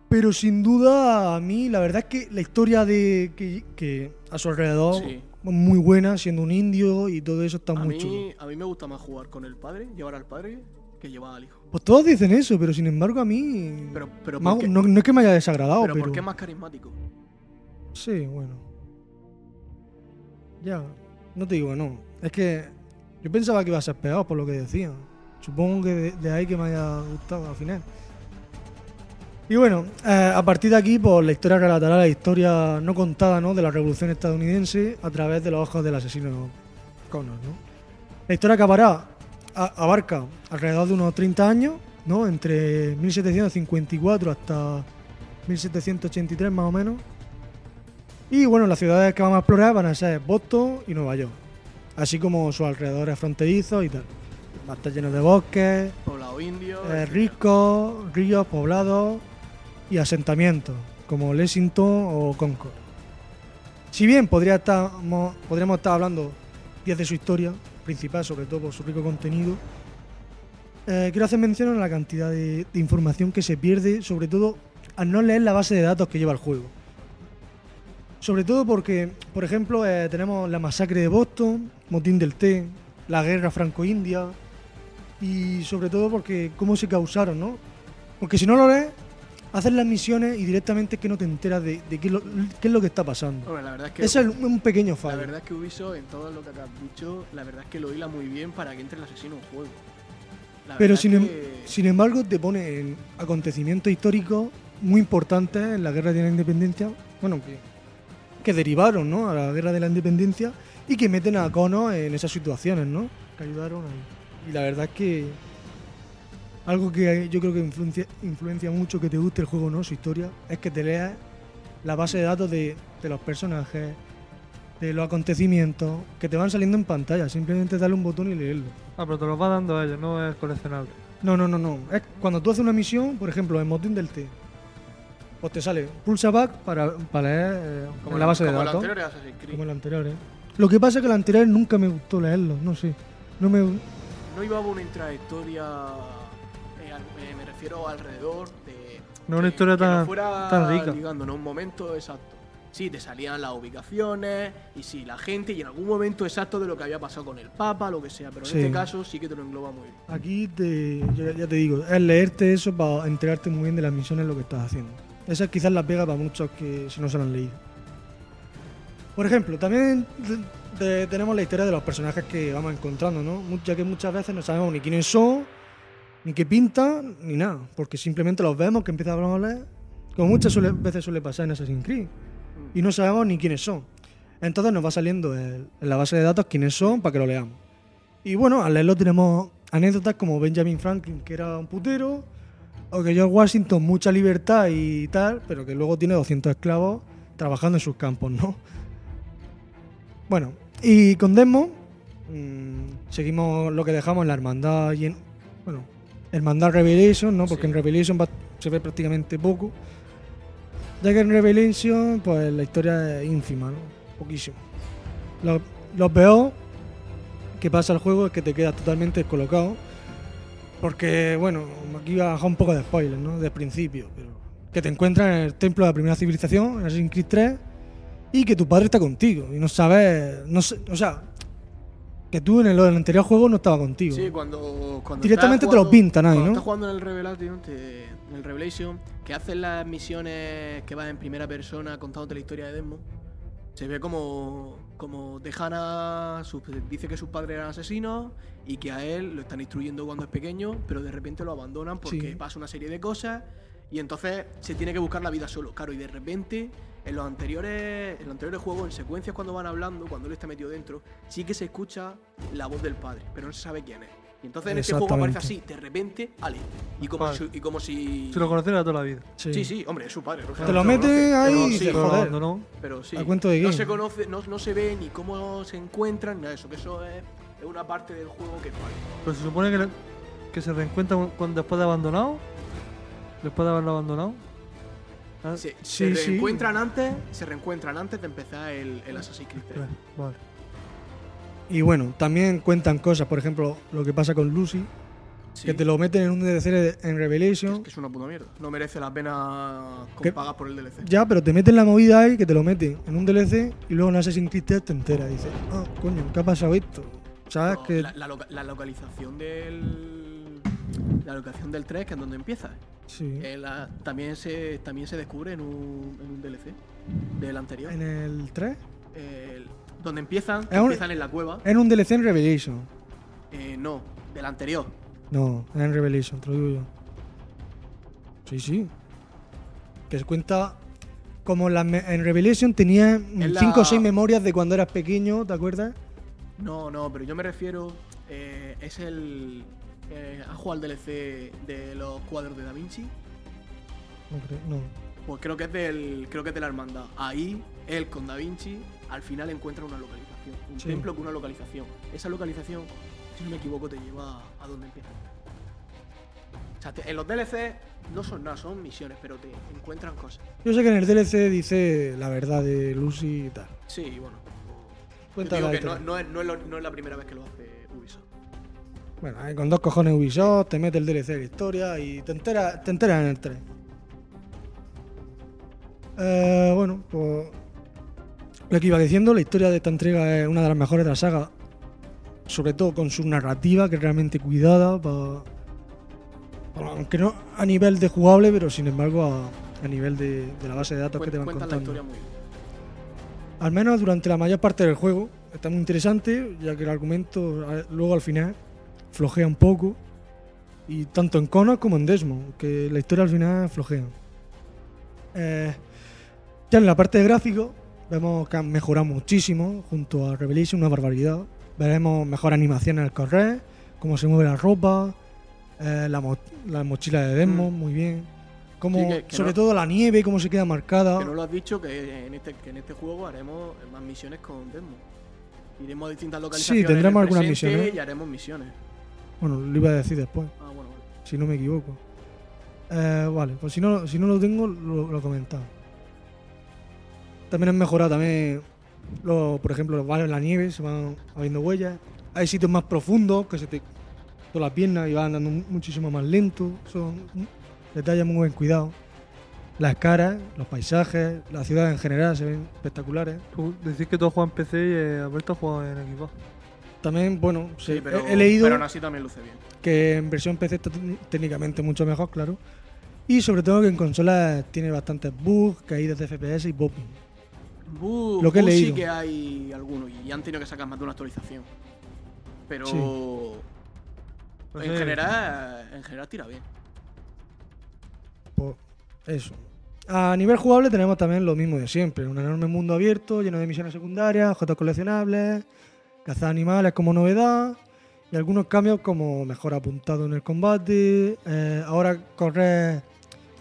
pero sin duda a mí la verdad es que la historia de que, que a su alrededor Sí. muy buena, siendo un indio y todo eso está A muy chulo. mí, a mí me gusta más jugar con el padre, llevar al padre, que llevar al hijo. Pues todos dicen eso, pero sin embargo a mí Pero, pero, me ha- ¿por qué, no, no es que me haya desagradado, pero pero, ¿por qué es más carismático? sí, bueno. Ya, no te digo que no. Es que yo pensaba que iba a ser peor por lo que decían. Supongo que de, de ahí que me haya gustado al final. Y bueno, eh, a partir de aquí, pues la historia relatará la historia no contada, ¿no? De la revolución estadounidense a través de los ojos del asesino Connor, ¿no? La historia acabará, a- abarca alrededor de unos 30 años, ¿no? Entre 1754 hasta 1783 más o menos. Y bueno, las ciudades que vamos a explorar van a ser Boston y Nueva York, así como sus alrededores fronterizos y tal. Va a estar lleno de bosques, Poblado indio. eh, etcétera. ricos, ríos poblados y asentamientos, como Lexington o Concord. Si bien podría estamos- podríamos estar hablando 10 de su historia principal, sobre todo por su rico contenido, eh, quiero hacer mención a la cantidad de, de información que se pierde, sobre todo al no leer la base de datos que lleva el juego. Sobre todo porque, por ejemplo, eh, tenemos la masacre de Boston, Motín del Té, la guerra franco-india, y sobre todo porque cómo se causaron, ¿no? Porque si no lo lees, haces las misiones y directamente que no te enteras de, de qué, es lo, qué es lo que está pasando. Hombre, la verdad es que. Ese es un pequeño La fallo. verdad es que Ubisoft, en todo lo que has dicho, la verdad es que lo hila muy bien para que entre el asesino en juego. La Pero verdad sin, es em- que- sin embargo te pone en acontecimientos históricos muy importantes en la guerra de la independencia, bueno, que, que derivaron ¿no? a la guerra de la independencia y que meten a Cono en esas situaciones, ¿no? Que ayudaron a- Y la verdad es que algo que yo creo que influencia, influencia mucho que te guste el juego, ¿no? Su historia, es que te leas la base de datos de, de los personajes, de los acontecimientos, que te van saliendo en pantalla, simplemente darle un botón y leerlo. Ah, pero te los va dando a ellos, no es coleccionable. No, no, no, no. Es cuando tú haces una misión, por ejemplo, en motín del T, pues te sale pulsa back para, para leer eh, en la base de como el datos. anterior era Assassin's Creed. como el anterior, ¿eh? Lo que pasa es que el anterior nunca me gustó leerlo, no sé. No me, No llevaba una trayectoria. eh, al- eh, me refiero alrededor de. No una que- historia que no tan- fuera tan rica. ligando, ¿no? Un momento exacto. Sí, te salían las ubicaciones y sí, la gente y en algún momento exacto de lo que había pasado con el Papa, lo que sea. Pero en Sí. este caso sí que te lo engloba muy bien. Aquí te, yo ya- ya te digo, es leerte eso para enterarte muy bien de las misiones lo que estás haciendo. Esa es quizás la pega para muchos que si no se lo han leído. Por ejemplo, también de- de- tenemos la historia de los personajes que vamos encontrando, ¿no? Mu- Ya que muchas veces no sabemos ni quiénes son, ni qué pintan, ni nada. Porque simplemente los vemos que empiezan a hablar, como muchas suele- veces suele pasar en Assassin's Creed. Y no sabemos ni quiénes son. Entonces nos va saliendo el- en la base de datos quiénes son para que lo leamos. Y bueno, al leerlo tenemos anécdotas como Benjamin Franklin, que era un putero, o que George Washington, mucha libertad y tal, pero que luego tiene 200 esclavos trabajando en sus campos, ¿no? Bueno, y con Desmond mm, seguimos lo que dejamos en la hermandad y en... Bueno, hermandad Revelation, ¿no? Porque Sí. en Revelation va- se ve prácticamente poco. Ya que en Revelation, pues la historia es ínfima, ¿no? Poquísimo. Los, los veo que pasa el juego es que te quedas totalmente descolocado. Porque, bueno, aquí voy a dejar un poco de spoiler, ¿no? Del principio. Pero que te encuentras en el templo de la primera civilización, en Assassin's Creed 3, y que tu padre está contigo. Y no sabes. No sé, o sea, que tú en el, en el anterior juego no estaba contigo. Sí, cuando, cuando Directamente estás te lo jugando- pintan ahí, cuando ¿no? estás jugando en el Revelation, te- en el Revelation, que haces las misiones que vas en primera persona contándote la historia de Desmond, se ve como, como dejan a... sus- dice que sus padres eran asesinos y que a él lo están instruyendo cuando es pequeño, pero de repente lo abandonan porque Sí. pasa una serie de cosas y entonces se tiene que buscar la vida solo, claro, y de repente... En los, anteriores, en los anteriores juegos, en secuencias cuando van hablando, cuando él está metido dentro, sí que se escucha la voz del padre, pero no se sabe quién es. Y entonces entonces en este juego aparece así, de repente, Ale. Y como, Vale. si, y como si. Si lo conociera toda la vida. Sí. Sí, sí, hombre, es su padre. Te lo meten meten ahí Pero y sí, dices, pero lo joder. abandonó. Pero sí. ¿A cuento de no qué? se conoce, no, no se ve ni cómo se encuentran, nada de eso, que eso es, es una parte del juego que vale. Pero se supone que, le- que se reencuentra cu- cuando, después de abandonado. Después de haberlo abandonado. Ah, Se, Sí, se sí. reencuentran antes, se reencuentran antes de empezar el, el Assassin's Creed 3. espera, Vale. Y bueno, también cuentan cosas, por ejemplo, lo que pasa con Lucy, Sí, que te lo meten en un DLC en que es, Revelation. que es una puta mierda. No merece la pena con ¿Qué? pagas por el DLC. Ya, pero te meten la movida ahí, que te lo meten en un DLC y luego en Assassin's Creed 3 te enteras. y Dices, ah, coño, ¿qué ha pasado esto? ¿Sabes? No, que la, la loca- la localización del. La localización del 3, que es donde empieza. Sí. Eh, la- también, se, también se descubre en un, en un DLC del anterior. En el 3. El- donde empiezan, que Es un- empiezan en la cueva. En un DLC en Revelation. Eh, no, del anterior. No, era en Revelation, te lo digo yo. Sí, sí. Que se cuenta. Como la me- en Revelation tenía la- 5 o 6 memorias de cuando eras pequeño, ¿te acuerdas? No, no, pero yo me refiero. eh, es el. Eh, ¿Has jugado al DLC de los cuadros de Da Vinci? No creo, no. Pues creo que es del. Creo que es de la hermandad. Ahí, él con Da Vinci, al final encuentra una localización. Un Sí. templo con una localización. Esa localización, si no me equivoco, te lleva a donde empieza. O sea, te- en los DLC no son nada, son misiones, pero te encuentran cosas. Yo sé que en el DLC dice la verdad de Lucy y tal. Sí, y bueno. Cuenta digo la que no, historia. no es, no es lo- no es la primera vez que lo hace Ubisoft. Bueno, ahí con dos cojones Ubisoft, te mete el DLC de la historia y te enteras, te enteras en el 3. Eh, bueno, pues. Lo que iba diciendo, la historia de esta entrega es una de las mejores de la saga. Sobre todo con su narrativa, que es realmente cuidada para aunque no a nivel de jugable, pero sin embargo a, a nivel de, de la base de datos que te van Cuentan contando. la historia muy bien. al menos durante la mayor parte del juego. Está muy interesante, ya que el argumento a- luego al final flojea un poco. Y tanto en Conan como en Desmond, que la historia al final flojea. Eh, ya en la parte de gráfico vemos que han mejorado muchísimo junto a Revelation, una barbaridad. Veremos mejor animación en el correr, cómo se mueve la ropa, eh, la, mo- la mochila de Desmond, muy bien. Cómo, Mm. Sí, que- que sobre no- todo la nieve, cómo se queda marcada. Que no lo has dicho, que en este, que en este juego haremos más misiones con Desmond. Iremos a distintas localizaciones. en el tendremos algunas presente misiones. Y haremos misiones. Bueno, lo iba a decir después. Ah, bueno, vale. si no me equivoco. Eh, vale, pues si no, si no lo tengo, lo, lo comentaba. También han mejorado también, lo- por ejemplo, los baños en la nieve, se van habiendo huellas. Hay sitios más profundos que se te todas las piernas y van andando mu- muchísimo más lento. Son detalles muy buen cuidado. Las caras, los paisajes, la ciudad en general se ven espectaculares. Tú decís que tú has jugado en PC y eh, Alberto ha jugado en Xbox. También, bueno, se- Sí, pero, he, he leído... pero aún así también luce bien. que en versión PC está tec- técnicamente mucho mejor, claro. Y sobre todo que en consolas tiene bastantes bugs, caídas de FPS y popping. Bu- Lo que he bu sí leído. que hay algunos y han tenido que sacar más de una actualización. Pero Sí. No en sé, general en general tira bien. Pues eso. A nivel jugable tenemos también lo mismo de siempre, un enorme mundo abierto lleno de misiones secundarias, objetos coleccionables, cazar animales como novedad y algunos cambios como mejor apuntado en el combate, eh, ahora correr,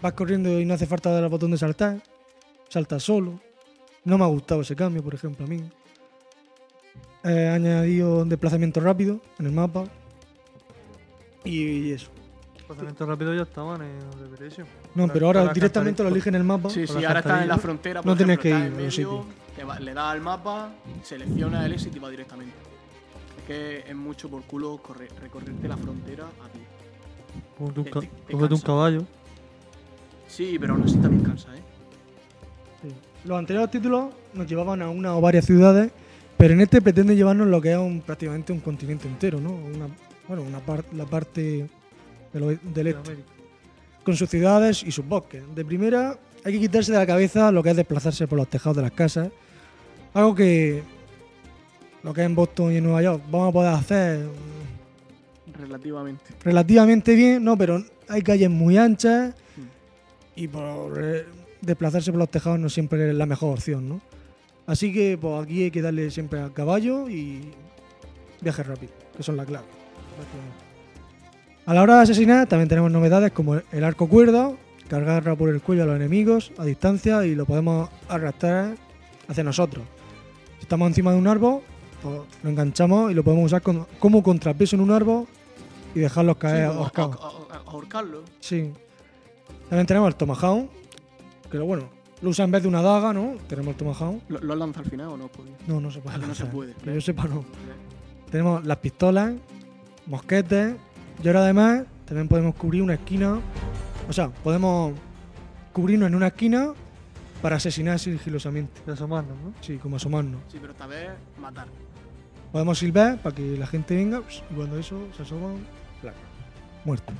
vas corriendo y no hace falta dar al botón de saltar, saltas solo. No me ha gustado ese cambio, por ejemplo, a mí. Eh, ha añadido un desplazamiento rápido en el mapa y y eso. Desplazamiento rápido ya estaban en Revelation. No, Con pero la- con ahora la directamente lo cantarita. elige en el mapa. Sí, Con sí, la ahora está en la cantarilla. frontera. No Por tienes ejemplo, que está ir, en no sé medio, te va- le das al mapa, selecciona el exit y va directamente. Es que es mucho por culo correr, recorrerte la frontera a ti. Cógete un, Te- ca- te- te cógete un cansa. caballo. Sí, pero aún así también cansa, ¿eh? Sí. Los anteriores títulos nos llevaban a una o varias ciudades, pero en este pretende llevarnos lo que es un- prácticamente un continente entero, ¿no? Una- bueno, una par- la parte del oe- del de este, América. con sus ciudades y sus bosques. De primera, hay que quitarse de la cabeza lo que es desplazarse por los tejados de las casas, algo que lo que es en Boston y en Nueva York vamos a poder hacer mm, Relativamente. relativamente bien, no, pero hay calles muy anchas y por eh, desplazarse por los tejados no siempre es la mejor opción, ¿no? Así que pues, aquí hay que darle siempre al caballo y viajes rápidos, que son la clave. prácticamente. A la hora de asesinar también tenemos novedades como el arco cuerda, cargarla por el cuello a los enemigos a distancia y lo podemos arrastrar hacia nosotros. Si estamos encima de un árbol, pues lo enganchamos y lo podemos usar con- como contrapeso en un árbol y dejarlos caer Sí, como ahorcados. a- a- a- ahorcarlo. Sí. También tenemos el Tomahawk, que lo bueno, lo usa en vez de una daga, ¿no? Tenemos el Tomahawk. ¿Lo, lo has lanzado al final o no? Pues, Podía? No, no se puede. Ah, No se lanzar. puede. Que yo sepa, no. Tenemos las pistolas, mosquetes, y ahora además también podemos cubrir una esquina. O sea, podemos cubrirnos en una esquina para asesinar sigilosamente. De asomarnos, ¿no? Sí, como asomarnos. Sí, pero esta vez matar. Podemos silbar para que la gente venga pss, y cuando eso se asoman, placa. Muerto.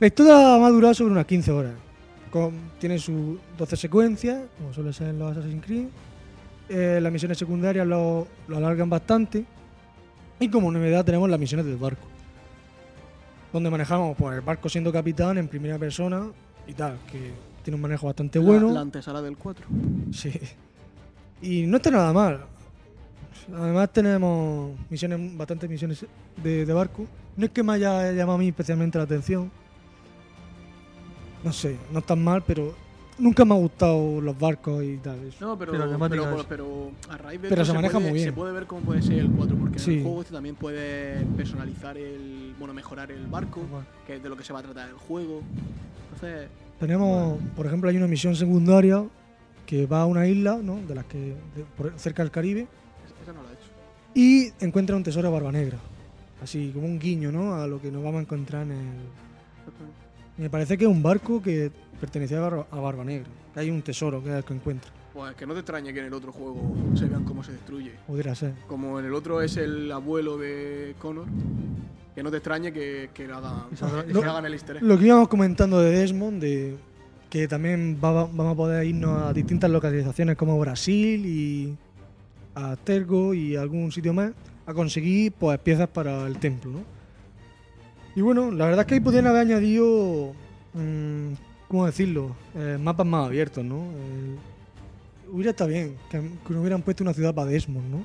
La historia va a durar sobre unas 15 horas. Con- tiene sus 12 secuencias, como suele ser en los Assassin's Creed. Eh, las misiones secundarias lo, lo alargan bastante. Y como novedad tenemos las misiones del barco. Donde manejamos pues, el barco siendo capitán en primera persona y tal, que tiene un manejo bastante Este, bueno. La, la antesala del 4. Sí. Y no está nada mal. Además tenemos misiones, bastantes misiones de, de barco. No es que me haya llamado a mí especialmente la atención. No sé, no está mal, pero nunca me han gustado los barcos y tal. eso. No, pero, Pero pero, temática pero, es. a raíz de Pero esto se maneja puede, muy bien. se puede ver cómo puede ser el 4, porque en Sí. el juego este también puede personalizar el. Bueno, mejorar el barco, Bueno, que es de lo que se va a tratar el juego. Entonces, Tenemos, por ejemplo, hay una misión secundaria que va a una isla, ¿no? De las que de- por- cerca del Caribe es- esa no la he hecho. y encuentra un tesoro de Barba Negra. Así como un guiño, ¿no? A lo que nos vamos a encontrar en el, Me parece que es un barco que pertenecía a, Barba- a Barba Negra. Que hay un tesoro que es el que encuentra. Pues que no te extrañe que en el otro juego se vean cómo se destruye. Pudiera ser. Como en el otro es el abuelo de Connor, Que no te extrañe que, que lo hagan, Y saldrá- y que saldrá- hagan el easter egg. Lo que íbamos comentando de Desmond, de que también va- vamos a poder irnos a distintas localizaciones como Brasil y a Tergo y algún sitio más a conseguir pues, piezas para el templo. ¿no? Y bueno, la verdad es que ahí podrían haber añadido, mm, ¿cómo decirlo?, Eh, mapas más abiertos, ¿no? El- hubiera estado bien que, que hubieran puesto una ciudad para Desmond, ¿no?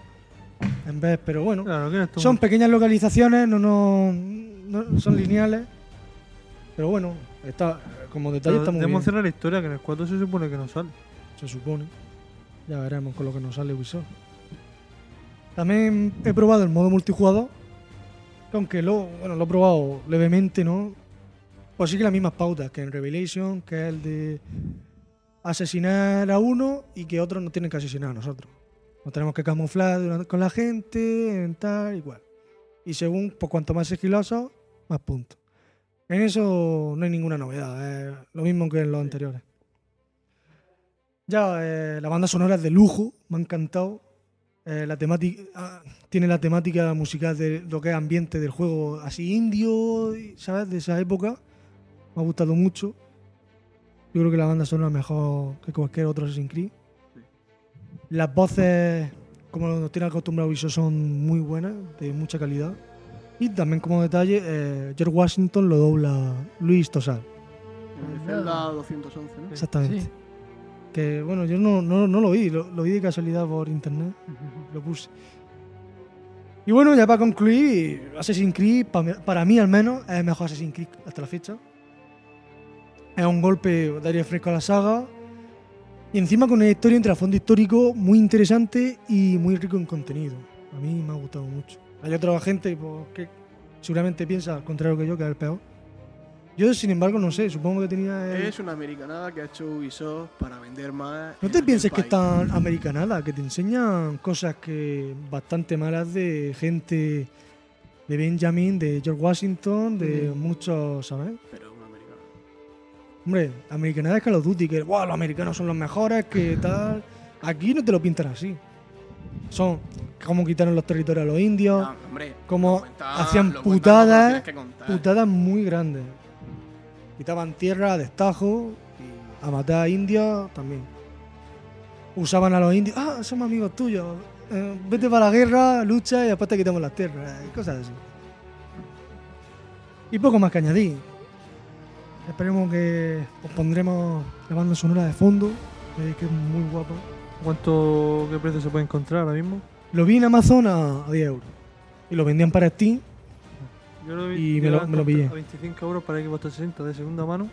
En vez, pero bueno, Claro, ¿quién es tú? son pequeñas localizaciones, no, no, no- son lineales. Pero bueno, está como detalle Pero está muy debemos bien, cerrar la historia, que en el 4 se supone que no sale. se supone. Ya veremos con lo que nos sale Ubisoft. También he probado el modo multijugador, que aunque lo, bueno, lo he probado levemente, ¿no? Pues sigue las mismas pautas que en Revelation, que es el de asesinar a uno y que otros no tienen que asesinar a nosotros. Nos tenemos que camuflar durante- con la gente, en tal y cual. Y según, pues cuanto más sigiloso, más puntos. En eso no hay ninguna novedad, es lo mismo que en los anteriores. Ya, eh, la banda sonora es de lujo, me ha encantado. Eh, la temática, ah, tiene la temática musical de lo que es ambiente del juego, así indio, y, ¿sabes? De esa época. Me ha gustado mucho. Yo creo que la banda sonora es mejor que cualquier otro Assassin's Creed. Las voces, como nos tiene acostumbrado Ubisoft, son muy buenas, de mucha calidad. Y también como detalle, eh, George Washington lo dobla Luis Tosar. El Zelda 211, ¿no? Exactamente. Sí. Que bueno, yo no, no, no lo vi, lo, lo vi de casualidad por internet, lo puse. Y bueno, ya para concluir, Assassin's Creed, pa- para mí al menos, es el mejor Assassin's Creed hasta la fecha. Es un golpe de aire fresco a la saga. Y encima con una historia en trasfondo histórico muy interesante y muy rico en contenido. A mí me ha gustado mucho. Hay otra gente pues, que seguramente piensa, al contrario que yo, que es el peor. Yo, sin embargo, no sé, supongo que tenía... el- Es una americanada que ha hecho Ubisoft para vender más. no en te aquel pienses que país. es tan americanada, que te enseñan cosas que bastante malas de gente de Benjamin, de George Washington, de muchos, ¿sabes? Pero una americanada. Hombre, americanada es Call of Duty, que "Buah, los americanos son los mejores, que tal. Aquí no te lo pintan así. Son como quitaron los territorios a los indios, Ah, hombre, como cuenta- hacían lo cuentan como lo putadas tienes que contar. putadas muy grandes. Quitaban tierra a destajo, a matar a indios también. Usaban a los indios, ah, somos amigos tuyos, eh, vete para la guerra, lucha y después te quitamos las tierras, y cosas así. Y poco más que añadir. Esperemos que os pondremos la banda sonora de fondo, eh, que es muy guapa. ¿Cuánto, qué precio se puede encontrar ahora mismo? Lo vi en Amazon a, a 10 euros. Y lo vendían para Steam Yo lo Y yo me lo- me he lo encontrado pillé. A 25 euros para Xbox 360 de segunda mano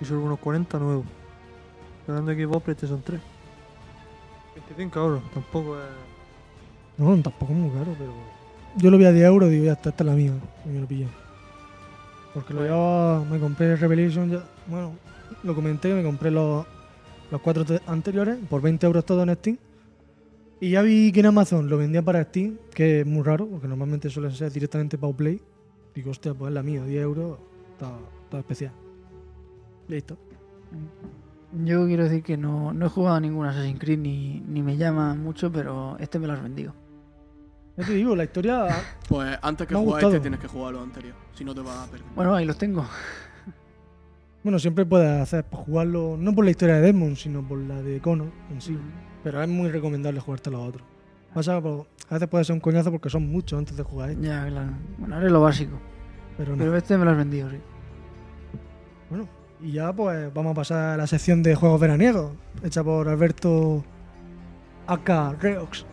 y sobre unos 40 nuevos. Ganando Xbox PlayStation 3. 25 euros, tampoco es. No, tampoco es muy caro, pero. Yo lo vi a 10 euros, digo, ya está, esta es la mía. Y me lo pillé. Porque lo llevaba, me compré Revelation, ya, bueno, lo comenté, me compré los, los cuatro te- anteriores por 20 euros todo en Steam. Y ya vi que en Amazon lo vendían para Steam, que es muy raro, porque normalmente suelen ser directamente para Play. Digo, hostia, pues es la mía, 10 euros, está, está especial. Listo. Yo quiero decir que no, no he jugado a ningún Assassin's Creed ni, ni me llama mucho, pero este me lo has vendido. Ya te digo, la historia Pues antes que Me ha jugar gustado. este tienes que jugar lo anterior. Si no te vas a perder. Bueno, ahí los tengo. Bueno, siempre puedes hacer pues, jugarlo, no por la historia de Desmond, sino por la de Cono en sí. Pero es muy recomendable jugarte los otros. Pasa que, pues, a veces puede ser un coñazo porque son muchos antes de jugar este, Ya, claro. Bueno, ahora es lo básico. Pero no. Pero este me lo has vendido, sí. Bueno, y ya pues vamos a pasar a la sección de juegos veraniegos, hecha por Alberto Aka Reox.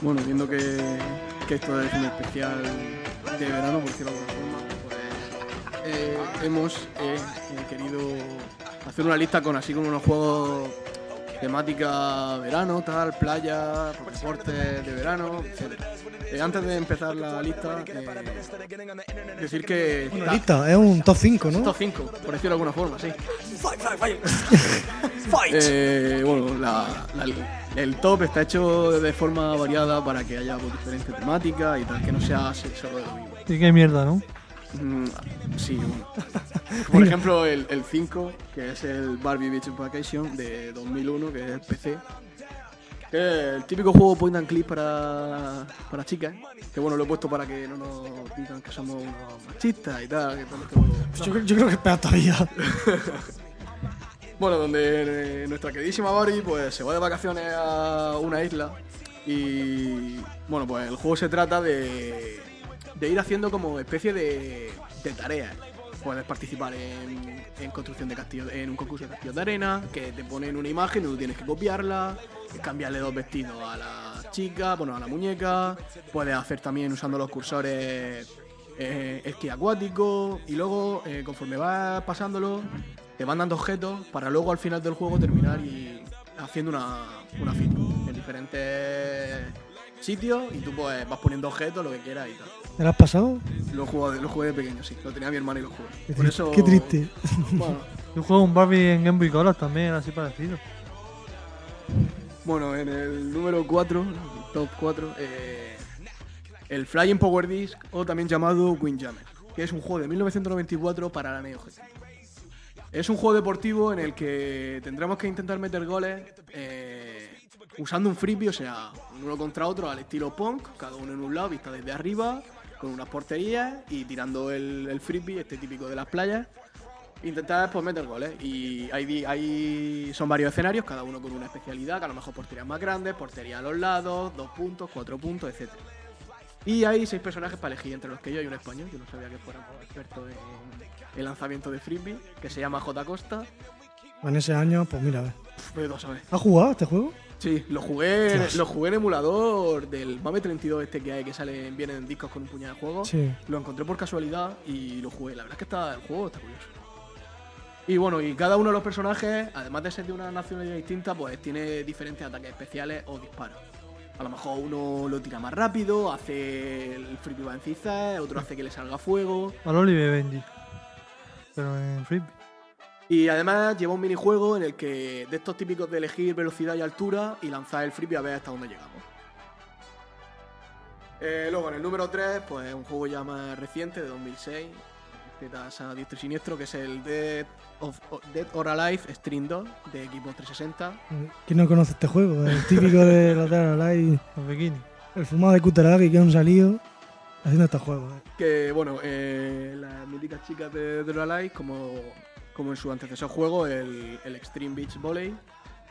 Bueno, viendo que, que esto es un especial de verano, por decirlo de alguna forma, pues, eh, hemos eh, eh, querido hacer una lista con así como unos juegos Temática verano, tal, playa, pues, deportes de verano, etc. Eh, antes de empezar la lista, eh, decir que Bueno, está- lista, es un top 5, ¿no? top 5, por decirlo de alguna forma, sí. Eh, bueno, la- la- el top está hecho de forma variada para que haya pues, diferentes temáticas y tal, que no sea solo de lo mismo. Y qué mierda, ¿no? Mm, sí, bueno. Por ejemplo, el, el 5, que es el Barbie Beach Vacation de 2001, que es el PC. Que es el típico juego point and click para, para chicas. ¿eh? Que bueno, lo he puesto para que no nos digan que somos unos machistas y tal. que este tal, que luego- Yo, creo- yo creo que es peor todavía. Bueno, donde eh, nuestra queridísima Barbie pues, se va de vacaciones a una isla. Y bueno, pues el juego se trata de, de ir haciendo como especie de, de tareas. Puedes participar en, en construcción de castillo, en un concurso de castillos de arena, que te ponen una imagen y tú tienes que copiarla, cambiarle dos vestidos a la chica, bueno, a la muñeca, puedes hacer también usando los cursores eh, esquí acuático y luego eh, conforme vas pasándolo te van dando objetos para luego al final del juego terminar y haciendo una, una fila en diferentes sitios y tú pues vas poniendo objetos, lo que quieras y tal. ¿Te la has pasado? Lo jugué, de- lo jugué de pequeño, sí, lo tenía mi hermano y lo jugué. Qué Por tri- eso, Qué triste. Bueno, Yo juego un Barbie en Game Boy Color también, así parecido. Bueno, en el número 4, top 4, eh, el Flying Power Disc, o también llamado Windjammer, que es un juego de 1994 para la Neo Geo. Es un juego deportivo en el que tendremos que intentar meter goles eh, usando un frisbee, o sea, uno contra otro al estilo punk, cada uno en un lado, vista desde arriba, con unas porterías y tirando el, el frisbee, este típico de las playas. Intentar pues meter goles y hay, di- hay- son varios escenarios, cada uno con una especialidad, que a lo mejor porterías más grandes, portería a los lados, dos puntos, cuatro puntos, etc. Y hay seis personajes para elegir, entre los que yo hay un español, yo no sabía que fuéramos expertos en el lanzamiento de frisbee, que se llama J. Costa. En ese año, pues mira, a ver. Pff, Pero tú sabes. ¿Has jugado a este juego? Sí, lo jugué, Dios. lo jugué en emulador del MAME 32 este que hay, que salen, vienen en discos con un puñado de juegos. Sí. Lo encontré por casualidad y lo jugué. La verdad es que está el juego está curioso. Y bueno, y cada uno de los personajes, además de ser de una nacionalidad distinta, pues tiene diferentes ataques especiales o disparos. A lo mejor uno lo tira más rápido, hace el free va en cizas, otro hace que le salga fuego. Al Olive Benji. Pero en Frisbee. Y además lleva un minijuego en el que de estos típicos de elegir velocidad y altura y lanzar el frisbee a ver hasta dónde llegamos. Eh, luego en el número 3, pues un juego ya más reciente, de 2006, que das a diestro y siniestro, que es el Dead, of, o- Dead or Alive Stream 2 de Equipo 360. ¿Quién no conoce este juego? El típico de la Terra Light, Los bikinis. el fumado de Kutaragi que han salido haciendo este juego. eh. Que bueno, eh, las míticas chicas de Dead or Alive, como, como en su antecesor juego, el, el Extreme Beach Volley,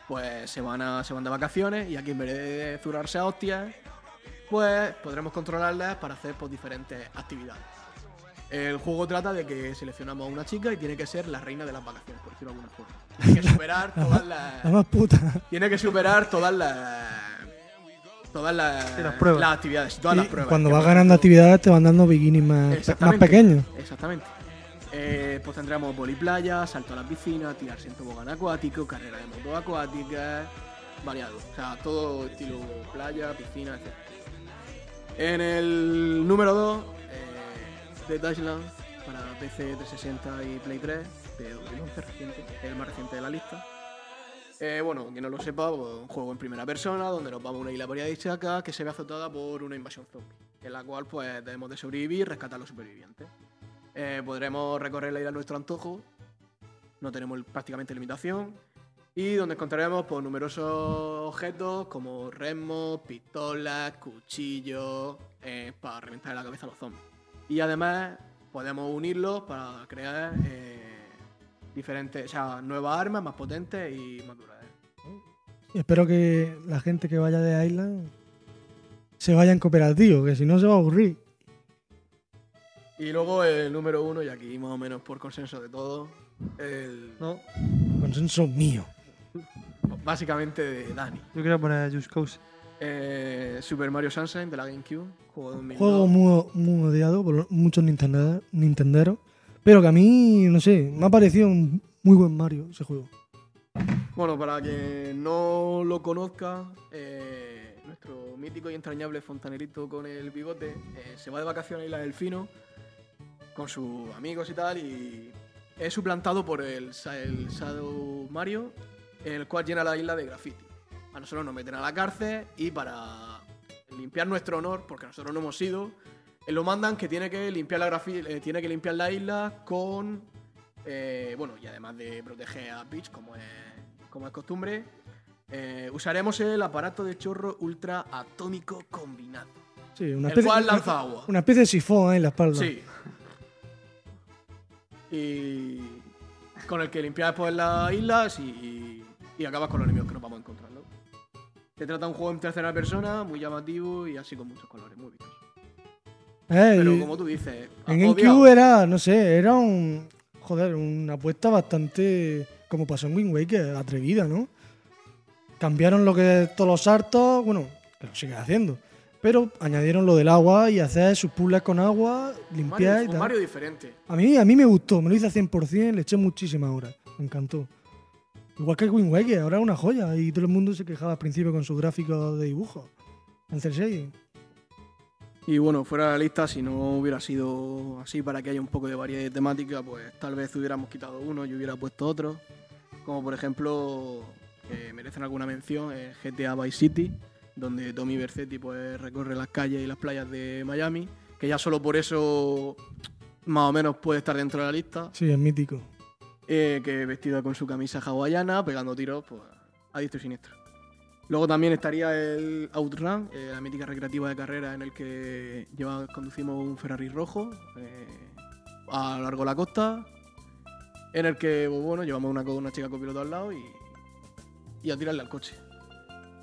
pues se van, a, se van de vacaciones y aquí en vez de zurrarse a hostias, pues podremos controlarlas para hacer pues, diferentes actividades. El juego trata de que seleccionamos a una chica y tiene que ser la reina de las vacaciones, por decirlo de alguna forma. Tiene que superar todas las... La más puta. Tiene que superar todas las... Todas las, Sí, las pruebas. las actividades, todas las Y pruebas. cuando Que, vas por ganando ejemplo, actividades te van dando bikinis más, más Exactamente. pequeños. Exactamente. Eh, pues tendremos voliplaya, salto a la piscina, tirarse en tobogán acuático, carrera de moto acuática, variado. O sea, todo estilo playa, piscina, etc. En el número 2, de Dead Island, para PC 360 y Play 3, de 2011 reciente, el más reciente de la lista. Eh, bueno, quien no lo sepa, pues, un juego en primera persona donde nos vamos a una isla paradisíaca que se ve azotada por una invasión zombie, en la cual pues debemos de sobrevivir y rescatar a los supervivientes. Eh, podremos recorrer la isla a nuestro antojo, no tenemos prácticamente limitación, y donde encontraremos pues, numerosos objetos como remos, pistolas, cuchillos, eh, para reventar la cabeza a los zombies. Y además podemos unirlos para crear eh, diferentes, o sea, nuevas armas más potentes y más ¿eh? duraderas. Y espero que la gente que vaya de Island se vaya en cooperativo, que si no se va a aburrir. Y luego el número uno, y aquí más o menos por consenso de todos, el, No, Consenso mío. básicamente de Dani. yo quería poner Just Cause. Eh, Super Mario Sunshine de la GameCube, juego de 2002. Juego muy, muy odiado por muchos Nintendo- nintenderos, pero que a mí, no sé, me ha parecido un muy buen Mario ese juego. Bueno, para quien no lo conozca, eh, nuestro mítico y entrañable fontanerito con el bigote eh, se va de vacaciones a Isla Delfino con sus amigos y tal y es suplantado por el, sa- el Shadow Mario, el cual llena la isla de graffiti. A nosotros nos meten a la cárcel y para limpiar nuestro honor, porque nosotros no hemos ido, eh, lo mandan que tiene que limpiar la, grafi- eh, tiene que limpiar la isla con eh, bueno, y además de proteger a Peach, como es, como es costumbre, eh, usaremos el aparato de chorro ultra atómico combinado. Sí, una el cual lanza agua. Una especie de sifón ahí en la espalda. Sí. Y. Con el que limpias después las islas y, y acabas con los enemigos que nos vamos encontrando. Se trata de un juego en tercera persona, muy llamativo y así con muchos colores, muy vistos. Eh, Pero y como tú dices. en Ah, obvio- GameCube era, no sé, era un. Joder, una apuesta bastante. Como pasó en Wind Waker, atrevida, ¿no? Cambiaron lo que. Todos los hartos, bueno, que lo siguen haciendo. Pero añadieron lo del agua y hacer sus puzzles con agua, un limpiar y Mario, tal. un Mario diferente. A mí, a mí me gustó, me lo hice al 100%, le eché muchísimas horas, me encantó. Igual que el Wind Waker, ahora es una joya y todo el mundo se quejaba al principio con sus gráficos de dibujo. En cel shading. Y bueno, fuera de la lista, si no hubiera sido así para que haya un poco de variedad de temática, pues tal vez hubiéramos quitado uno y hubiera puesto otro. Como por ejemplo, que merecen alguna mención, eh, el GTA Vice City, donde Tommy Vercetti pues, recorre las calles y las playas de Miami, que ya solo por eso más o menos puede estar dentro de la lista. Sí, es mítico. Eh, que vestido con su camisa hawaiana, pegando tiros pues, a diestro y siniestro. Luego también estaría el Outrun, eh, la mítica recreativa de carrera en el que lleva, conducimos un Ferrari rojo eh, a lo largo de la costa, en el que pues, bueno, llevamos una, co- una chica copiloto al lado y, y a tirarle al coche.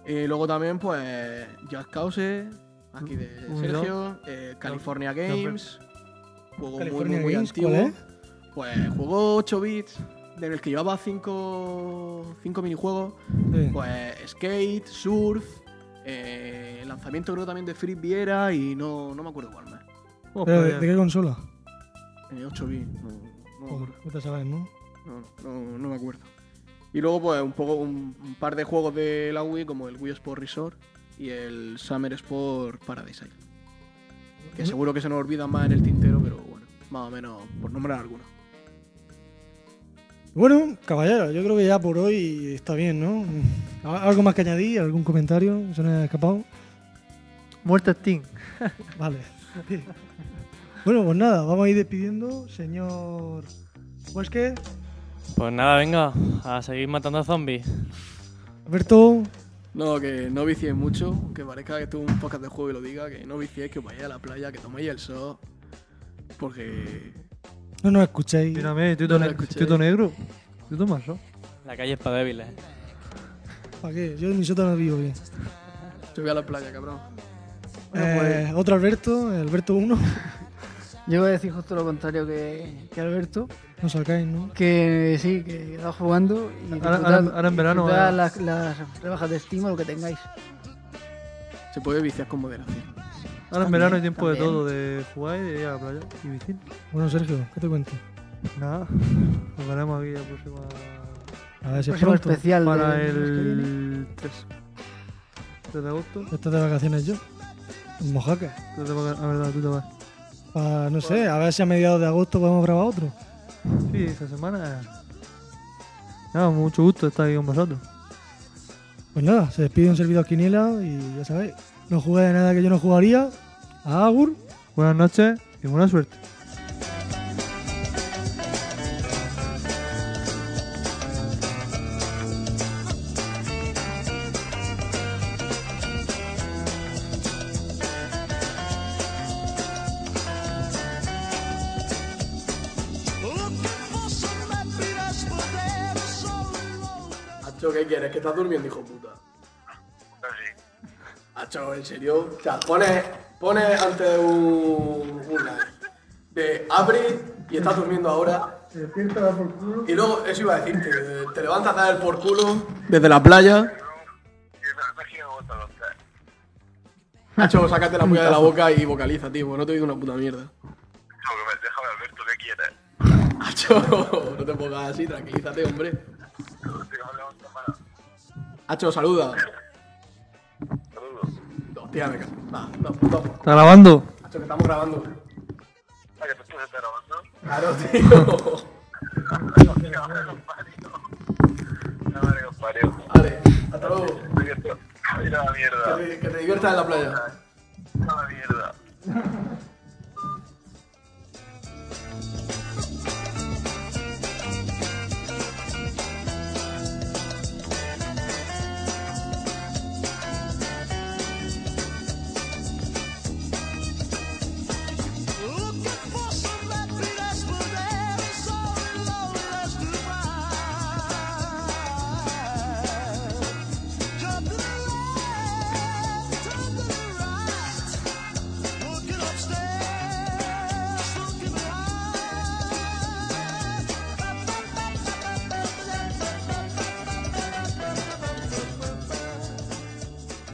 Eh, luego también, pues, Just Cause, aquí de Un- un Sergio, eh, California Games, juego muy, California muy, muy Games, antiguo. ¿cuál es? Pues juego 8 bits, en el que llevaba 5 minijuegos. Sí. Pues skate, surf, eh, lanzamiento creo también de Free Viera y no, no me acuerdo cuál más. Pero, Vamos por ¿de, pues, allá. Eh, de qué consola? En 8 bits, no, no me Joder, acuerdo. vete a saber, ¿no? No, no- no me acuerdo. Y luego pues un poco un, un par de juegos de la Wii como el Wii Sport Resort y el Summer Sport Paradise Island. Que seguro que se nos olvidan más en el tintero, pero bueno, más o menos por nombrar algunos. Bueno, caballero, yo creo que ya por hoy está bien, ¿no? ¿Al- ¿Algo más que añadir? ¿Algún comentario? ¿Se nos ha escapado? Muerte Steam. Vale. bueno, pues nada, vamos a ir despidiendo, señor Huesque, Pues nada, venga, a seguir matando a zombies. Alberto, No, que no viciéis mucho, que parezca que esto es un podcast de juego y lo diga, que no viciéis, que os vayáis a la playa, que toméis el sol, porque... no nos escuchéis. Mírame, No tuito, la ne- escuché. tuito negro. Tuito marrón. La calle es para débiles. ¿Para qué? Yo en mi sótano vivo bien. Yo voy a la playa, cabrón. Eh, Otro Alberto, Alberto 1. Yo voy a decir justo lo contrario que, que Alberto, No sacáis, ¿no? que sí, que va jugando y Ahora- disfrutad- ahora- ahora en verano, disfrutad eh. las, las rebajas de Steam o lo que tengáis. Se puede viciar con moderación. Ahora en También, verano hay tiempo de también. todo, de jugar y de ir a la playa. Y bici. Bueno, Sergio, ¿qué te cuento? Nada. Nos veremos aquí la próxima. A ver si es Próximo pronto. especial Para de- el 3. 3 de agosto. Estás de vacaciones yo. En Mojaca. Tú te vas- a ah, verdad, tú te vas. Pa- no sé, a ver si a mediados de agosto podemos grabar otro. Sí, esta semana. Nada, mucho gusto estar aquí con vosotros. Pues nada, se despide un servidor Quiniela y ya sabéis, no jugué de nada que yo no jugaría. Agur. Buenas noches y buena suerte. Hacho, ¿qué quieres? ¿Que estás durmiendo, hijo puta? Hacho, en serio. O sea, pones pone ante un... un live de abre y estás durmiendo ahora. Y luego, eso iba a decirte, eh, te levantas a dar el por culo desde la playa. Hacho, sácate la puya de la boca y vocaliza, tío, porque no te digo una puta mierda. Déjame, Alberto, ¿qué quieres? Hacho, no te pongas así, tranquilízate, hombre. Hacho, saluda. Hostia, me cago. Va, dos, dos. ¿Está grabando? Hacho, que estamos grabando. Ah, que tú estás grabando. Claro, tío. No, madre que os parió. Vale, hasta luego. Estoy que- Mira la Que mierda. te, que te diviertas en la playa. Mira la mierda.